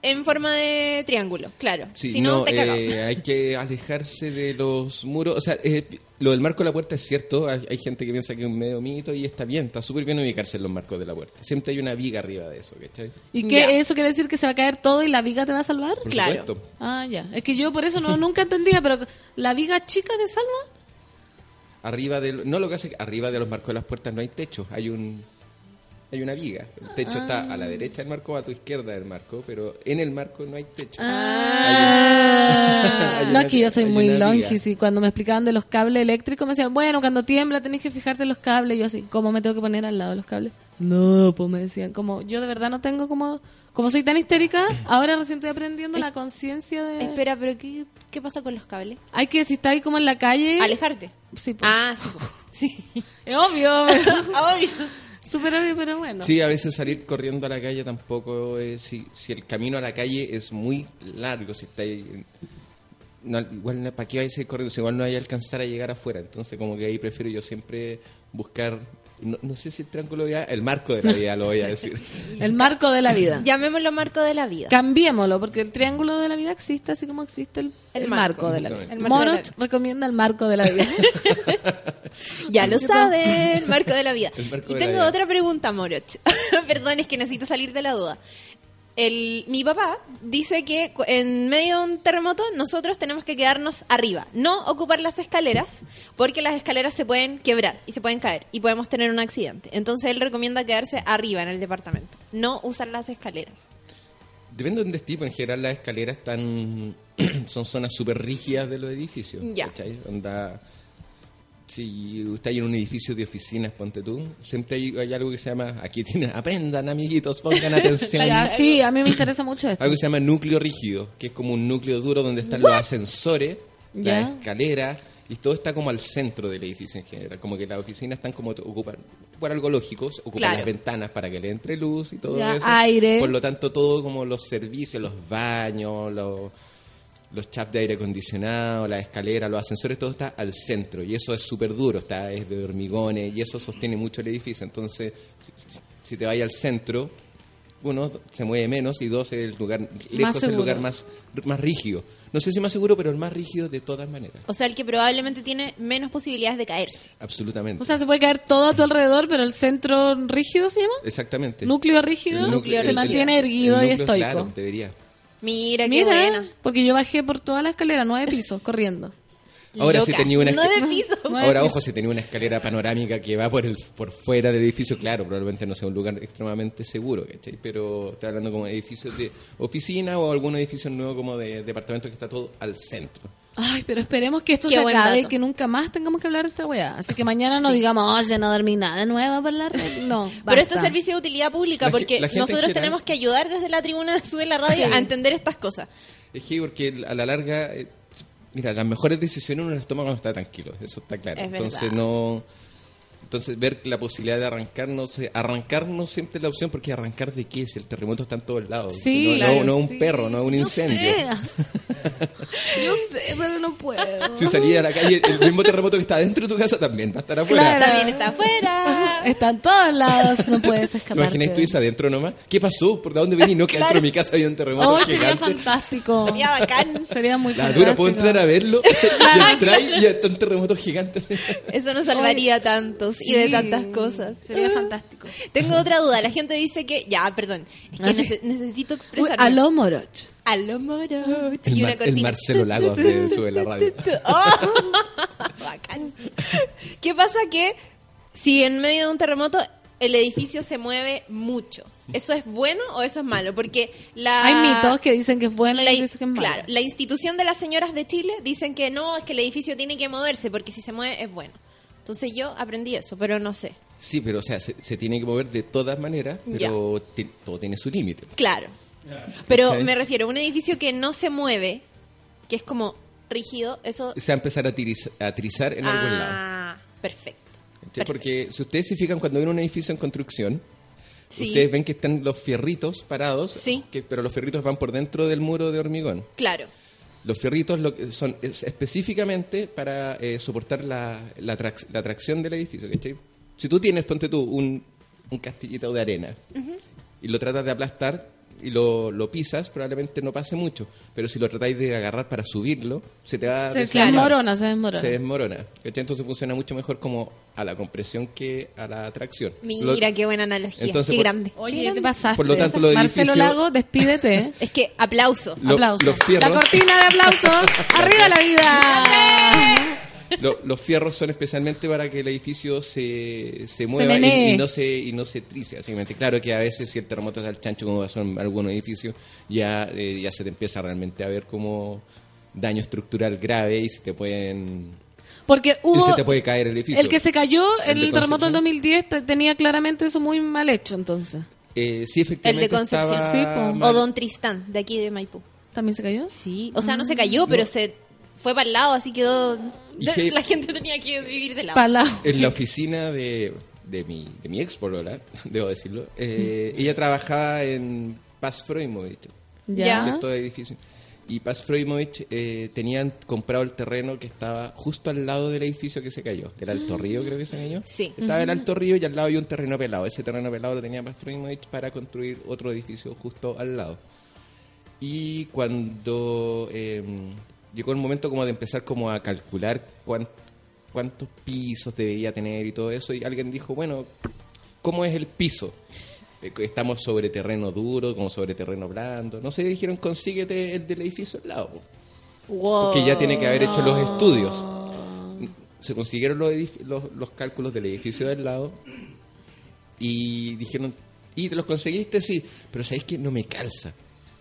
Speaker 3: en forma de triángulo, claro.
Speaker 10: Sí,
Speaker 3: si no, te cagas.
Speaker 10: eh, hay que alejarse de los muros. O sea, eh, lo del marco de la puerta es cierto. Hay, hay gente que piensa que es un medio mito y está bien, está súper bien ubicarse en los marcos de la puerta. Siempre hay una viga arriba de eso, ¿cachai?
Speaker 2: ¿Y qué?
Speaker 3: Ya.
Speaker 2: ¿Eso quiere decir que se va a caer todo y la viga te va a salvar?
Speaker 10: Por
Speaker 3: Claro.
Speaker 10: supuesto.
Speaker 2: Ah, ya. Es que yo por eso no nunca entendía, pero ¿la viga chica te salva?
Speaker 10: Arriba de, no lo que hace, arriba de los marcos de las puertas no hay techo, hay un hay una viga. El techo está
Speaker 3: Ah.
Speaker 10: a la derecha del marco, a tu izquierda del marco, pero en el marco no hay techo.
Speaker 3: Ah.
Speaker 10: Hay
Speaker 2: no,
Speaker 10: una
Speaker 2: es que yo soy
Speaker 10: viga, hay
Speaker 2: muy
Speaker 10: una viga.
Speaker 2: longis y cuando me explicaban de los cables eléctricos me decían, bueno, cuando tiembla tenés que fijarte en los cables. Y yo así, ¿cómo me tengo que poner al lado de los cables? No, pues me decían, como yo de verdad no tengo como... Como soy tan histérica, ahora recién estoy aprendiendo la conciencia de...
Speaker 3: Espera, pero ¿qué, qué pasa con los cables?
Speaker 2: Hay que, si está ahí como en la calle...
Speaker 3: Alejarte.
Speaker 2: Sí, pues.
Speaker 3: Ah, sí. pues. Sí.
Speaker 2: Es obvio, pero-
Speaker 3: Obvio.
Speaker 2: súper obvio, pero bueno.
Speaker 10: Sí, a veces salir corriendo a la calle eh, tampoco es... Si, si el camino a la calle es muy largo, si está ahí... no, igual para qué vais a ir corriendo, Si igual no hay a alcanzar a llegar afuera. Entonces, como que ahí prefiero yo siempre buscar, no, no sé si el triángulo ya, el marco de la vida lo voy a decir.
Speaker 2: El marco de la vida.
Speaker 3: Llamémoslo marco de la vida.
Speaker 2: Cambiémoslo, porque el triángulo de la vida existe así como existe el,
Speaker 3: El
Speaker 2: el
Speaker 3: marco.
Speaker 2: marco, de la vida.
Speaker 3: El marco de la
Speaker 2: Morot
Speaker 3: vida.
Speaker 2: recomienda el marco de la vida.
Speaker 3: Ya lo saben, marco de la vida.
Speaker 10: El marco
Speaker 3: Y
Speaker 10: de la
Speaker 3: tengo
Speaker 10: vida.
Speaker 3: otra pregunta, Morot. Perdón, es que necesito salir de la duda. El, mi papá dice que cu- en medio de un terremoto nosotros tenemos que quedarnos arriba, no ocupar las escaleras, porque las escaleras se pueden quebrar y se pueden caer y podemos tener un accidente. Entonces él recomienda quedarse arriba en el departamento, no usar las escaleras.
Speaker 10: Depende de dónde estés, pero en general las escaleras están son zonas súper rígidas de los edificios.
Speaker 3: Ya.
Speaker 10: ¿cachai? Onda, si usted hay en un edificio de oficinas, ponte tú, siempre hay, hay algo que se llama, aquí tienen, aprendan amiguitos, pongan atención.
Speaker 2: Ya, sí, a mí me interesa mucho esto.
Speaker 10: Algo que se llama núcleo rígido, que es como un núcleo duro donde están los ascensores, las
Speaker 2: Ya.
Speaker 10: escaleras, y todo está como al centro del edificio en general. Como que las oficinas están como ocupan, por algo lógico, ocupan
Speaker 3: Claro.
Speaker 10: las ventanas para que le entre luz y todo
Speaker 2: Ya,
Speaker 10: eso.
Speaker 2: aire.
Speaker 10: Por lo tanto, todo como los servicios, los baños, los los chaps de aire acondicionado, las escaleras, los ascensores, todo está al centro y eso es súper duro, está es de hormigones y eso sostiene mucho el edificio. Entonces, si, si- si te vas al centro, uno se mueve menos y dos es el lugar lejos es el
Speaker 2: seguro.
Speaker 10: lugar más más rígido. No sé si más seguro, pero el más rígido de todas maneras,
Speaker 3: O sea, el que probablemente tiene menos posibilidades de caerse.
Speaker 10: absolutamente.
Speaker 2: O sea, se puede caer todo a tu alrededor, pero el centro rígido se llama.
Speaker 10: Exactamente.
Speaker 2: Núcleo rígido
Speaker 10: El núcleo-
Speaker 2: se
Speaker 10: el-
Speaker 2: mantiene
Speaker 10: el-
Speaker 2: erguido
Speaker 10: el
Speaker 2: y
Speaker 10: núcleo,
Speaker 2: estoico.
Speaker 10: Claro, debería.
Speaker 3: Mira, qué
Speaker 2: Mira,
Speaker 3: buena.
Speaker 2: porque yo bajé por toda la escalera, nueve pisos, corriendo.
Speaker 10: Ahora
Speaker 3: Loca.
Speaker 10: sí tenía una
Speaker 3: Nueve
Speaker 10: esca-
Speaker 3: pisos.
Speaker 10: Ahora, ojo, si tenía una escalera panorámica que va por el por fuera del edificio, claro, probablemente no sea un lugar extremadamente seguro, ¿cachai? Pero está hablando como de edificios de oficina o algún edificio nuevo como de departamento que está todo al centro.
Speaker 2: Ay, pero esperemos que esto
Speaker 3: Qué
Speaker 2: se
Speaker 3: buen
Speaker 2: acabe,
Speaker 3: dato.
Speaker 2: que nunca más tengamos que hablar de esta weá. Así que mañana no digamos, oye, no dormí nada nuevo por la red. No.
Speaker 3: Pero esto es
Speaker 2: basta.
Speaker 3: servicio de utilidad pública
Speaker 10: La ge-
Speaker 3: porque
Speaker 10: la gente en
Speaker 3: nosotros
Speaker 10: general-
Speaker 3: tenemos que ayudar desde la tribuna de Sube la Radio a entender estas cosas.
Speaker 10: Es que porque a la larga, eh, mira, las mejores decisiones uno las toma cuando está tranquilo, eso está claro.
Speaker 3: Es
Speaker 10: entonces
Speaker 3: verdad.
Speaker 10: no, entonces ver la posibilidad de arrancarnos, arrancarnos siempre es la opción porque arrancar de qué si el terremoto está en todos lados,
Speaker 2: Sí,
Speaker 10: no, no-
Speaker 2: claro,
Speaker 10: no un
Speaker 2: sí,
Speaker 10: perro, no
Speaker 2: sí,
Speaker 10: un
Speaker 2: yo
Speaker 10: incendio.
Speaker 2: sé. Yo sé, pero no puedo.
Speaker 10: Si salí a la calle, el mismo terremoto que está dentro de tu casa también va a estar afuera.
Speaker 2: Claro.
Speaker 3: También está afuera.
Speaker 2: Está en todos lados, no puedes
Speaker 10: ¿Te
Speaker 2: escapar.
Speaker 10: imaginas tú irse adentro nomás? ¿Qué pasó? ¿Por de dónde vení? No, que dentro de mi casa había un terremoto
Speaker 2: Oh, sería
Speaker 10: gigante.
Speaker 2: fantástico.
Speaker 3: Sería bacán.
Speaker 2: Sería muy
Speaker 10: La dura, ¿puedo
Speaker 2: fantástico.
Speaker 10: entrar a verlo? y entrar y está un terremoto gigante.
Speaker 3: Eso nos salvaría tantos y de
Speaker 2: Sí,
Speaker 3: tantas cosas.
Speaker 2: Sería fantástico.
Speaker 3: Tengo otra duda. La gente dice que. Ya, perdón. Es que
Speaker 2: Ah, sí.
Speaker 3: nece- necesito expresar.
Speaker 2: Aló, Moroch.
Speaker 3: Aló, moro.
Speaker 10: El,
Speaker 3: Y
Speaker 10: Mar-
Speaker 3: una
Speaker 10: el
Speaker 3: cortina.
Speaker 10: Marcelo Lagos de Sube la Radio.
Speaker 3: Oh, bacán. ¿Qué pasa que si en medio de un terremoto el edificio se mueve mucho? ¿Eso es bueno o eso es malo? Porque la...
Speaker 2: Hay mitos que dicen que es bueno y
Speaker 3: la-
Speaker 2: dicen que es malo.
Speaker 3: Ah, Claro, la institución de las señoras de Chile dicen que no, es que el edificio tiene que moverse porque si se mueve es bueno. Entonces yo aprendí eso, pero no sé.
Speaker 10: Sí, pero o sea, se, se tiene que mover de todas maneras, pero ti- todo tiene su límite.
Speaker 3: Claro. Pero
Speaker 10: ¿Cachai?
Speaker 3: me refiero a un edificio que no se mueve, que es como rígido, eso...
Speaker 10: Se va a empezar a, tiriz- a trizar en algún lado.
Speaker 3: Ah, perfecto.
Speaker 10: ¿Cachai? Porque si ustedes se fijan, cuando ven un edificio en construcción,
Speaker 3: Sí.
Speaker 10: ustedes ven que están los fierritos parados,
Speaker 3: Sí.
Speaker 10: que, pero los fierritos van por dentro del muro de hormigón.
Speaker 3: Claro.
Speaker 10: Los fierritos lo que son es- específicamente para eh, soportar la, la, trac- la tracción del edificio. ¿cachai? Si tú tienes, ponte tú, un, un castillito de arena y lo tratas de aplastar y lo, lo pisas, probablemente no pase mucho. Pero si lo tratáis de agarrar para subirlo, se te va a
Speaker 2: Se, se
Speaker 10: desarmar.
Speaker 2: desmorona, se desmorona.
Speaker 10: Se desmorona. ¿cachai? Entonces funciona mucho mejor como a la compresión que a la tracción.
Speaker 3: Mira,
Speaker 10: Lo-
Speaker 3: qué buena analogía.
Speaker 10: Entonces,
Speaker 3: qué
Speaker 10: por-
Speaker 3: grande.
Speaker 2: Oye,
Speaker 3: Qué
Speaker 2: ¿qué te
Speaker 3: grande.
Speaker 2: pasaste?
Speaker 10: Por lo tanto, lo del
Speaker 2: Marcelo
Speaker 10: edificio-
Speaker 2: Lago, despídete.
Speaker 3: Es que aplauso.
Speaker 10: Lo-
Speaker 2: Aplausos.
Speaker 10: los fierros.
Speaker 2: La cortina de aplausos. ¡Arriba la vida!
Speaker 10: Lo- los fierros son especialmente para que el edificio se, se mueva y- y,
Speaker 2: menee.
Speaker 10: no se y no se trice. Así que, claro que a veces si el terremoto es al chancho como son algunos edificios, ya, eh, ya se te empieza realmente a ver como daño estructural grave y se te pueden
Speaker 2: Porque
Speaker 10: y
Speaker 2: hubo...
Speaker 10: se te puede caer el edificio.
Speaker 2: El que se cayó en
Speaker 10: El de
Speaker 2: el terremoto
Speaker 10: Concepción.
Speaker 2: del 2010 te- tenía claramente eso muy mal hecho, entonces.
Speaker 10: Eh, sí,
Speaker 3: El de
Speaker 10: efectivamente
Speaker 3: Concepción.
Speaker 10: estaba
Speaker 2: Sí,
Speaker 10: pues, mal.
Speaker 3: O Don Tristán, de aquí de Maipú.
Speaker 2: ¿También se cayó?
Speaker 3: Sí. O sea, no
Speaker 2: Mm,
Speaker 3: se cayó, pero se fue para el lado, así quedó.
Speaker 10: Y que-
Speaker 3: La gente tenía que vivir de lado.
Speaker 2: Palao.
Speaker 10: En la oficina de, de mi, de mi ex polola, debo decirlo, eh, ella trabajaba en Paz Freud,
Speaker 2: Ya.
Speaker 10: de todo el edificio. y Paz Freudmovich eh, tenían comprado el terreno que estaba justo al lado del edificio que se cayó, del Alto Río creo que se cayó.
Speaker 3: Sí.
Speaker 10: Estaba el Alto Río y al lado había un terreno pelado. Ese terreno pelado lo tenía Paz Freudmovich para construir otro edificio justo al lado. Y cuando eh, llegó el momento como de empezar como a calcular cuán- cuántos pisos debería tener y todo eso, y alguien dijo, bueno, ¿cómo es el piso? Eh, Estamos sobre terreno duro, como sobre terreno blando. No sé, dijeron, consíguete el del edificio al lado. po". Porque ya tiene que haber hecho los estudios. Se consiguieron los, edif- los, los cálculos del edificio del lado y dijeron, ¿y te los conseguiste? Sí, pero ¿sabéis que no me calza?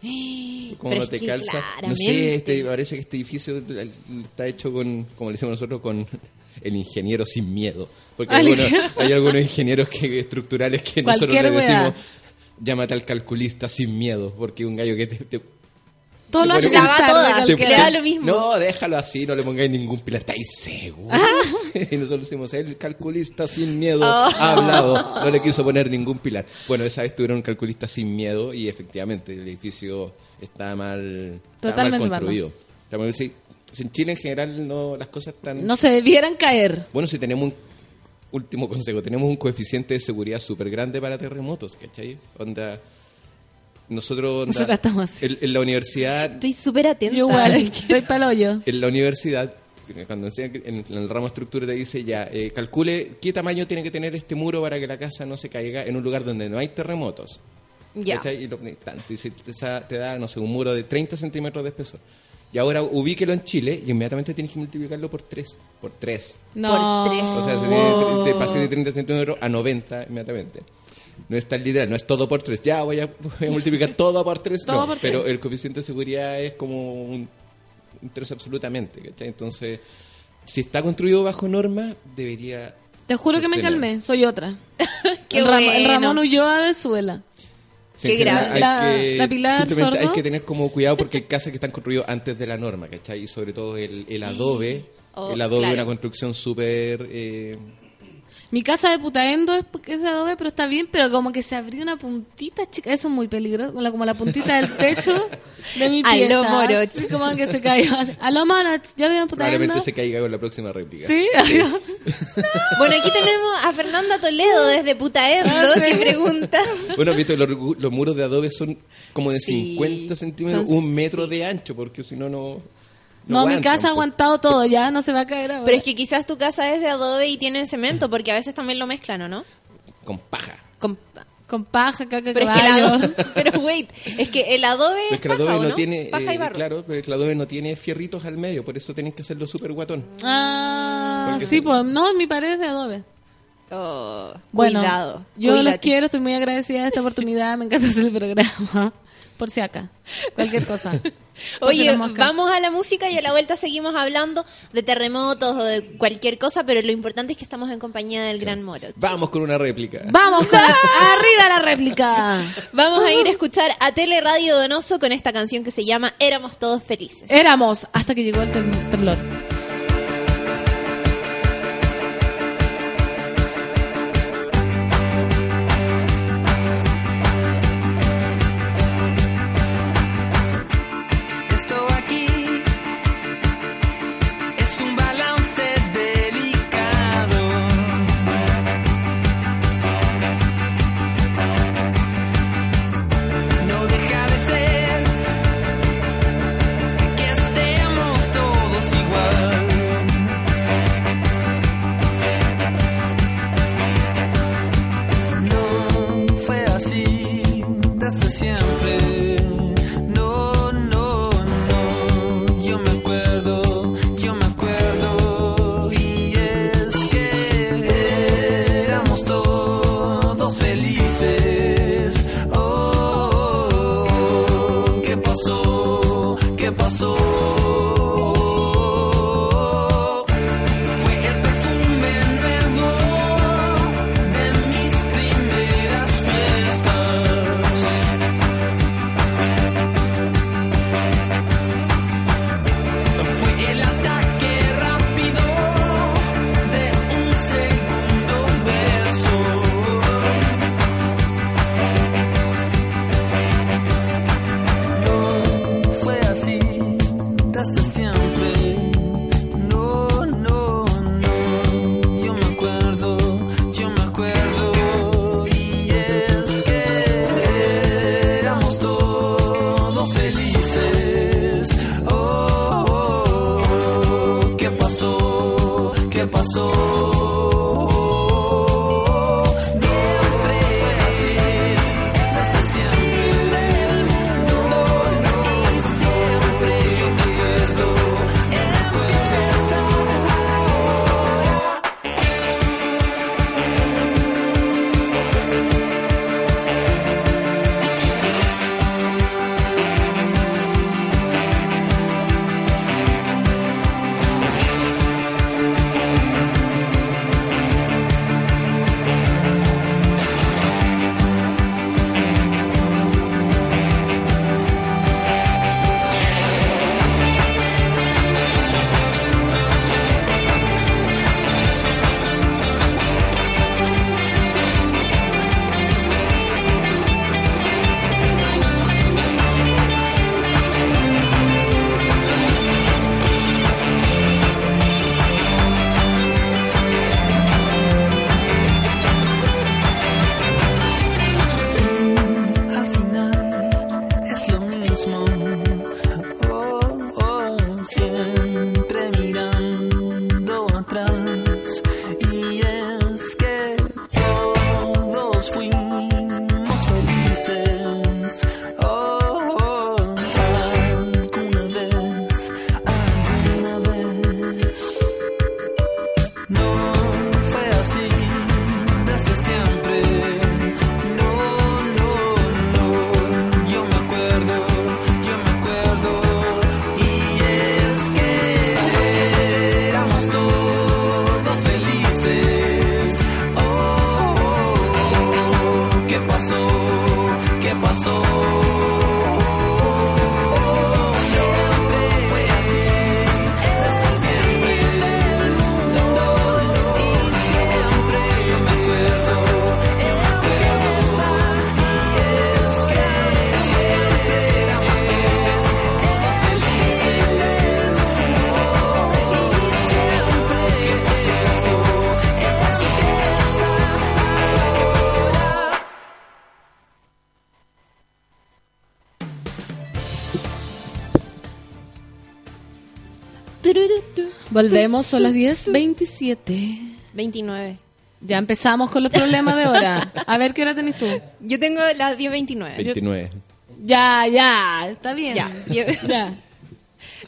Speaker 10: Como
Speaker 3: Eh, pero
Speaker 10: no
Speaker 3: es
Speaker 10: te
Speaker 3: que
Speaker 10: calza. No
Speaker 3: claramente.
Speaker 10: sé, este, parece que este edificio el- está hecho con, como le decimos nosotros, con el ingeniero sin miedo. Porque
Speaker 2: Al-
Speaker 10: algunos- hay algunos ingenieros que, estructurales que nosotros
Speaker 2: Cualquier
Speaker 10: les decimos,
Speaker 2: weá.
Speaker 10: llámate al calculista sin miedo, porque un gallo que te- te,
Speaker 2: Todo lo
Speaker 10: Te
Speaker 2: hacen
Speaker 10: pone-
Speaker 2: calzar,
Speaker 3: todas,
Speaker 2: la
Speaker 3: te
Speaker 10: te
Speaker 2: calquera.
Speaker 3: le da
Speaker 10: ponen-
Speaker 3: lo mismo.
Speaker 10: No, déjalo así, no le pongáis ningún pilar. ¿Estáis seguros?
Speaker 2: Ah.
Speaker 10: y nosotros decimos, el calculista sin miedo
Speaker 2: Oh.
Speaker 10: ha hablado. No le quiso poner ningún pilar. bueno, esa vez tuvieron un calculista sin miedo y efectivamente el edificio está mal, está mal
Speaker 2: Totalmente mal.
Speaker 10: construido. Está mal- sí, en Chile en general no, las cosas están...
Speaker 2: No se debieran caer.
Speaker 10: Bueno, si tenemos un último consejo, tenemos un coeficiente de seguridad súper grande para terremotos, ¿cachai? Onda, nosotros... onda,
Speaker 2: Nosotros estamos así.
Speaker 10: en- en la universidad
Speaker 3: Estoy súper atenta.
Speaker 2: Yo igual, estoy pa'l hoyo.
Speaker 10: en la universidad, cuando enseñan que- en en el ramo de estructura te dice ya, eh, calcule qué tamaño tiene que tener este muro para que la casa no se caiga en un lugar donde no hay terremotos.
Speaker 3: Ya.
Speaker 10: ¿Cachai? Y lo pones tanto. Y si te, sa- te da, no sé, un muro de 30 centímetros de espesor. Y ahora ubíquelo en Chile y inmediatamente tienes que multiplicarlo por 3. Por 3.
Speaker 2: No.
Speaker 3: Por tres.
Speaker 10: O sea, se tiene- te, te pasé de 30 centímetros a 90 inmediatamente. No es tan literal, no es todo por 3. Ya voy a, voy a multiplicar todo por 3.
Speaker 2: Todo
Speaker 10: No,
Speaker 2: por tres.
Speaker 10: pero el coeficiente de seguridad es como un, un 3 absolutamente. ¿cachai? Entonces, si está construido bajo norma, debería...
Speaker 2: Te juro que me
Speaker 10: Tenemos.
Speaker 2: calmé, soy otra.
Speaker 3: Qué
Speaker 2: el, Ram- el
Speaker 3: bueno.
Speaker 2: Ramón Ulloa de Venezuela.
Speaker 10: Sí,
Speaker 3: Qué
Speaker 10: en general
Speaker 3: grave.
Speaker 10: hay
Speaker 2: La-
Speaker 10: que-
Speaker 2: la Pilar
Speaker 10: simplemente
Speaker 2: Sordo.
Speaker 10: hay que tener como cuidado porque hay casas que están construidas antes de la norma, ¿cachai? Y sobre todo el, el adobe.
Speaker 3: Oh,
Speaker 10: el adobe es
Speaker 3: claro.
Speaker 10: una construcción súper... eh,
Speaker 2: Mi casa de Putaendo es, es de adobe, pero está bien, pero como que se abrió una puntita chica. Eso es muy peligroso, la- como la puntita del techo de mi
Speaker 3: A
Speaker 2: pieza.
Speaker 3: lo Moroch.
Speaker 2: Así como que se cayó. así. A lo Moroch, yo vivo en Putaendo.
Speaker 10: probablemente se caiga con la próxima réplica.
Speaker 2: Sí,
Speaker 3: Bueno, aquí tenemos a Fernanda Toledo desde
Speaker 2: Ah,
Speaker 3: Putaendo que pregunta.
Speaker 10: Bueno, has visto, los, ru- los muros de adobe son como de 50 centímetros,
Speaker 3: son-
Speaker 10: un metro de ancho, porque si no, no.
Speaker 2: No, mi
Speaker 10: aguantan, pues,
Speaker 2: casa ha
Speaker 10: po.
Speaker 2: aguantado todo, ya no se va a caer ahora.
Speaker 3: Pero es que quizás tu casa es de adobe y tiene cemento, porque a veces también lo mezclan, ¿o no?
Speaker 10: Con paja.
Speaker 3: Con-
Speaker 2: Con paja, caca,
Speaker 3: Pero es que el
Speaker 2: caballo.
Speaker 3: adobe... Pero wait, es que el adobe
Speaker 10: Pero
Speaker 3: es
Speaker 10: es que el
Speaker 3: paja,
Speaker 10: adobe
Speaker 3: ¿o
Speaker 10: no,
Speaker 3: no?
Speaker 10: tiene.
Speaker 3: Paja y
Speaker 10: eh,
Speaker 3: barro.
Speaker 10: claro, pero es que el adobe no tiene fierritos al medio, por eso tenés que hacerlo súper guatón.
Speaker 2: Ah,
Speaker 10: Porque
Speaker 2: sí,
Speaker 10: se-
Speaker 2: pues no, mi pared es de adobe.
Speaker 3: Oh,
Speaker 2: Bueno,
Speaker 3: cuidado.
Speaker 2: yo los
Speaker 3: cuídate.
Speaker 2: quiero, estoy muy agradecida de esta oportunidad, me encanta hacer el programa. Por si acá, cualquier cosa. Por si
Speaker 3: Oye,
Speaker 2: la mosca.
Speaker 3: vamos a la música y a la vuelta seguimos hablando de terremotos o de cualquier cosa, pero lo importante es que estamos en compañía del Gran Moro.
Speaker 10: Vamos con una réplica.
Speaker 2: Vamos con arriba la réplica.
Speaker 3: Vamos a ir a escuchar a Teleradio Donoso con esta canción que se llama Éramos Todos Felices.
Speaker 2: Éramos hasta que llegó el tem- temblor.
Speaker 4: Esto aquí es un balance delicado. No deja de ser que estemos todos igual.
Speaker 5: Oh, golpe. No, no, no. Yo me acuerdo, yo me acuerdo. Y es que éramos todos felices. Oh, oh, oh. ¿qué pasó? ¿Qué pasó? Siempre así, desde siempre. Al final es lo mismo. Oh, oh, siempre mirando atrás. Y es que todos fuimos felices. Oh, oh, alguna vez, alguna vez. No fue así desde siempre. No, no, no. Yo me acuerdo, yo me acuerdo. Y es que éramos todos felices. Oh, oh, oh. ¿qué pasó? ¿Qué pasó? Siempre fue así, desde siempre.
Speaker 3: Tururutu.
Speaker 2: Volvemos, son las 10.27.
Speaker 3: 29.
Speaker 2: Ya empezamos con los problemas de hora. A ver, ¿qué hora tenés tú?
Speaker 3: Yo tengo las 10.29.
Speaker 10: 29.
Speaker 2: Ya, ya, está bien.
Speaker 3: Ya. Yo-
Speaker 2: Ya.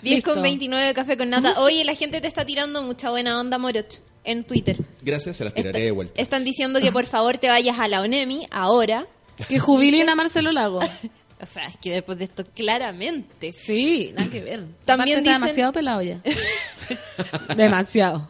Speaker 3: 10
Speaker 2: Listo.
Speaker 3: con 29 café con nata. Oye, la gente te está tirando mucha buena onda, Morot, en Twitter.
Speaker 10: Gracias, se las tiraré
Speaker 3: Está-
Speaker 10: de vuelta.
Speaker 3: Están diciendo que por favor te vayas a la ONEMI ahora.
Speaker 2: Que jubilen a Marcelo Lago.
Speaker 3: O sea, es que después de esto, claramente.
Speaker 2: Sí, nada que ver.
Speaker 3: También
Speaker 2: Aparte,
Speaker 3: dicen-
Speaker 2: está demasiado pelado ya. demasiado.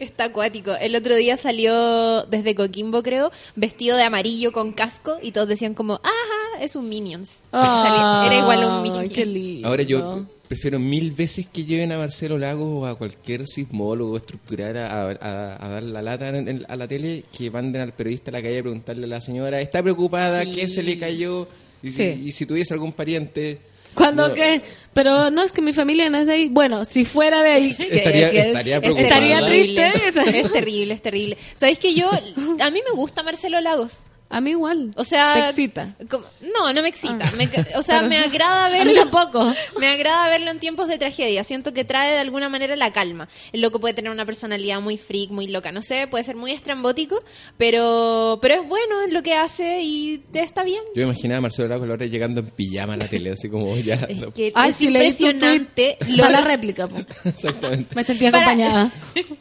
Speaker 3: Está acuático. El otro día salió desde Coquimbo, creo, vestido de amarillo con casco y todos decían como, ajá, es un Minions. Salía- Era igual a un
Speaker 2: Ay,
Speaker 3: Minions.
Speaker 2: Ah, Qué lindo.
Speaker 10: Ahora yo prefiero mil veces que lleven a Marcelo Lagos o a cualquier sismólogo estructural a, a- a dar la lata en- en- a la tele que manden al periodista a la calle a preguntarle a la señora, ¿está preocupada? ¿Qué se le cayó? Y, si-
Speaker 2: Sí.
Speaker 10: y si tuviese algún pariente...
Speaker 2: Cuando
Speaker 10: no,
Speaker 2: que, pero no es que mi familia no es de ahí. Bueno, si fuera de ahí, que-
Speaker 10: Estaría-
Speaker 2: que-
Speaker 10: estaría preocupada.
Speaker 2: estaría
Speaker 3: terrible.
Speaker 2: triste.
Speaker 3: Es terrible, es terrible. ¿Sabéis que yo, a mí me gusta Marcelo Lagos?
Speaker 2: A mí igual.
Speaker 3: O sea,
Speaker 2: te excita.
Speaker 3: como- no, no me excita.
Speaker 2: Ah.
Speaker 3: Me ca- o sea,
Speaker 2: Pero-
Speaker 3: me agrada
Speaker 2: A mí
Speaker 3: verlo.
Speaker 2: tampoco.
Speaker 3: Me agrada verlo en tiempos de tragedia. Siento que trae de alguna manera la calma. El loco puede tener una personalidad muy freak, muy loca. No sé, puede ser muy estrambótico, pero, pero es bueno en lo que hace y te está bien.
Speaker 10: Yo me imaginaba a Marcelo Lagos ahora llegando en pijama a la tele, así como ya...
Speaker 3: Es
Speaker 10: no,
Speaker 3: que
Speaker 2: Ay,
Speaker 3: es
Speaker 2: si leí tu
Speaker 3: impresionante.
Speaker 2: tuit,
Speaker 3: lo-
Speaker 2: para la réplica. po.
Speaker 10: exactamente.
Speaker 2: Me sentía
Speaker 3: Para-
Speaker 2: acompañada.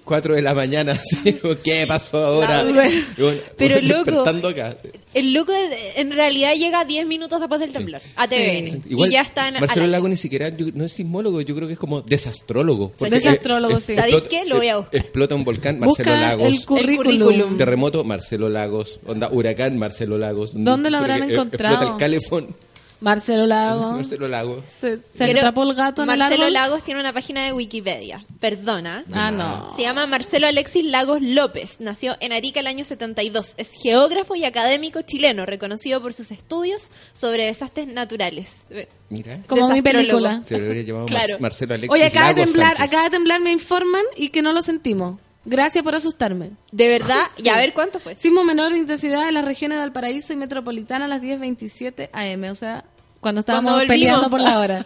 Speaker 10: Cuatro de la mañana, así, como, ¿qué pasó ahora?
Speaker 2: La-
Speaker 10: Y bueno,
Speaker 3: Pero
Speaker 10: bueno,
Speaker 3: loco.
Speaker 10: despertando acá.
Speaker 3: el loco de- en realidad llega 10 minutos después del temblor a TVN.
Speaker 2: Sí.
Speaker 10: Igual,
Speaker 3: y ya está en
Speaker 10: Marcelo
Speaker 3: al aire.
Speaker 10: Lago ni siquiera yo- no es sismólogo, yo creo que es como desastrólogo. porque,
Speaker 2: Desastrólogo, sí.
Speaker 10: explota-
Speaker 3: ¿Sabéis qué? Lo voy a buscar.
Speaker 10: Explota un volcán, Marcelo
Speaker 2: Busca el
Speaker 10: Lagos.
Speaker 2: currículum.
Speaker 3: currículum.
Speaker 10: Terremoto, Marcelo Lagos. Onda, huracán, Marcelo Lagos.
Speaker 2: ¿Dónde lo
Speaker 10: Creo
Speaker 2: habrán
Speaker 10: que, eh,
Speaker 2: encontrado?
Speaker 10: Explota el calefón.
Speaker 2: Marcelo Lago.
Speaker 10: Marcelo Lago.
Speaker 2: Se, se
Speaker 3: Creo-
Speaker 2: atrapó el gato en
Speaker 3: Marcelo
Speaker 2: el árbol.
Speaker 3: Lagos tiene una página de Wikipedia. Perdona.
Speaker 2: Ah, no.
Speaker 3: Se llama Marcelo Alexis Lagos López. Nació en Arica el año 72. Es geógrafo y académico chileno, reconocido por sus estudios sobre desastres naturales. Eh,
Speaker 10: Mira.
Speaker 2: Como mi
Speaker 3: Desastrólogo.
Speaker 2: película.
Speaker 10: Se lo hubiera llamado Mar-
Speaker 3: Claro.
Speaker 10: Marcelo Alexis
Speaker 2: Oye, acaba de
Speaker 10: Lagos
Speaker 2: temblar,
Speaker 10: Sánchez.
Speaker 2: acaba de temblar, me informan y que no lo sentimos. Gracias por asustarme.
Speaker 3: De verdad, y a ver cuánto fue.
Speaker 2: Sismo menor de intensidad en las regiones de Valparaíso y Metropolitana a las 10.27 AM, o sea, cuando estábamos
Speaker 3: Cuando volvimos.
Speaker 2: peleando por la hora.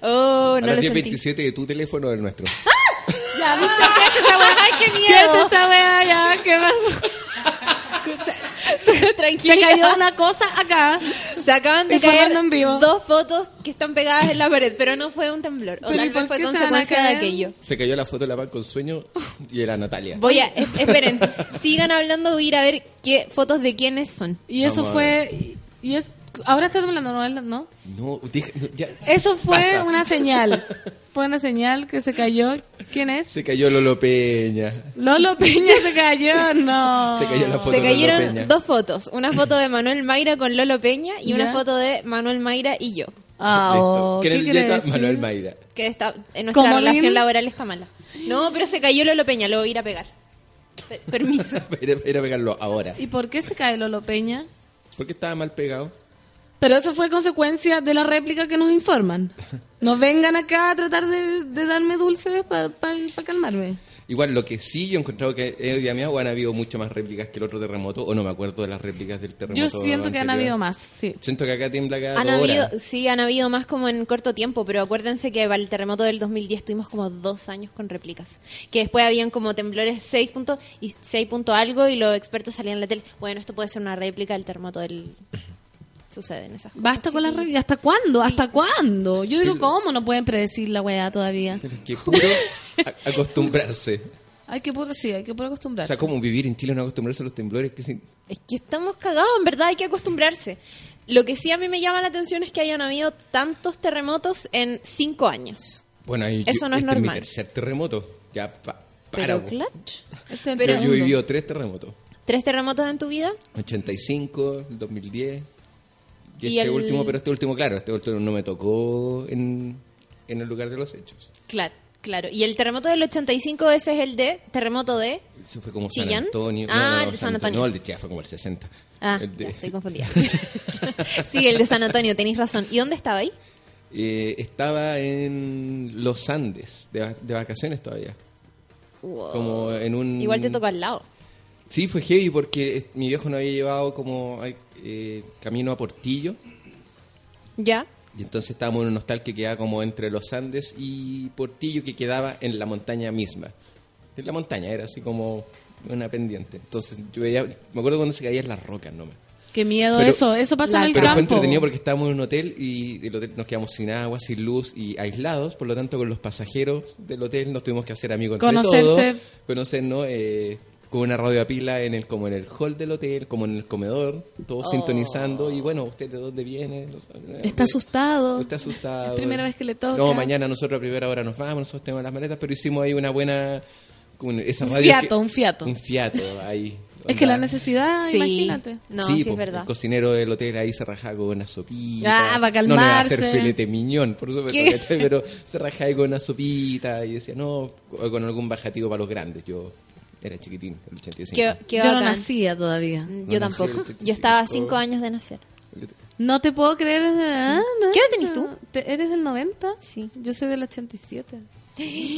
Speaker 3: Oh,
Speaker 10: a
Speaker 3: no
Speaker 10: las
Speaker 3: lo sentí.
Speaker 10: 10.27 de tu teléfono del nuestro.
Speaker 3: Ya, ¿viste? ¿Qué es esa weá? Ay, qué
Speaker 2: ¿Qué es
Speaker 3: miedo.
Speaker 2: esa weá ya? ¿Qué pasó?
Speaker 3: Tranquila.
Speaker 2: Se cayó una cosa acá.
Speaker 3: Se acaban de caer
Speaker 2: Informando en vivo.
Speaker 3: dos fotos que están pegadas en la pared, pero no fue un temblor. O
Speaker 2: Pero
Speaker 3: tal
Speaker 2: ¿y por
Speaker 3: vez fue
Speaker 2: qué se van a
Speaker 3: consecuencia de
Speaker 2: caer?
Speaker 3: aquello.
Speaker 10: Se cayó la foto de la pan con sueño y era Natalia.
Speaker 3: Voy a, es- esperen, sigan hablando, voy a ir a ver qué fotos de quiénes son.
Speaker 2: Y eso
Speaker 10: Vamos a
Speaker 2: fue y es ahora está temblando, ¿no? ¿no?
Speaker 10: No, dije- no, ya.
Speaker 2: Eso fue
Speaker 10: Basta.
Speaker 2: una señal. Fue una señal que se cayó. ¿Quién es?
Speaker 10: Se cayó Lolo Peña.
Speaker 2: Lolo Peña se cayó. No.
Speaker 10: Se cayó la
Speaker 3: Ah. Se
Speaker 10: foto de Lolo
Speaker 3: cayeron
Speaker 10: Peña.
Speaker 3: dos fotos, una foto de Manuel Mayra con Lolo Peña y una
Speaker 2: Ya.
Speaker 3: foto de Manuel Mayra y yo,
Speaker 2: Ah,
Speaker 10: Listo.
Speaker 2: oh,
Speaker 10: ¿Quién
Speaker 2: ¿qué
Speaker 10: es el
Speaker 2: quiere
Speaker 10: dieta?
Speaker 2: decir?
Speaker 10: Manuel Mayra.
Speaker 3: que está, en nuestra
Speaker 2: ¿Cómo,
Speaker 3: relación
Speaker 2: Lin?
Speaker 3: laboral está mala. No, pero se cayó Lolo Peña, lo voy a ir a pegar. Pe- permiso.
Speaker 10: Era, era pegarlo ahora.
Speaker 2: ¿Y por qué se cae Lolo Peña?
Speaker 10: ¿Por qué estaba mal pegado?
Speaker 2: Pero eso fue consecuencia de la réplica que nos informan. No vengan acá a tratar de, de darme dulces para calmarme.
Speaker 10: Igual, lo que sí yo he encontrado que eh, hoy día mía, han habido mucho más réplicas que el otro terremoto, o no me acuerdo de las réplicas del terremoto.
Speaker 2: Yo siento que han
Speaker 10: anterior.
Speaker 2: habido más, sí.
Speaker 10: Siento que acá tiembla cada
Speaker 3: Han
Speaker 10: dos
Speaker 3: habido,
Speaker 10: horas.
Speaker 3: sí, han habido más como en corto tiempo, pero acuérdense que para el terremoto del 2010 tuvimos como dos años con réplicas. Que después habían como temblores 6 punto y 6 punto algo y los expertos salían en la tele. Bueno, esto puede ser una réplica del terremoto del... Suceden esas cosas.
Speaker 2: Basta con la
Speaker 3: chiquillos.
Speaker 2: réplica. ¿Hasta cuándo? ¿Hasta cuándo? Yo digo,
Speaker 10: Sí.
Speaker 2: ¿cómo no pueden predecir la weá todavía?
Speaker 10: Que puro a- acostumbrarse.
Speaker 2: Hay que puro, sí, hay que puro
Speaker 10: O
Speaker 2: acostumbrarse.
Speaker 10: sea, como vivir en Chile no acostumbrarse a los temblores? Que sí.
Speaker 3: Es que estamos cagados, en verdad hay que acostumbrarse. Lo que sí a mí me llama la atención es que hayan habido tantos terremotos en cinco años.
Speaker 10: Bueno, ahí yo-
Speaker 3: Eso no es
Speaker 10: este mi
Speaker 3: normal.
Speaker 10: tercer terremoto. Ya, pa- para.
Speaker 3: Pero,
Speaker 10: po.
Speaker 3: clutch.
Speaker 2: Este es el
Speaker 10: Pero yo
Speaker 2: segundo.
Speaker 10: he vivido tres terremotos.
Speaker 3: ¿Tres terremotos en tu vida?
Speaker 10: 85, el 2010. Y,
Speaker 3: Y
Speaker 10: este
Speaker 3: el-
Speaker 10: último, pero este último, claro, este último no me tocó en, en el lugar de los hechos.
Speaker 3: Claro, claro. Y el terremoto del 85, ese es el de terremoto de...
Speaker 10: Eso fue como
Speaker 3: ¿Chillán?
Speaker 10: San Antonio.
Speaker 3: Ah, el de San Antonio.
Speaker 10: No, el de Chile fue como el 60.
Speaker 3: Ah,
Speaker 10: El de-
Speaker 3: ya, estoy confundida. sí, el de San Antonio, tenéis razón. ¿Y dónde estaba ahí?
Speaker 10: Eh, estaba en los Andes, de, va- de vacaciones todavía. Como en un...
Speaker 3: Oh. Igual te tocó al lado.
Speaker 10: Sí, fue heavy porque eh, mi viejo no había llevado como eh, camino a Portillo.
Speaker 3: ¿Ya?
Speaker 10: Y entonces estábamos en un hostal que quedaba como entre los Andes y Portillo, que quedaba en la montaña misma. En la montaña, era así como una pendiente. Entonces yo veía, me acuerdo cuando se caían las rocas nomás.
Speaker 2: Qué miedo
Speaker 10: Pero-
Speaker 2: eso. Eso pasa en el
Speaker 10: Pero
Speaker 2: campo.
Speaker 10: fue entretenido porque estábamos en un hotel y el hotel nos quedamos sin agua, sin luz y aislados. Por lo tanto, con los pasajeros del hotel nos tuvimos que hacer amigos entre
Speaker 2: Conocerse.
Speaker 10: todos. Conocernos. eh, con una radio a pila en el, como en el hall del hotel, como en el comedor, todos sintonizando. Y bueno, ¿usted de dónde viene? No sé,
Speaker 2: Oh.
Speaker 10: eh,
Speaker 2: Está asustado.
Speaker 10: Está asustado.
Speaker 2: Es primera vez que le toca.
Speaker 10: No, mañana nosotros a primera hora nos vamos, nosotros tenemos las maletas, pero hicimos ahí una buena... como Esa
Speaker 2: Un
Speaker 10: radio que-
Speaker 2: fiato, un fiato.
Speaker 10: Un fiato ahí.
Speaker 2: Es que la
Speaker 10: Onda.
Speaker 2: necesidad,
Speaker 3: Sí.
Speaker 2: imagínate.
Speaker 3: No, sí,
Speaker 10: po,
Speaker 3: es verdad.
Speaker 10: pues, El cocinero del hotel ahí se rajaba con una sopita.
Speaker 2: Ah, para
Speaker 10: No le iba a hacer
Speaker 2: calmarse.
Speaker 10: filete miñón, por supuesto,
Speaker 3: ¿Qué?
Speaker 10: ¿cachai? Pero se rajaba ahí con una sopita y decía, no, o con algún bajativo para los grandes. Yo era chiquitín, el 85.
Speaker 3: Qué, qué
Speaker 2: Yo no
Speaker 3: bacán. Mm.
Speaker 2: nacía todavía.
Speaker 3: Yo
Speaker 10: No nací el
Speaker 3: tampoco.
Speaker 10: 85.
Speaker 3: Yo estaba a cinco años de nacer.
Speaker 2: No te puedo creer. ah,
Speaker 3: ¿Qué edad tenés tú?
Speaker 2: ¿Te- ¿Eres del 90?
Speaker 3: Sí.
Speaker 2: Yo soy del 87.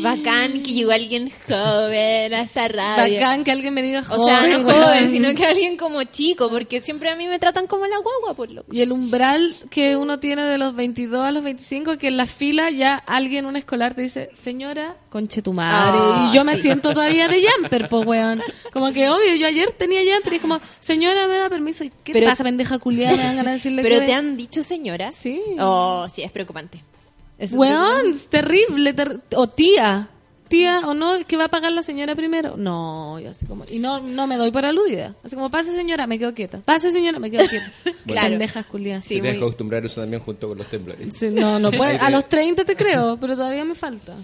Speaker 3: Bacán que llegó alguien joven a esta radio.
Speaker 2: Bacán que alguien me diga joven.
Speaker 3: Ah, O sea, no
Speaker 2: weón.
Speaker 3: joven, sino que alguien como chico, porque siempre a mí me tratan como la guagua, por loco.
Speaker 2: Y el umbral que uno tiene de los 22 a los 25, que en la fila ya alguien, un escolar, te dice, señora, conche tu madre.
Speaker 3: Ah,
Speaker 2: y yo me
Speaker 3: sí.
Speaker 2: siento todavía de jumper, pues, weón. Como que, obvio, yo ayer tenía jumper y es como, señora, me da permiso. ¿Y qué
Speaker 3: Pero-
Speaker 2: pasa, pendeja culiada? Me dan ganas de decirle
Speaker 3: Pero
Speaker 2: que-
Speaker 3: te han dicho señora.
Speaker 2: Sí.
Speaker 3: Oh, sí, es preocupante. Es
Speaker 2: Weón, es terrible. ter- o tía. Tía, o no, que va a pagar la señora primero. No, yo así como. Y no, no me doy por aludida. Así como, pase señora, me quedo quieta. Pase señora, me quedo quieta.
Speaker 3: Claro.
Speaker 2: Pendejas culiadas.
Speaker 10: Se te deja acostumbrar eso también junto con los temblores.
Speaker 2: Sí, no, no puede.
Speaker 10: Ahí te-
Speaker 2: A los 30 te creo, pero todavía me falta.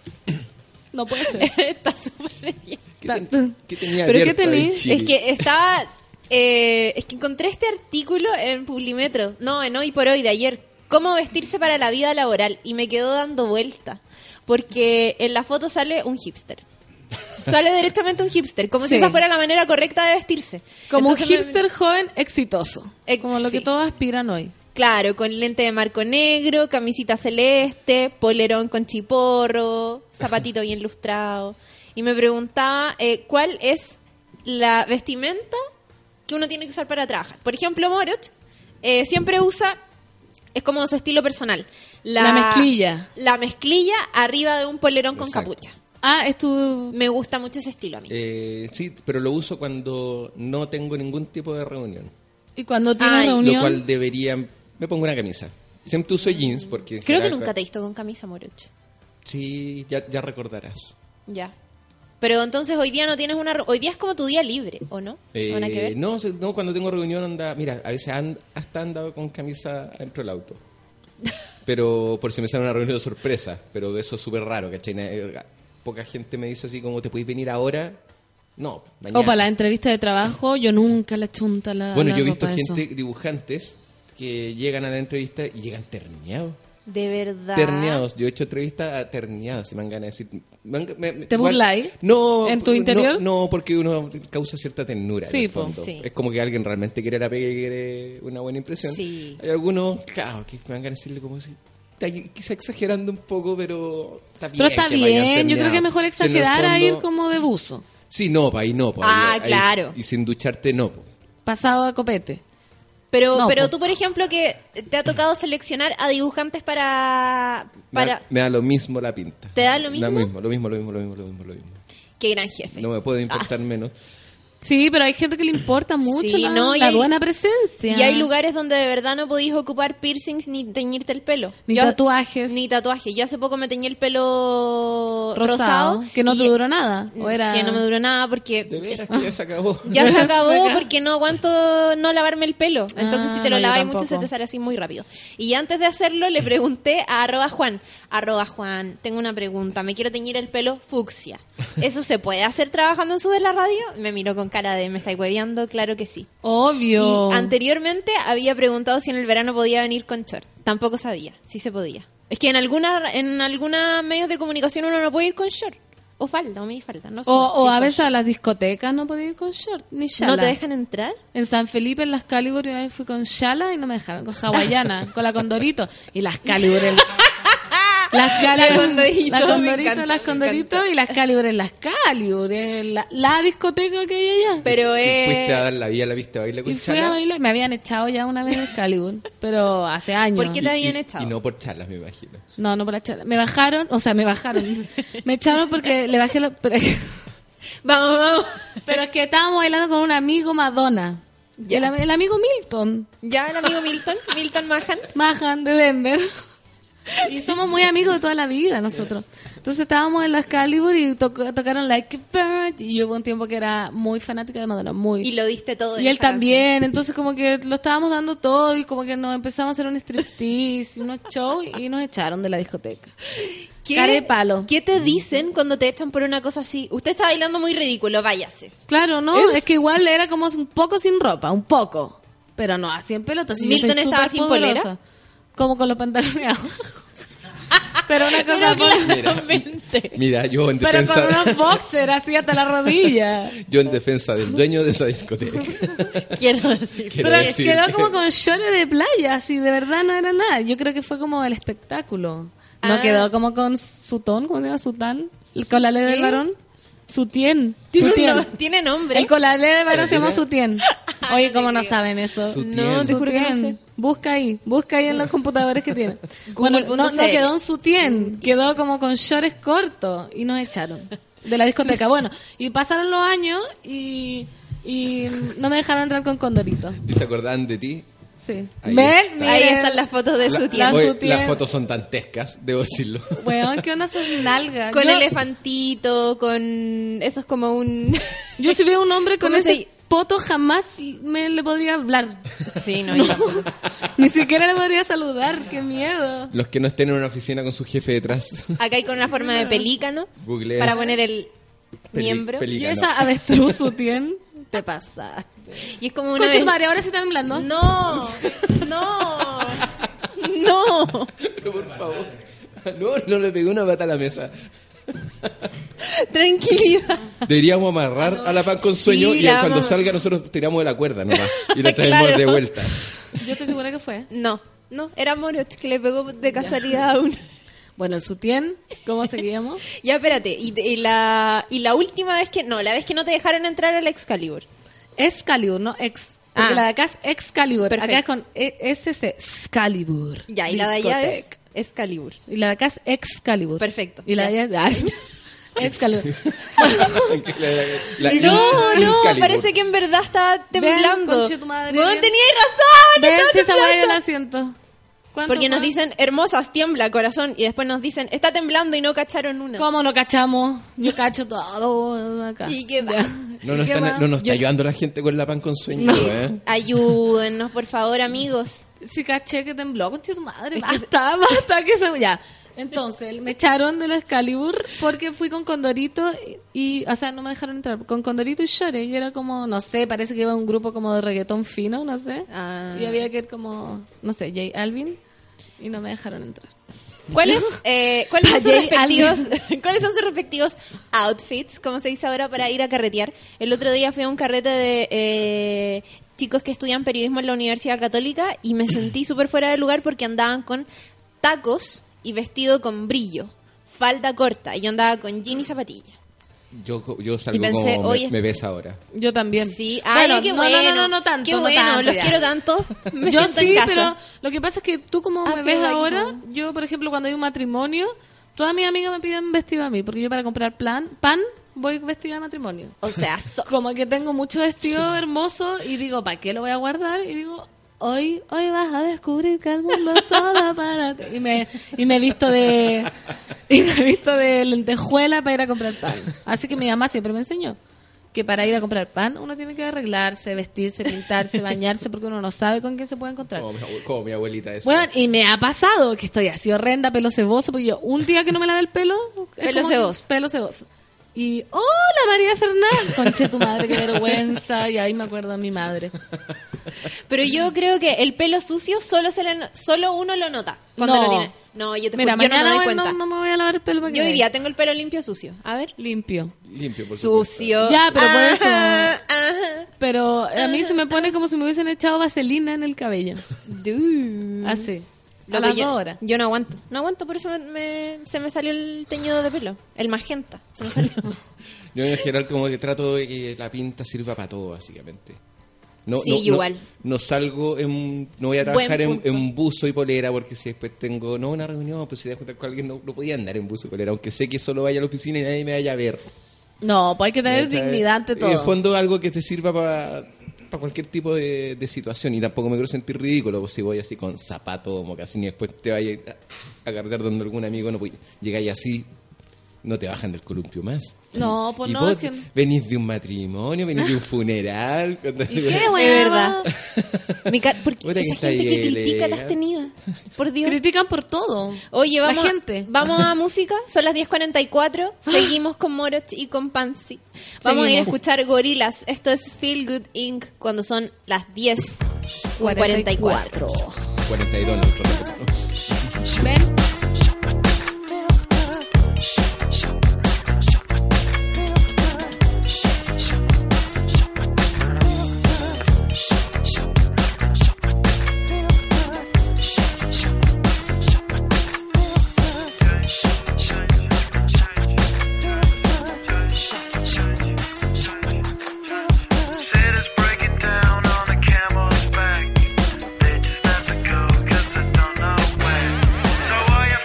Speaker 2: No puede ser.
Speaker 3: Está súper bien.
Speaker 10: ¿Qué,
Speaker 2: Tanto.
Speaker 10: ¿qué tenía
Speaker 2: ¿Pero qué
Speaker 10: abierto ahí
Speaker 2: tenés?
Speaker 10: Chile?
Speaker 3: Es que estaba Eh, es que encontré este artículo en Publimetro, no, en Hoy por Hoy de ayer, cómo vestirse para la vida laboral, y me quedó dando vuelta, porque en la foto sale un hipster. Sale directamente un hipster, como si
Speaker 2: Sí.
Speaker 3: esa fuera la manera correcta de vestirse.
Speaker 2: Como
Speaker 3: Entonces
Speaker 2: un
Speaker 3: me-
Speaker 2: hipster joven exitoso.
Speaker 3: Ex-
Speaker 2: como lo que
Speaker 3: sí.
Speaker 2: todos aspiran hoy.
Speaker 3: Claro, con lente de marco negro, camisita celeste, polerón con chiporro, zapatito bien lustrado. Y me preguntaba eh, cuál es la vestimenta que uno tiene que usar para trabajar. Por ejemplo, Moroch eh, siempre usa, es como su estilo personal.
Speaker 2: La mezclilla.
Speaker 3: La mezclilla arriba de un polerón con
Speaker 10: Exacto.
Speaker 3: capucha.
Speaker 2: Ah, es tu...
Speaker 3: Me gusta mucho ese estilo a mí.
Speaker 10: Eh, sí, pero lo uso cuando no tengo ningún tipo de reunión.
Speaker 2: Y cuando tiene
Speaker 3: Ay.
Speaker 2: reunión...
Speaker 10: Lo cual debería... Me pongo una camisa. Siempre uso jeans porque... en
Speaker 3: Creo que
Speaker 10: general-
Speaker 3: nunca te he visto con camisa, Moroch.
Speaker 10: Sí, ya, ya recordarás.
Speaker 3: Ya. Pero entonces hoy día no tienes una... re- Hoy día es como tu día libre, ¿o no?
Speaker 10: Eh,
Speaker 3: ¿Nada que ver?
Speaker 10: no, se- no, cuando tengo reunión anda... Mira, a veces han, hasta han andado con camisa dentro del auto. Pero por si me sale una reunión de sorpresa. Pero eso es súper raro, ¿cachai? Na- eh, Poca gente me dice así como, ¿te podéis venir ahora? No, mañana.
Speaker 2: O para la entrevista de trabajo, yo nunca la chunta la
Speaker 10: Bueno,
Speaker 2: la
Speaker 10: yo he visto
Speaker 2: ropa de eso.
Speaker 10: gente, dibujantes, que llegan a la entrevista y llegan terneados.
Speaker 3: De verdad.
Speaker 10: Terneados. Yo he hecho entrevistas a terneados, si me han ganado de decir. me han- me- me-
Speaker 2: ¿Te
Speaker 10: igual-
Speaker 2: burláis?
Speaker 10: No.
Speaker 2: ¿En tu
Speaker 10: no,
Speaker 2: interior?
Speaker 10: No, porque uno causa cierta ternura.
Speaker 2: Sí,
Speaker 10: en el
Speaker 2: po.
Speaker 10: fondo.
Speaker 8: Sí.
Speaker 10: Es como que alguien realmente quiere la pega y quiere una buena impresión.
Speaker 3: Sí.
Speaker 10: Hay algunos, claro, que me van a decirle como si. está ahí Quizá exagerando un poco, pero está bien.
Speaker 2: Pero está
Speaker 10: que vayan
Speaker 2: bien, yo creo que es
Speaker 10: terneados.
Speaker 2: mejor
Speaker 10: Si en el
Speaker 2: exagerar a ir
Speaker 10: fondo-
Speaker 2: como de buzo,
Speaker 10: Sí, no, pa, ahí no. pa,
Speaker 3: Ah,
Speaker 10: ahí- ahí-
Speaker 3: claro.
Speaker 10: Y sin ducharte, no. po.
Speaker 2: pasado a copete.
Speaker 3: Pero,
Speaker 2: No,
Speaker 3: pero
Speaker 2: po.
Speaker 3: tú, por ejemplo, que te ha tocado seleccionar a dibujantes para...
Speaker 10: Me da-
Speaker 3: para
Speaker 10: Me da lo mismo la pinta.
Speaker 3: ¿Te da lo mismo?
Speaker 10: Lo mismo, lo mismo, lo mismo, lo mismo, lo mismo. lo mismo.
Speaker 3: Qué gran jefe.
Speaker 10: No me
Speaker 2: Ah.
Speaker 10: puedo importar menos.
Speaker 2: Sí, pero hay gente que le importa mucho
Speaker 3: Sí,
Speaker 2: la,
Speaker 3: no, y
Speaker 2: la
Speaker 3: hay-
Speaker 2: buena presencia.
Speaker 3: Y hay lugares donde de verdad no podéis ocupar piercings ni teñirte el pelo.
Speaker 2: Ni tatuajes.
Speaker 3: Ni tatuajes. Yo hace poco me teñí el pelo
Speaker 2: rosado,
Speaker 3: rosado.
Speaker 2: que no
Speaker 3: y-
Speaker 2: te duró nada. O era...
Speaker 3: Que no me duró nada porque
Speaker 10: De veras que ya se acabó.
Speaker 3: Ya se acabó porque no aguanto no lavarme el pelo. Entonces,
Speaker 2: Ah,
Speaker 3: si te lo
Speaker 2: no, yo
Speaker 3: lavas mucho, se
Speaker 2: tampoco.
Speaker 3: te sale así muy rápido. Y antes de hacerlo, le pregunté a arroba Juan. Arroba Juan, tengo una pregunta. Me quiero teñir el pelo fucsia. ¿Eso se puede hacer trabajando en su de la radio? Me miró con cara de, ¿me estáis hueveando? Claro que sí.
Speaker 2: Obvio.
Speaker 3: Y anteriormente había preguntado si en el verano podía venir con short. Tampoco sabía si se podía. Es que en alguna en alguna medios de comunicación uno no puede ir con short. O falda, o minifalda. No se
Speaker 2: o,
Speaker 3: puede
Speaker 2: o
Speaker 3: ir
Speaker 2: a
Speaker 3: con
Speaker 2: veces a
Speaker 3: short.
Speaker 2: las discotecas no podía ir con short, ni shala.
Speaker 3: ¿No te dejan entrar?
Speaker 2: En San Felipe, en las Calibur, yo una vez fui con Shala y no me dejaron, con hawaiana, con la Condorito. Y las Calibur en- Las Calibur,
Speaker 3: La Condorito,
Speaker 2: la
Speaker 3: me
Speaker 2: Condorito,
Speaker 3: encanta,
Speaker 2: las
Speaker 3: me
Speaker 2: Condorito y las Calibur en las Calibur. en la, la discoteca que hay allá.
Speaker 3: Pero
Speaker 10: Y
Speaker 3: es...
Speaker 10: Fuiste a dar la vía a la vista baila con
Speaker 2: eh, y fui
Speaker 10: chala.
Speaker 2: a bailar, me habían echado ya una vez en Calibur, pero hace años.
Speaker 3: ¿Por qué te
Speaker 10: Y-
Speaker 3: habían
Speaker 10: y-
Speaker 3: echado?
Speaker 10: Y no por charlas, me imagino.
Speaker 2: No, no por la chala. Me bajaron, o sea, me bajaron. Me echaron porque le bajé los... Pero,
Speaker 3: Vamos, vamos.
Speaker 2: pero es que estábamos bailando con un amigo Madonna.
Speaker 3: Ya.
Speaker 2: El, am- el amigo Milton.
Speaker 3: Ya el amigo Milton, Milton Mahan.
Speaker 2: Mahan de Denver. Y somos muy amigos de toda la vida nosotros. Entonces estábamos en las Calibur y tocó- tocaron Like a Bird. Y yo hubo un tiempo que era muy fanática de Madonna, muy...
Speaker 3: Y lo diste todo.
Speaker 2: Y
Speaker 3: en
Speaker 2: él
Speaker 3: esa canción.
Speaker 2: también, entonces como que lo estábamos dando todo y como que nos empezamos a hacer un striptease, unos shows y nos echaron de la discoteca. Cara de palo.
Speaker 3: ¿Qué te dicen cuando te echan por una cosa así? Usted está bailando muy ridículo, váyase.
Speaker 2: Claro, no, es, que igual era como un poco sin ropa, un poco, pero no así en pelotas. y yo
Speaker 3: ¿Milton
Speaker 2: soy
Speaker 3: estaba
Speaker 2: súper
Speaker 3: sin polera?
Speaker 2: poderosa, Como con los pantalones abajo. pero una cosa
Speaker 3: Pero
Speaker 2: poca-
Speaker 3: claramente.
Speaker 10: Mira, yo en
Speaker 2: pero con
Speaker 10: defensa,
Speaker 2: unos boxers así hasta la rodilla.
Speaker 10: yo en defensa del dueño de esa discoteca.
Speaker 3: Quiero decir.
Speaker 10: Quiero
Speaker 2: pero
Speaker 10: decir
Speaker 2: quedó
Speaker 10: que-
Speaker 2: como con shorts de playa, así de verdad no era nada. Yo creo que fue como el espectáculo. No
Speaker 3: Ah.
Speaker 2: quedó como con sutón, ¿cómo se llama sután? El colalé del
Speaker 3: ¿Qué?
Speaker 2: varón. Sutien.
Speaker 3: Tiene,
Speaker 2: Sutien.
Speaker 3: un no- tiene nombre. Ah,
Speaker 2: El colalé de varón se llama
Speaker 10: Mira.
Speaker 2: Sutien. Oye, ¿cómo no saben eso?
Speaker 10: Sutien.
Speaker 2: No, te juro que no
Speaker 3: Sutien.
Speaker 2: sé. Busca ahí, busca ahí en los computadores que tienen. Bueno, no, no
Speaker 3: Google.cl.
Speaker 2: quedó en Sutien, quedó como con shorts cortos y nos echaron de la discoteca. Bueno, y pasaron los años y, y no me dejaron entrar con Condorito.
Speaker 10: ¿Y se acordaban de ti?
Speaker 2: Sí.
Speaker 10: Ahí
Speaker 2: ¿Ven?
Speaker 10: está.
Speaker 3: Ahí
Speaker 2: Miren.
Speaker 3: están las fotos de
Speaker 10: La-
Speaker 3: su tía.
Speaker 2: La
Speaker 10: oye,
Speaker 2: Sutien.
Speaker 10: las fotos son dantescas, debo decirlo.
Speaker 2: Weón, ¿qué onda esas nalgas?
Speaker 3: Con
Speaker 2: yo,
Speaker 3: elefantito, con. Eso es como un.
Speaker 2: Yo si veo un hombre con
Speaker 3: ¿Cómo
Speaker 2: ese
Speaker 3: se-
Speaker 2: poto jamás me le podría hablar.
Speaker 3: Sí, no,
Speaker 2: Ni siquiera le podría saludar, qué miedo.
Speaker 10: Los que no estén en una oficina con su jefe detrás.
Speaker 3: Acá hay con una forma de pelícano.
Speaker 10: Google
Speaker 3: Para
Speaker 10: es-
Speaker 3: poner el
Speaker 10: Peli-
Speaker 3: miembro.
Speaker 10: peli-
Speaker 2: ¿Y
Speaker 10: Diga,
Speaker 2: esa
Speaker 10: no.
Speaker 2: avestruz Sutien? Te pasaste.
Speaker 3: Y es como una
Speaker 2: Concha
Speaker 3: vez...
Speaker 2: tu madre, ahora sí está temblando.
Speaker 3: No, no, no.
Speaker 10: Pero por favor. No, no le pegué una pata a la mesa.
Speaker 3: Tranquilidad.
Speaker 10: Deberíamos amarrar a la pan con
Speaker 3: Ah, Sí,
Speaker 10: sueño y
Speaker 3: la
Speaker 10: cuando
Speaker 3: amamos.
Speaker 10: salga nosotros tiramos de la cuerda nomás y la traemos
Speaker 3: Claro.
Speaker 10: de vuelta.
Speaker 2: Yo estoy segura que fue.
Speaker 3: No, no, era Moroch que le pegó de casualidad a una.
Speaker 2: Bueno, el sutién, ¿cómo seguíamos?
Speaker 3: Ya, espérate. Y, te- y la, y la última vez que... No, la vez que no te dejaron entrar al Excalibur.
Speaker 2: Excalibur, no ex. Porque
Speaker 3: Ah.
Speaker 2: la de acá es Excalibur. Acá
Speaker 3: Perfecto.
Speaker 2: es con E- SC, Excalibur.
Speaker 3: Ya, y la de allá es
Speaker 2: Discotec.
Speaker 3: Excalibur.
Speaker 2: Y la de acá es Excalibur.
Speaker 3: Perfecto,
Speaker 2: Y la de allá es Excalibur.
Speaker 10: La- la-
Speaker 3: No,
Speaker 10: in-
Speaker 3: no,
Speaker 10: Incalibur.
Speaker 3: parece que en verdad estaba temblando.
Speaker 2: conche tu madre,
Speaker 3: Weón,
Speaker 2: ven.
Speaker 3: tenías razón,
Speaker 2: Ven
Speaker 3: estaba
Speaker 2: si esa weá yo
Speaker 3: temblando.
Speaker 2: la siento. ¿Cuánto
Speaker 3: Porque nos
Speaker 2: fue?
Speaker 3: dicen, hermosas, tiembla, corazón. Y después nos dicen, está temblando y no cacharon una.
Speaker 2: ¿Cómo no cachamos? Yo cacho todo acá.
Speaker 3: Y que va.
Speaker 10: No nos,
Speaker 2: ¿Qué
Speaker 10: están-
Speaker 2: más?
Speaker 10: no nos está
Speaker 2: Yo-
Speaker 10: ayudando la gente con la pan con sueño, ¿eh?
Speaker 3: Ayúdennos, por favor, amigos.
Speaker 2: Si caché que tembló, conche su madre.
Speaker 3: Es que se-
Speaker 2: basta, basta que se. Ya. Entonces, me echaron del Excalibur porque fui con Condorito y, y- O sea, no me dejaron entrar. Con Condorito y Shore. Y era como, no sé, parece que iba un grupo como de reggaetón fino, no sé.
Speaker 3: Ah.
Speaker 2: Y había que ir como, no sé, J Alvin. Y no me dejaron entrar.
Speaker 3: ¿Cuáles, eh, ¿cuáles, son sus
Speaker 2: Jay
Speaker 3: respectivos, ¿Cuáles son sus respectivos outfits, como se dice ahora, para ir a carretear? El otro día fui a un carrete de eh, chicos que estudian periodismo en la Universidad Católica y me sentí súper fuera de lugar porque andaban con tacos y vestido con brillo, falda corta, y yo andaba con jean y zapatilla.
Speaker 10: Yo, yo salgo
Speaker 3: Y pensé,
Speaker 10: como
Speaker 3: "Oye,
Speaker 10: me, me ves ahora.
Speaker 2: Yo también.
Speaker 3: Sí, ay,
Speaker 2: Bueno,
Speaker 3: qué
Speaker 2: no,
Speaker 3: bueno.
Speaker 2: No, no, no, no tanto.
Speaker 3: Qué
Speaker 2: no
Speaker 3: bueno,
Speaker 2: tanto,
Speaker 3: los
Speaker 2: ya.
Speaker 3: quiero tanto. Me
Speaker 2: yo
Speaker 3: siento
Speaker 2: sí,
Speaker 3: en casa. Ah,
Speaker 2: pero lo que pasa es que tú como
Speaker 3: I
Speaker 2: me
Speaker 3: feel
Speaker 2: ves
Speaker 3: like
Speaker 2: ahora,
Speaker 3: home.
Speaker 2: yo por ejemplo cuando hay un matrimonio, todas mis amigas me piden vestido a mí, porque yo para comprar plan, pan voy vestida de matrimonio.
Speaker 3: O sea, so-
Speaker 2: Como que tengo mucho vestido hermoso y digo, ¿para qué lo voy a guardar? Y digo, hoy hoy vas a descubrir que el mundo es solo para ti. Y me, y me he visto de y me he visto de lentejuela para ir a comprar pan. Así que mi mamá siempre me enseñó que para ir a comprar pan uno tiene que arreglarse, vestirse, pintarse, bañarse, porque uno no sabe con quién se puede encontrar.
Speaker 10: Como mi, abue- como mi abuelita eso.
Speaker 2: Bueno, y me ha pasado que estoy así horrenda, pelo ceboso, porque yo un día que no me lave el pelo, es
Speaker 3: Pelo
Speaker 2: como que-
Speaker 3: ceboso.
Speaker 2: Pelo ceboso. Y, hola María Fernández, conche tu madre, qué vergüenza, y ahí me acuerdo a mi madre.
Speaker 3: Pero yo creo que el pelo sucio solo se le- solo uno lo nota cuando
Speaker 2: No.
Speaker 3: lo tiene. No, yo te
Speaker 2: Mira,
Speaker 3: juro, yo no me
Speaker 2: mañana
Speaker 3: doy
Speaker 2: voy-
Speaker 3: cuenta.
Speaker 2: no, no me voy a lavar el pelo para que
Speaker 3: yo hoy
Speaker 2: veas.
Speaker 3: día tengo el pelo limpio sucio. A ver.
Speaker 2: limpio.
Speaker 10: Limpio, por
Speaker 3: Sucio. Ah,
Speaker 2: Ya, pero por eso-
Speaker 3: Ajá, ajá.
Speaker 2: Pero a mí se me pone como si me hubiesen echado vaselina en el cabello. Así. A
Speaker 3: Loco,
Speaker 2: las
Speaker 3: yo,
Speaker 2: dos horas.
Speaker 3: yo no aguanto. No aguanto, por eso me- me- se me salió el teñido de pelo. El magenta. Se me salió.
Speaker 10: supuesto. Yo en general como que trato de que la pinta sirva para todo, básicamente. No,
Speaker 3: Sí,
Speaker 10: no-
Speaker 3: igual.
Speaker 10: No, no salgo en... No voy a
Speaker 3: Buen
Speaker 10: trabajar en,
Speaker 3: punto.
Speaker 10: en buzo y polera porque si después tengo... No, una reunión, pues si dejo con alguien no, no podía andar en buzo y polera, aunque sé que solo vaya a la oficina y nadie me vaya a ver.
Speaker 2: No, pues hay que tener
Speaker 10: ¿Cachai?
Speaker 2: dignidad ante
Speaker 10: En el
Speaker 2: todo.
Speaker 10: fondo algo que te sirva para cualquier tipo de, de situación y tampoco me quiero sentir ridículo pues, si voy así con zapato o mocasín y después te vayas a, a cargar donde algún amigo no puede. Llegáis así, no te bajan del columpio más.
Speaker 2: No, pues
Speaker 10: y
Speaker 2: no,
Speaker 10: vos
Speaker 2: es que...
Speaker 10: venís de un matrimonio, venís de un funeral. cuando-
Speaker 2: ¿Qué,
Speaker 3: De verdad.
Speaker 2: verdad.
Speaker 3: Mi ca- porque
Speaker 10: Puta que
Speaker 3: esa
Speaker 10: está
Speaker 3: gente que
Speaker 10: bien,
Speaker 3: critica las
Speaker 10: eh.
Speaker 3: tenidas. Por Dios.
Speaker 2: Critican por todo.
Speaker 3: Oye,
Speaker 2: La
Speaker 3: vamos,
Speaker 2: gente.
Speaker 3: vamos a música. Son las 10.44. Seguimos con Moroch y con Pansy. Vamos a ir a
Speaker 2: Seguimos.
Speaker 3: escuchar Gorilas. Esto es Feel Good Inc. cuando son las 10.44.
Speaker 10: 42 nosotros.
Speaker 2: Ven.
Speaker 4: Said it's breaking down on the camel's back. They just have to go 'cause they don't know when. So I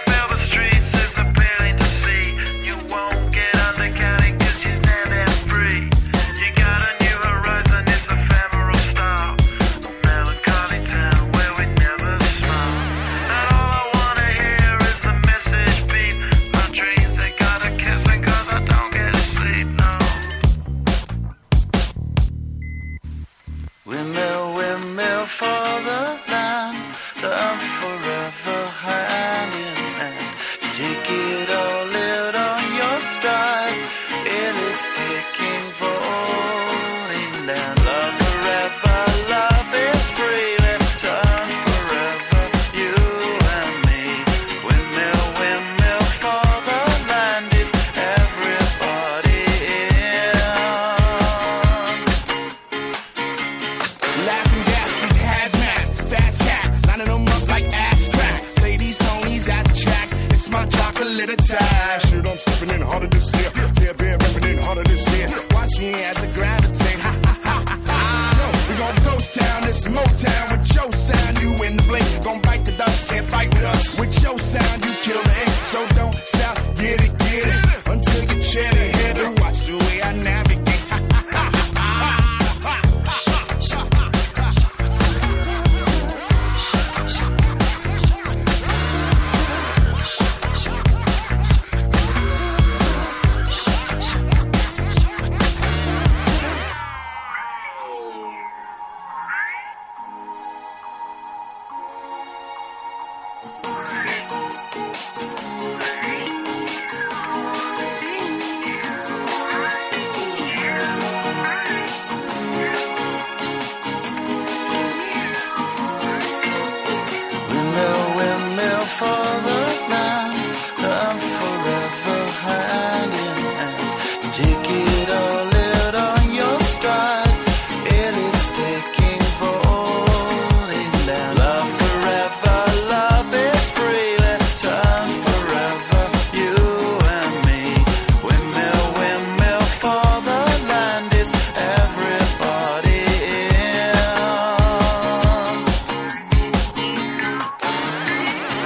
Speaker 11: to the tide. Shoot, I'm stepping in harder this year. Yeah, been ripping in harder this year. Watch me as I gravitate. Ha ha ha ha ha. No, we gon' ghost town, this Motown with your sound. You in the blink, gon' bite the dust, can't fight with us. With your sound, you kill the ink. So don't stop, get it, get it. Until you chin it, hit it. Watch the way I navigate. Ha ha ha ha ha.
Speaker 4: Windmill, windmill for the night. I'm forever hiding. Take it all out on your stride. It is taking falling down. Love forever, love is free. Let's turn forever, you and me. Windmill, windmill for the land. Is everybody in?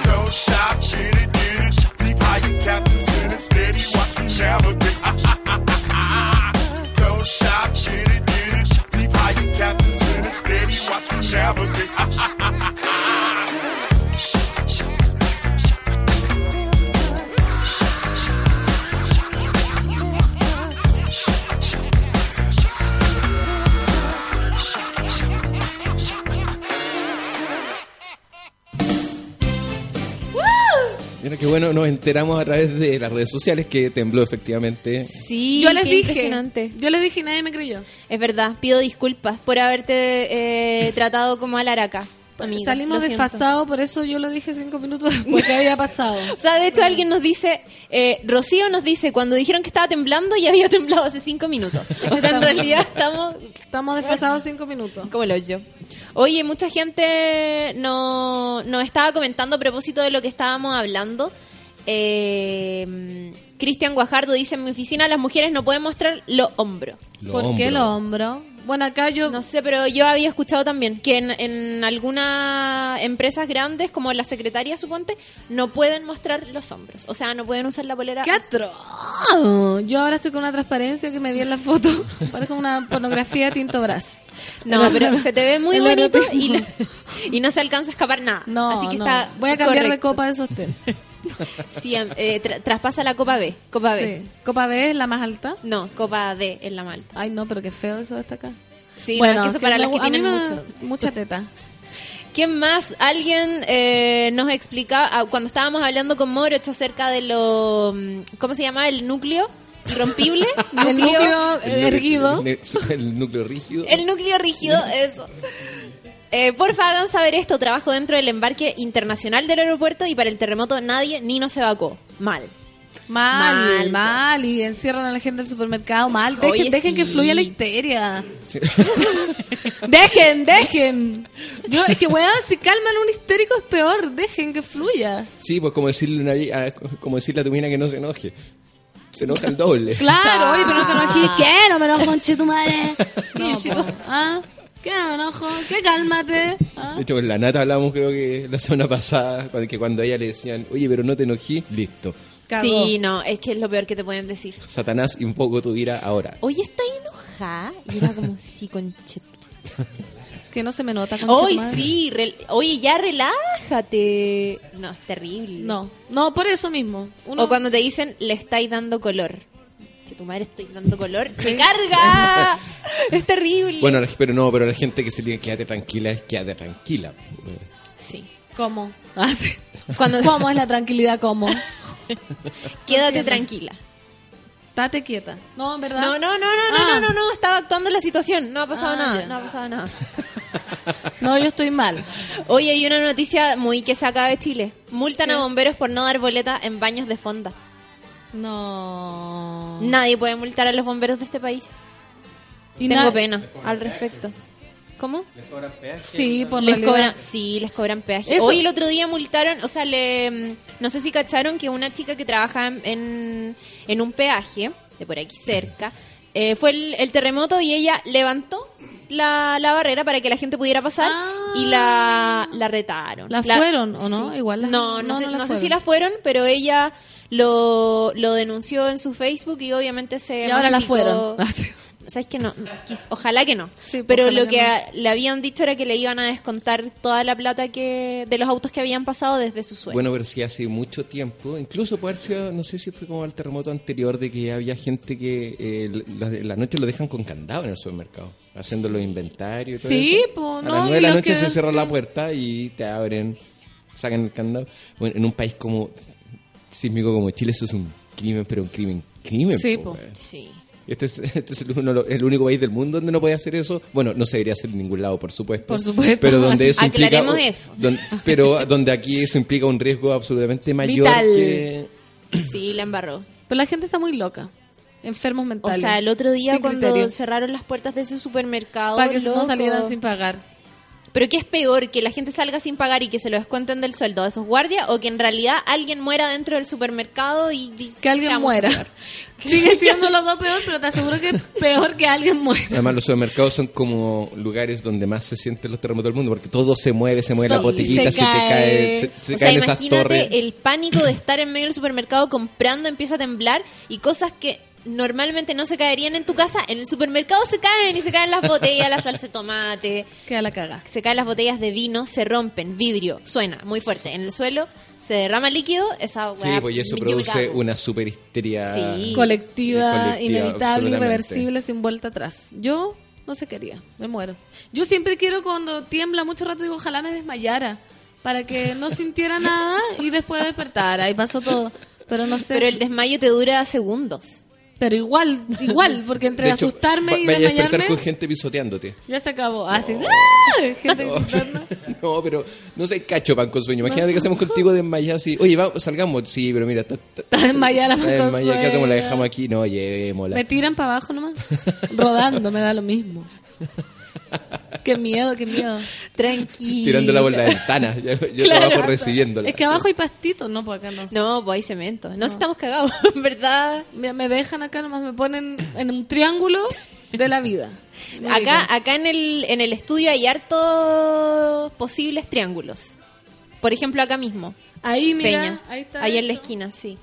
Speaker 11: Don't stop, shit it, get it. Deep higher captains in it, steady, watch me navigate. Ah, ah, ah, ah, ah. Don't stop, shit it, get it. Deep higher captains in it, steady, watch me navigate. Ah, ah, ah, ah, ah.
Speaker 10: Bueno, qué bueno, nos enteramos a través de las redes sociales que tembló efectivamente.
Speaker 3: Sí,
Speaker 2: yo les
Speaker 3: qué
Speaker 2: dije.
Speaker 3: impresionante.
Speaker 2: Yo les dije y nadie me creyó.
Speaker 3: Es verdad, pido disculpas por haberte eh, tratado como al araca, amigo.
Speaker 2: Salimos
Speaker 3: lo siento.
Speaker 2: desfasados, por eso yo lo dije cinco minutos después que había pasado.
Speaker 3: O sea, de hecho alguien nos dice, eh, Rocío nos dice, cuando dijeron que estaba temblando, ya había temblado hace cinco minutos. O sea, en realidad estamos
Speaker 2: Estamos desfasados cinco minutos.
Speaker 3: como el hoyo. Oye, mucha gente no, nos estaba comentando a propósito de lo que estábamos hablando. Eh, Cristian Guajardo dice, en mi oficina las mujeres no pueden mostrar lo hombro.
Speaker 10: Lo
Speaker 2: ¿Por
Speaker 10: hombro.
Speaker 2: qué lo hombro? Bueno, acá yo...
Speaker 3: No sé, pero yo había escuchado también que en, en algunas empresas grandes, como la secretaria, suponte, no pueden mostrar los hombros. O sea, no pueden usar la polera.
Speaker 2: ¡Qué atroz! Yo ahora estoy con una transparencia que me vi en la foto. Parece como una pornografía de tinto brass.
Speaker 3: No, pero se te ve muy
Speaker 2: El
Speaker 3: bonito
Speaker 2: erotismo.
Speaker 3: y no, y no se alcanza a escapar nada.
Speaker 2: No,
Speaker 3: Así que
Speaker 2: no.
Speaker 3: está
Speaker 2: Voy a cambiar de
Speaker 3: correcto.
Speaker 2: copa de sostén.
Speaker 3: Sí, em, eh, tra- traspasa la copa B. Copa B.
Speaker 2: Sí. Copa B es la más alta.
Speaker 3: No, copa D en la malta.
Speaker 2: Ay, no, pero qué feo eso está acá.
Speaker 3: Sí, no, que eso para
Speaker 2: me
Speaker 3: las que
Speaker 2: gu- a mí
Speaker 3: tienen
Speaker 2: me-
Speaker 3: mucho.
Speaker 2: Mucha teta.
Speaker 3: ¿Quién más? Alguien eh, nos explicaba, ah, cuando estábamos hablando con Morocho acerca de lo, mm, ¿cómo se llama? El núcleo irrompible.
Speaker 2: El núcleo eh, erguido.
Speaker 10: El, el núcleo rígido.
Speaker 3: El núcleo rígido, eso. Eh, porfa, hagan saber esto. Trabajo dentro del embarque internacional del aeropuerto y para el terremoto nadie ni nos evacuó. Mal. Mal,
Speaker 2: Mal,
Speaker 3: po.
Speaker 2: mal. Y encierran a la gente del supermercado. Mal. Dejen,
Speaker 3: Oye,
Speaker 2: dejen que
Speaker 3: sí.
Speaker 2: fluya la histeria.
Speaker 10: Sí.
Speaker 2: Dejen, dejen. Yo, es que, weón, si calman un histérico es peor. Dejen que fluya.
Speaker 10: Sí, pues como decirle, una, vi- a- como decirle a tu mina que no se enoje. Se enoja el doble.
Speaker 2: Claro, oye, pero no te enojes. ¿Qué? No me enojo, conche tu madre. No, po. ¿Ah? ¿Qué no me enojo? ¿Qué cálmate? ¿Ah?
Speaker 10: De hecho, con la nata hablamos creo que la semana pasada, cuando- que cuando a ella le decían, oye, pero no te enojí, listo.
Speaker 2: Cagó.
Speaker 3: Sí, no, es que es lo peor que te pueden decir.
Speaker 10: Satanás invoco tu ira ahora.
Speaker 3: Oye, está enojada. Y era como, sí, conchet.
Speaker 2: Que no se me nota, conche tu
Speaker 3: Hoy
Speaker 2: madre.
Speaker 3: sí, rel- oye, ya relájate. No, es terrible.
Speaker 2: No, no, por eso mismo. Uno-
Speaker 3: O cuando te dicen, le estáis dando color. Che, tu madre estoy dando color. ¡Se carga! es terrible.
Speaker 10: Bueno, la- pero no, pero la gente que se dice quédate tranquila es quédate tranquila. Eh,
Speaker 3: Sí.
Speaker 2: ¿Cómo? Ah, sí.
Speaker 3: Cuando-
Speaker 2: ¿Cómo es la tranquilidad? ¿Cómo?
Speaker 3: Quédate tranquila.
Speaker 2: Estate quieta. No, en verdad.
Speaker 3: No, no, no, no, no, no,
Speaker 2: Ah.
Speaker 3: no, no, estaba actuando la situación, no ha pasado
Speaker 2: Ah,
Speaker 3: nada,
Speaker 2: ya.
Speaker 3: no ha pasado nada.
Speaker 2: No, yo estoy mal.
Speaker 3: Oye, hay una noticia muy que se acaba de Chile. Multan a bomberos por no dar boleta en baños de fonda.
Speaker 2: No.
Speaker 3: Nadie puede multar a los bomberos de este país.
Speaker 2: Y
Speaker 3: Tengo
Speaker 2: na-
Speaker 3: pena al respecto.
Speaker 2: ¿Cómo?
Speaker 6: Les cobran peaje.
Speaker 2: Sí, por
Speaker 3: les
Speaker 2: realidad.
Speaker 3: cobran, sí, les cobran peaje.
Speaker 2: Eso.
Speaker 3: Hoy el otro día multaron, o sea, le, mm, no sé si cacharon que una chica que trabajaba en- en, en un peaje, de por aquí cerca, eh, fue el, el terremoto y ella levantó la, la barrera para que la gente pudiera pasar y la, la retaron.
Speaker 2: Ah. ¿La fueron o no? Igual la-
Speaker 3: no, no,
Speaker 2: no,
Speaker 3: sé,
Speaker 2: no la
Speaker 3: no sé si
Speaker 2: fueron.
Speaker 3: la fueron, pero ella lo, lo denunció en su Facebook y obviamente se...
Speaker 2: Y ahora la
Speaker 3: masificó.
Speaker 2: fueron.
Speaker 3: ¿Sabes que no? quis- Ojalá que no.
Speaker 2: Sí, pues,
Speaker 3: Pero
Speaker 2: ojalá
Speaker 3: lo que,
Speaker 2: que no.
Speaker 3: a- le habían dicho era que le iban a descontar toda la plata que de los autos que habían pasado desde su sueldo.
Speaker 10: Bueno, pero sí hace mucho tiempo, incluso puede haber sido, no sé si fue como el terremoto anterior, de que había gente que eh, la, la noche lo dejan con candado en el supermercado, haciendo los inventarios y todo
Speaker 2: Sí,
Speaker 10: eso.
Speaker 2: po,
Speaker 10: A
Speaker 2: no,
Speaker 10: las nueve de
Speaker 2: y
Speaker 10: la
Speaker 2: los
Speaker 10: noche
Speaker 2: que
Speaker 10: se cierra
Speaker 2: hacen-
Speaker 10: la puerta y te abren, sacan el candado. Bueno, en un país como sísmico como Chile eso es un crimen, pero un crimen, crimen.
Speaker 2: Sí,
Speaker 10: po,
Speaker 2: po.
Speaker 10: weón.
Speaker 3: Sí.
Speaker 10: Este es, este es el, uno- el único país del mundo donde no puede hacer eso. Bueno, no se debería hacer en ningún lado, por supuesto.
Speaker 2: Por supuesto.
Speaker 10: Pero donde eso implica.
Speaker 3: Aclaremos eso.
Speaker 10: don- pero donde aquí eso implica un riesgo absolutamente mayor
Speaker 3: Vital.
Speaker 10: que.
Speaker 3: Sí, la embarró.
Speaker 2: Pero la gente está muy loca. Enfermos
Speaker 3: O
Speaker 2: mentales.
Speaker 3: sea, el otro día
Speaker 2: Sin
Speaker 3: cuando
Speaker 2: criterio.
Speaker 3: cerraron las puertas de ese supermercado.
Speaker 2: Para que no
Speaker 3: loco.
Speaker 2: salieran sin pagar.
Speaker 3: Pero ¿qué es peor? ¿Que la gente salga sin pagar y que se lo descuenten del sueldo a esos guardias? ¿O que en realidad alguien muera dentro del supermercado y. y
Speaker 2: Que alguien
Speaker 3: sea mucho
Speaker 2: muera.
Speaker 3: peor?
Speaker 2: Sigue siendo los dos peor, pero te aseguro que es peor que alguien muera.
Speaker 10: Además, los supermercados son como lugares donde más se sienten los terremotos del mundo, porque todo se mueve, se mueve la
Speaker 2: Sí,
Speaker 10: botellita,
Speaker 2: se
Speaker 10: se, te
Speaker 2: cae.
Speaker 10: cae, se, se
Speaker 3: o sea,
Speaker 10: caen esas
Speaker 3: imagínate
Speaker 10: torres.
Speaker 3: el pánico de estar en medio del supermercado comprando, empieza a temblar y cosas que normalmente no se caerían en tu casa, en el supermercado se caen y se caen las botellas, la salsa de tomate,
Speaker 2: Queda la caga.
Speaker 3: se caen las botellas de vino, se rompen, vidrio, suena muy fuerte en el suelo, se derrama líquido, esa
Speaker 10: Sí,
Speaker 3: weá,
Speaker 10: pues y eso
Speaker 3: yo me
Speaker 10: produce
Speaker 3: cago.
Speaker 10: una super histeria
Speaker 3: Sí.
Speaker 2: Colectiva,
Speaker 10: Colectiva,
Speaker 2: inevitable,
Speaker 10: absolutamente.
Speaker 2: irreversible, sin vuelta atrás. Yo no sé qué haría. Me muero. Yo siempre quiero cuando tiembla mucho rato, digo, ojalá me desmayara. Para que no sintiera nada y después despertara. Y pasó todo. Pero no sé.
Speaker 3: Pero el desmayo te dura segundos.
Speaker 2: Pero igual, igual, porque
Speaker 10: De
Speaker 2: entre
Speaker 10: hecho,
Speaker 2: asustarme
Speaker 10: va-
Speaker 2: y
Speaker 10: vaya a despertar
Speaker 2: desmayarme,
Speaker 10: con gente pisoteándote.
Speaker 2: ya se acabó. Así, ¡ah! Gente gritando.
Speaker 10: No, pero no sé, cacho pan con sueño. Imagínate que hacemos contigo desmayada así. Oye, vamos, salgamos. Sí, pero mira, está, está-
Speaker 2: Está desmayada la
Speaker 10: está
Speaker 2: Pan con
Speaker 10: desmayada. ¿Qué hacemos? La
Speaker 2: sueño.
Speaker 10: dejamos aquí. No, llevémosla.
Speaker 2: Me tiran para abajo nomás. Rodando, me da lo mismo. Qué miedo, qué miedo.
Speaker 3: Tranquilo.
Speaker 10: Tirándola por la ventana. Yo, yo trabajo recibiéndola.
Speaker 2: Es que abajo hay pastito, no, por acá no.
Speaker 3: No, pues hay cemento. No, si estamos cagados, en verdad.
Speaker 2: Me, me dejan acá nomás, me ponen en un triángulo de la vida. Me
Speaker 3: Acá,
Speaker 2: digan,
Speaker 3: acá en el, en el estudio hay hartos posibles triángulos. Por ejemplo, acá mismo.
Speaker 2: ahí mira,
Speaker 3: Peña.
Speaker 2: ahí
Speaker 3: Ahí,
Speaker 2: está.
Speaker 3: en la
Speaker 2: hecho.
Speaker 3: esquina, sí.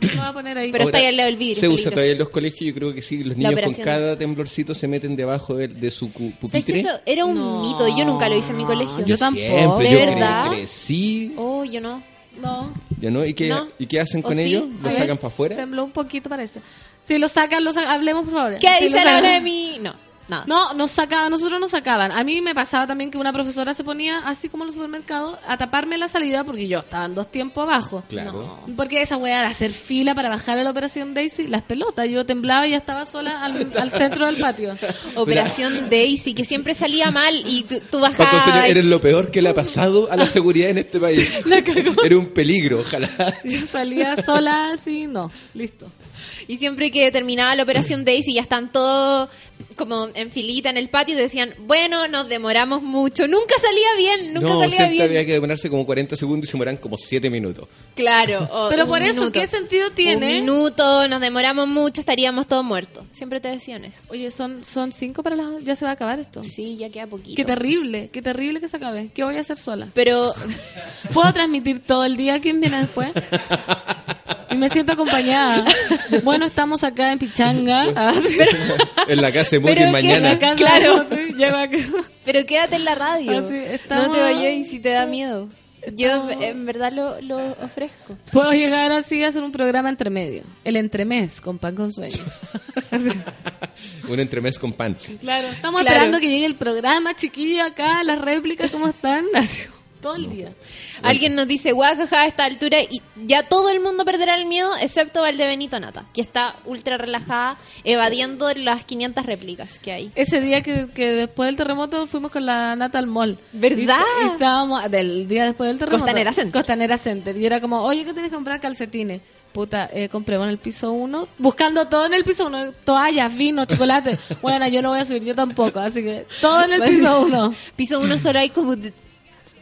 Speaker 2: Me voy a poner ahí.
Speaker 3: Pero está ahí al lado del vidrio,
Speaker 10: Se
Speaker 3: es
Speaker 10: usa
Speaker 3: peligroso.
Speaker 10: todavía en los colegios. Yo creo que sí. Los niños con
Speaker 3: operación.
Speaker 10: cada temblorcito se meten debajo de, de su cu-
Speaker 3: ¿Sabes que
Speaker 10: pupitre.
Speaker 3: eso era un mito? Yo nunca lo hice en mi colegio.
Speaker 2: Yo tampoco.
Speaker 10: Siempre,
Speaker 3: ¿De
Speaker 10: yo
Speaker 3: verdad?
Speaker 10: cre- crecí.
Speaker 3: Oh, yo no.
Speaker 2: No,
Speaker 10: Ya no. ¿Y qué,
Speaker 3: No.
Speaker 10: ¿y qué hacen
Speaker 3: ¿O
Speaker 10: con
Speaker 3: sí?
Speaker 10: ellos?
Speaker 3: A
Speaker 10: ¿Lo
Speaker 2: ver,
Speaker 10: sacan para afuera?
Speaker 2: Tembló un poquito, parece. Si lo sacan, lo sacan. Hablemos, por favor.
Speaker 3: ¿Qué
Speaker 2: Si
Speaker 3: dice
Speaker 2: lo
Speaker 3: la
Speaker 2: sacan-
Speaker 3: hora de mí? No, nada.
Speaker 2: No, nos sacaba, nosotros nos sacaban. A mí me pasaba también que una profesora se ponía, así como en los supermercados, a taparme la salida porque yo estaba en dos tiempos abajo.
Speaker 10: Claro.
Speaker 2: Porque esa weá de hacer fila para bajar a la operación Daisy, las pelotas. Yo temblaba y ya estaba sola al, al centro del patio.
Speaker 3: Operación Daisy, que siempre salía mal y tú, tú
Speaker 10: Paco,
Speaker 3: bajabas.
Speaker 10: señor, eres lo peor que le ha pasado a la seguridad en este país. Era un peligro, ojalá.
Speaker 2: Yo salía sola así, no, listo.
Speaker 3: Y siempre que terminaba la operación Daisy, ya están todos como en filita en el patio y te decían, bueno, nos demoramos mucho. Nunca salía bien, nunca
Speaker 10: no,
Speaker 3: salía
Speaker 10: siempre
Speaker 3: bien.
Speaker 10: había que demorarse como 40 segundos y se demoran como 7 minutos.
Speaker 3: Claro. o
Speaker 2: Pero
Speaker 3: un
Speaker 2: por eso,
Speaker 3: minuto.
Speaker 2: ¿qué sentido tiene?
Speaker 3: Un minuto, nos demoramos mucho, estaríamos todos muertos. Siempre te decían eso.
Speaker 2: Oye, son, son cinco para las... Ya se va a acabar esto.
Speaker 3: Sí, ya queda poquito.
Speaker 2: Qué terrible, qué terrible que se acabe. ¿Qué voy a hacer sola?
Speaker 3: Pero
Speaker 2: Puedo transmitir todo el día quién viene después. Y me siento acompañada. Bueno, estamos acá en Pichanga. Ah, sí.
Speaker 10: En la casa de Muri
Speaker 3: Pero que-
Speaker 10: mañana.
Speaker 2: Acá,
Speaker 3: Claro.
Speaker 2: sí, llego acá.
Speaker 3: pero quédate en la radio.
Speaker 2: Así, Ah, estamos-
Speaker 3: No te vayas y si te da miedo. Yo
Speaker 2: Estamos-
Speaker 3: en verdad lo, lo ofrezco.
Speaker 2: Puedo llegar así a hacer un programa entre medio. El entremés con pan con sueño. Así.
Speaker 10: Un entremés con pan.
Speaker 2: Claro. Estamos
Speaker 3: Claro.
Speaker 2: esperando que llegue el programa, chiquillo, acá, las réplicas, ¿cómo están? Así, todo el día.
Speaker 3: Alguien nos dice, guajaja, a esta altura y ya todo el mundo perderá el miedo, excepto Valdebenito Nata, que está ultra relajada, evadiendo las 500 réplicas que hay.
Speaker 2: Ese día que, que después del terremoto fuimos con la Nata al mall.
Speaker 3: ¿Verdad?
Speaker 2: Y, y estábamos, del día después del terremoto.
Speaker 3: Costanera Center.
Speaker 2: Costanera Center. Y era como, oye, ¿qué tienes que comprar? Calcetines. puta, eh, compré en el piso uno, buscando todo en el piso uno, toallas, vino, chocolate. Bueno, yo no voy a subir, yo tampoco, así que todo en el
Speaker 3: Pues
Speaker 2: piso uno.
Speaker 3: Piso uno solo hay como...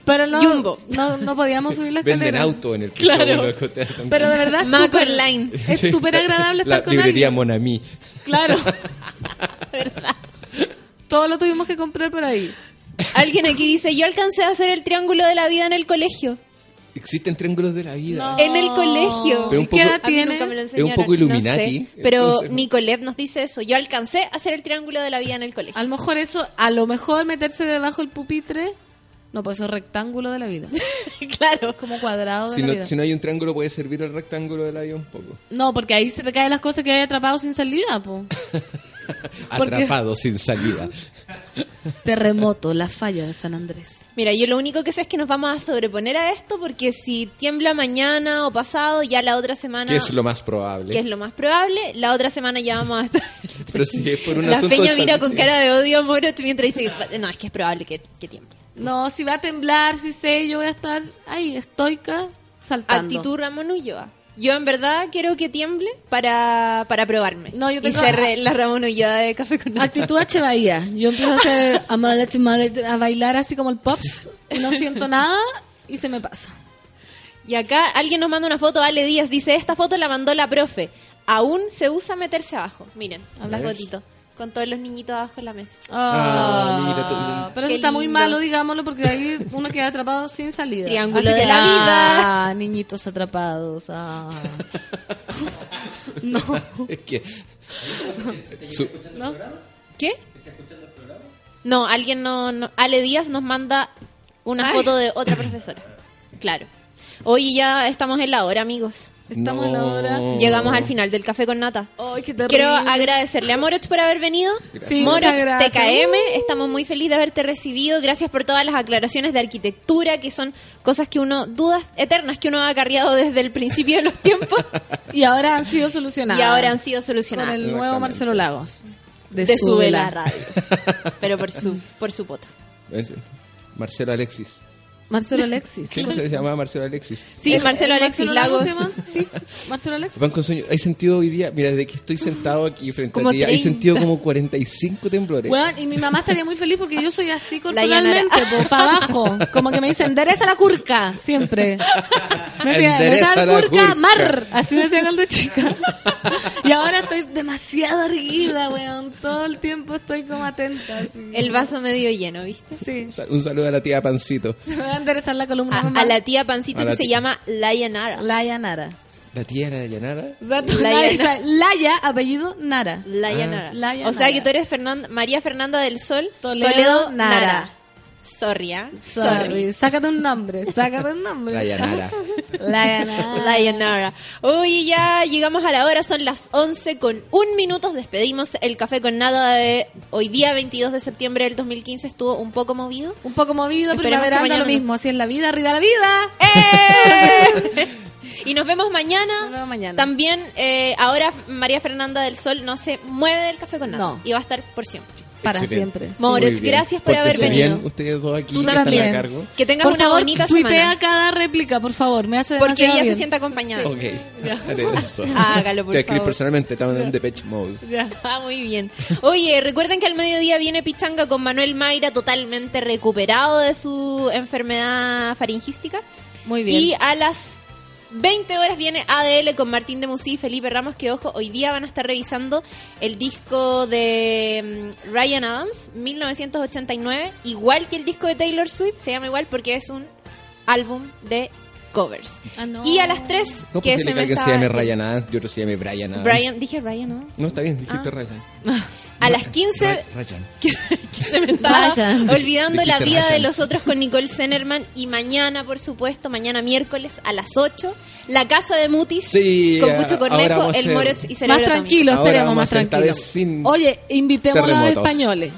Speaker 2: Pero no,
Speaker 3: Jumbo.
Speaker 2: no, no podíamos subir la escalera.
Speaker 10: Venden auto en el piso.
Speaker 2: Claro.
Speaker 10: uno de Coteas también.
Speaker 2: Pero de verdad es
Speaker 3: Maco
Speaker 2: súper-
Speaker 3: Online.
Speaker 2: Es
Speaker 10: Sí.
Speaker 2: súper agradable
Speaker 10: La
Speaker 2: estar con
Speaker 10: librería
Speaker 2: alguien.
Speaker 10: Monami.
Speaker 2: Claro. Todo lo tuvimos que comprar por ahí.
Speaker 3: Alguien aquí dice, yo alcancé a hacer el triángulo de la vida en el colegio.
Speaker 10: Existen triángulos de la vida.
Speaker 3: En el colegio.
Speaker 10: Pero un
Speaker 2: ¿Y
Speaker 10: poco-
Speaker 2: ¿Qué edad
Speaker 3: A mí
Speaker 2: tiene?
Speaker 3: nunca me lo
Speaker 10: Es un
Speaker 3: enseñaron.
Speaker 10: poco
Speaker 3: no
Speaker 10: Illuminati,
Speaker 3: sé. pero
Speaker 10: entonces-
Speaker 3: Nicolet nos dice eso. Yo alcancé a hacer el triángulo de la vida en el colegio.
Speaker 2: A lo mejor eso, a lo mejor meterse debajo del pupitre, no, pues eso es rectángulo de la vida.
Speaker 3: claro.
Speaker 2: Como cuadrado de
Speaker 10: Si
Speaker 2: la
Speaker 10: no,
Speaker 2: vida.
Speaker 10: si no hay un triángulo, puede servir el rectángulo de la vida un poco.
Speaker 2: No, porque ahí se te caen las cosas que hay atrapado sin salida, po. Porque-
Speaker 10: Atrapado sin salida.
Speaker 2: Terremoto, la falla de San Andrés.
Speaker 3: Ah, Mira, yo lo único que sé es que nos vamos a sobreponer a esto porque si tiembla mañana o pasado, ya la otra semana...
Speaker 10: Que es lo más probable.
Speaker 3: que es lo más probable, la otra semana ya vamos a estar...
Speaker 10: Pero si es por un
Speaker 3: la
Speaker 10: asunto.
Speaker 3: Peña mira con
Speaker 10: estadístico.
Speaker 3: cara de odio a Moroch mientras dice, no, es que es probable que, que tiemble.
Speaker 2: No, si va a temblar, si sé, yo voy a estar ahí, estoica, saltando.
Speaker 3: Actitud Ramón Ulloa. Yo en verdad quiero que tiemble para, para probarme.
Speaker 2: No, yo tengo-
Speaker 3: Y ser re- la Ramón Ulloa de Café con Nata.
Speaker 2: Actitud H. Bahía. Yo empiezo a hacer a, malete, malete, a bailar así como el pops, y no siento nada y se me pasa.
Speaker 3: Y acá alguien nos manda una foto, Ale Díaz, dice, esta foto la mandó la profe. Aún se usa meterse abajo. Miren, hablas
Speaker 10: ¿Ves?
Speaker 3: gotito. Con todos los niñitos abajo en la mesa.
Speaker 10: Ah, mira tú.
Speaker 2: Pero
Speaker 3: Qué
Speaker 2: eso está muy
Speaker 3: lindo.
Speaker 2: malo, digámoslo, porque ahí uno queda atrapado sin salida.
Speaker 3: Triángulo
Speaker 2: Así
Speaker 3: de
Speaker 2: que,
Speaker 3: la
Speaker 2: ah, niñitos atrapados. Ah.
Speaker 3: No.
Speaker 10: Es que. Su-
Speaker 3: ¿Qué? No, alguien no, no- Ale Díaz nos manda una foto de otra profesora. Claro. Hoy ya estamos en la hora, amigos.
Speaker 2: Estamos en
Speaker 10: No.
Speaker 2: la hora.
Speaker 10: Oh.
Speaker 3: Llegamos al final del café con nata.
Speaker 2: Ay, qué terrible.
Speaker 3: Quiero agradecerle a Moroch por haber venido.
Speaker 2: Sí,
Speaker 3: Moroch
Speaker 2: muchas gracias.
Speaker 3: TKM, estamos muy felices de haberte recibido. Gracias por todas las aclaraciones de arquitectura, que son cosas que uno, dudas eternas que uno ha acarreado desde el principio de los tiempos
Speaker 2: Y ahora han sido solucionadas.
Speaker 3: y ahora han sido
Speaker 2: Con
Speaker 3: solucionadas.
Speaker 2: el nuevo
Speaker 10: Exactamente.
Speaker 2: Marcelo Lagos. De,
Speaker 3: De
Speaker 2: su
Speaker 3: sube
Speaker 2: vela.
Speaker 3: la radio. Pero por su, por su voto.
Speaker 10: es- Marcelo Alexis.
Speaker 2: Marcelo Alexis.
Speaker 10: ¿Qué se llamaba Marcelo Alexis?
Speaker 3: Sí,
Speaker 2: ¿El-
Speaker 3: Marcelo
Speaker 2: el
Speaker 3: Alexis Lagos.
Speaker 2: Lagos se llama? Sí, Marcelo Alexis.
Speaker 10: Van con sueño. Hay sentido hoy día. Mira, desde que estoy sentado aquí frente
Speaker 3: Como
Speaker 10: a ti, hay
Speaker 3: 30.
Speaker 10: sentido como 45 temblores.
Speaker 2: Weón, y mi mamá estaría muy feliz porque yo soy así
Speaker 3: La llanara.
Speaker 2: corporalmente, para abajo. Como que me dice, endereza la curca, siempre. Me decía,
Speaker 10: Endereza
Speaker 2: endereza la
Speaker 10: la
Speaker 2: curca,
Speaker 10: curca".
Speaker 2: mar. Así me decía cuando chica. Y ahora estoy demasiado erguida, weón. Todo el tiempo estoy como atenta. Así.
Speaker 3: El vaso medio lleno, ¿viste?
Speaker 2: Sí.
Speaker 10: Sa- Un saludo a la tía Pancito.
Speaker 2: Se me va a enderezar la columna.
Speaker 3: A,
Speaker 2: mamá.
Speaker 3: a la tía Pancito
Speaker 10: A la
Speaker 3: que se
Speaker 10: tía.
Speaker 3: llama Layanara.
Speaker 2: Laia Nara.
Speaker 10: ¿La tía era de Llanara?
Speaker 2: O sea, tú-
Speaker 3: Laia
Speaker 2: Laia,
Speaker 3: Nara.
Speaker 2: Laia, apellido Nara.
Speaker 3: Layanara.
Speaker 2: Ah. Layanara.
Speaker 3: O sea que tú eres Fernan- María Fernanda del Sol
Speaker 2: Toledo
Speaker 3: Toledo,
Speaker 2: Nara.
Speaker 3: Nara. Sorry, ¿ah? Sorry.
Speaker 2: Sorry. Sácate un nombre, sácate un nombre.
Speaker 10: La Llanara.
Speaker 2: Laia Nara.
Speaker 3: Layanara. Hoy ya llegamos a la hora, son las 11 con un minuto. Despedimos el café con nada de hoy día, 22 de septiembre del 2015. Estuvo un poco movido.
Speaker 2: Un poco movido,
Speaker 3: Esperemos que
Speaker 2: primaveral, da lo
Speaker 3: mañana no.
Speaker 2: mismo. Así es la vida, arriba la vida.
Speaker 3: ¡Eh! y nos vemos mañana.
Speaker 2: Nos vemos mañana.
Speaker 3: También, eh, ahora María Fernanda del Sol no se mueve del café con nada.
Speaker 2: No.
Speaker 3: Y va a estar por siempre.
Speaker 2: Para
Speaker 10: Excelente.
Speaker 2: siempre.
Speaker 10: Muy
Speaker 3: Moritz,
Speaker 10: bien.
Speaker 3: gracias por haber
Speaker 10: Pórtense
Speaker 3: venido.
Speaker 10: bien ustedes dos aquí.
Speaker 2: Tú
Speaker 10: que están
Speaker 2: también.
Speaker 10: a cargo.
Speaker 3: Que tengas
Speaker 2: Por
Speaker 3: una
Speaker 2: favor,
Speaker 3: bonita
Speaker 2: tuitea
Speaker 3: semana.
Speaker 2: cada réplica, por favor. Me hace
Speaker 3: Porque
Speaker 2: demasiado
Speaker 3: ella se
Speaker 2: bien.
Speaker 3: siente acompañada.
Speaker 10: Ok. Haré eso.
Speaker 3: Hágalo, Ah, por
Speaker 10: Te escribí
Speaker 3: favor.
Speaker 10: personalmente, estaban en Depeche Mode.
Speaker 3: Ah, muy bien. Oye, recuerden que al mediodía viene Pichanga con Manuel Mayra totalmente recuperado de su enfermedad faringística.
Speaker 2: Muy bien.
Speaker 3: Y a las 20 horas viene ADL con Martín de Musí y Felipe Ramos, que ojo, hoy día van a estar revisando el disco de mm, Ryan Adams, 1989, igual que el disco de Taylor Swift, se llama igual porque es un álbum de covers.
Speaker 2: Ah, no.
Speaker 3: Y a las 3,
Speaker 10: ¿Cómo
Speaker 3: que se
Speaker 10: es posible que
Speaker 3: me
Speaker 10: alguien se
Speaker 3: estaba-
Speaker 10: llame Ryan Adams y otro se llame Brian Adams?
Speaker 3: Brian, dije Ryan Adams.
Speaker 10: No, está bien, dijiste Ryan.
Speaker 3: A las 15
Speaker 10: Ra- Ryan.
Speaker 3: se me estaba
Speaker 2: Vayan.
Speaker 3: olvidando la
Speaker 10: Dijiste
Speaker 3: vida de
Speaker 10: vayan.
Speaker 3: los otros con Nicole Zenerman y mañana, por supuesto, mañana miércoles a las 8, la casa de Mutis
Speaker 10: Sí,
Speaker 3: con
Speaker 10: eh,
Speaker 3: Pucho
Speaker 10: ahora
Speaker 3: Cornejo,
Speaker 10: vamos a
Speaker 3: el
Speaker 10: hacer-
Speaker 3: Moroch y Cerebro
Speaker 2: más
Speaker 3: Atómico.
Speaker 2: tranquilo,
Speaker 10: Ahora
Speaker 2: esperemos,
Speaker 10: vamos a
Speaker 2: más
Speaker 10: hacer esta
Speaker 2: tranquilo.
Speaker 10: vez sin
Speaker 2: Oye, invitemos a los
Speaker 10: terremotos.
Speaker 2: españoles.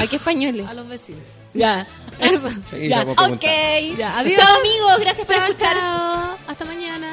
Speaker 3: ¿A qué españoles?
Speaker 2: A los vecinos. Ya. Eso.
Speaker 10: Sí,
Speaker 2: ya.
Speaker 10: vamos a
Speaker 3: Ok.
Speaker 10: preguntar.
Speaker 2: Ya, adiós.
Speaker 3: Chao amigos, gracias por
Speaker 2: Chao,
Speaker 3: escuchar.
Speaker 2: chao. Hasta mañana.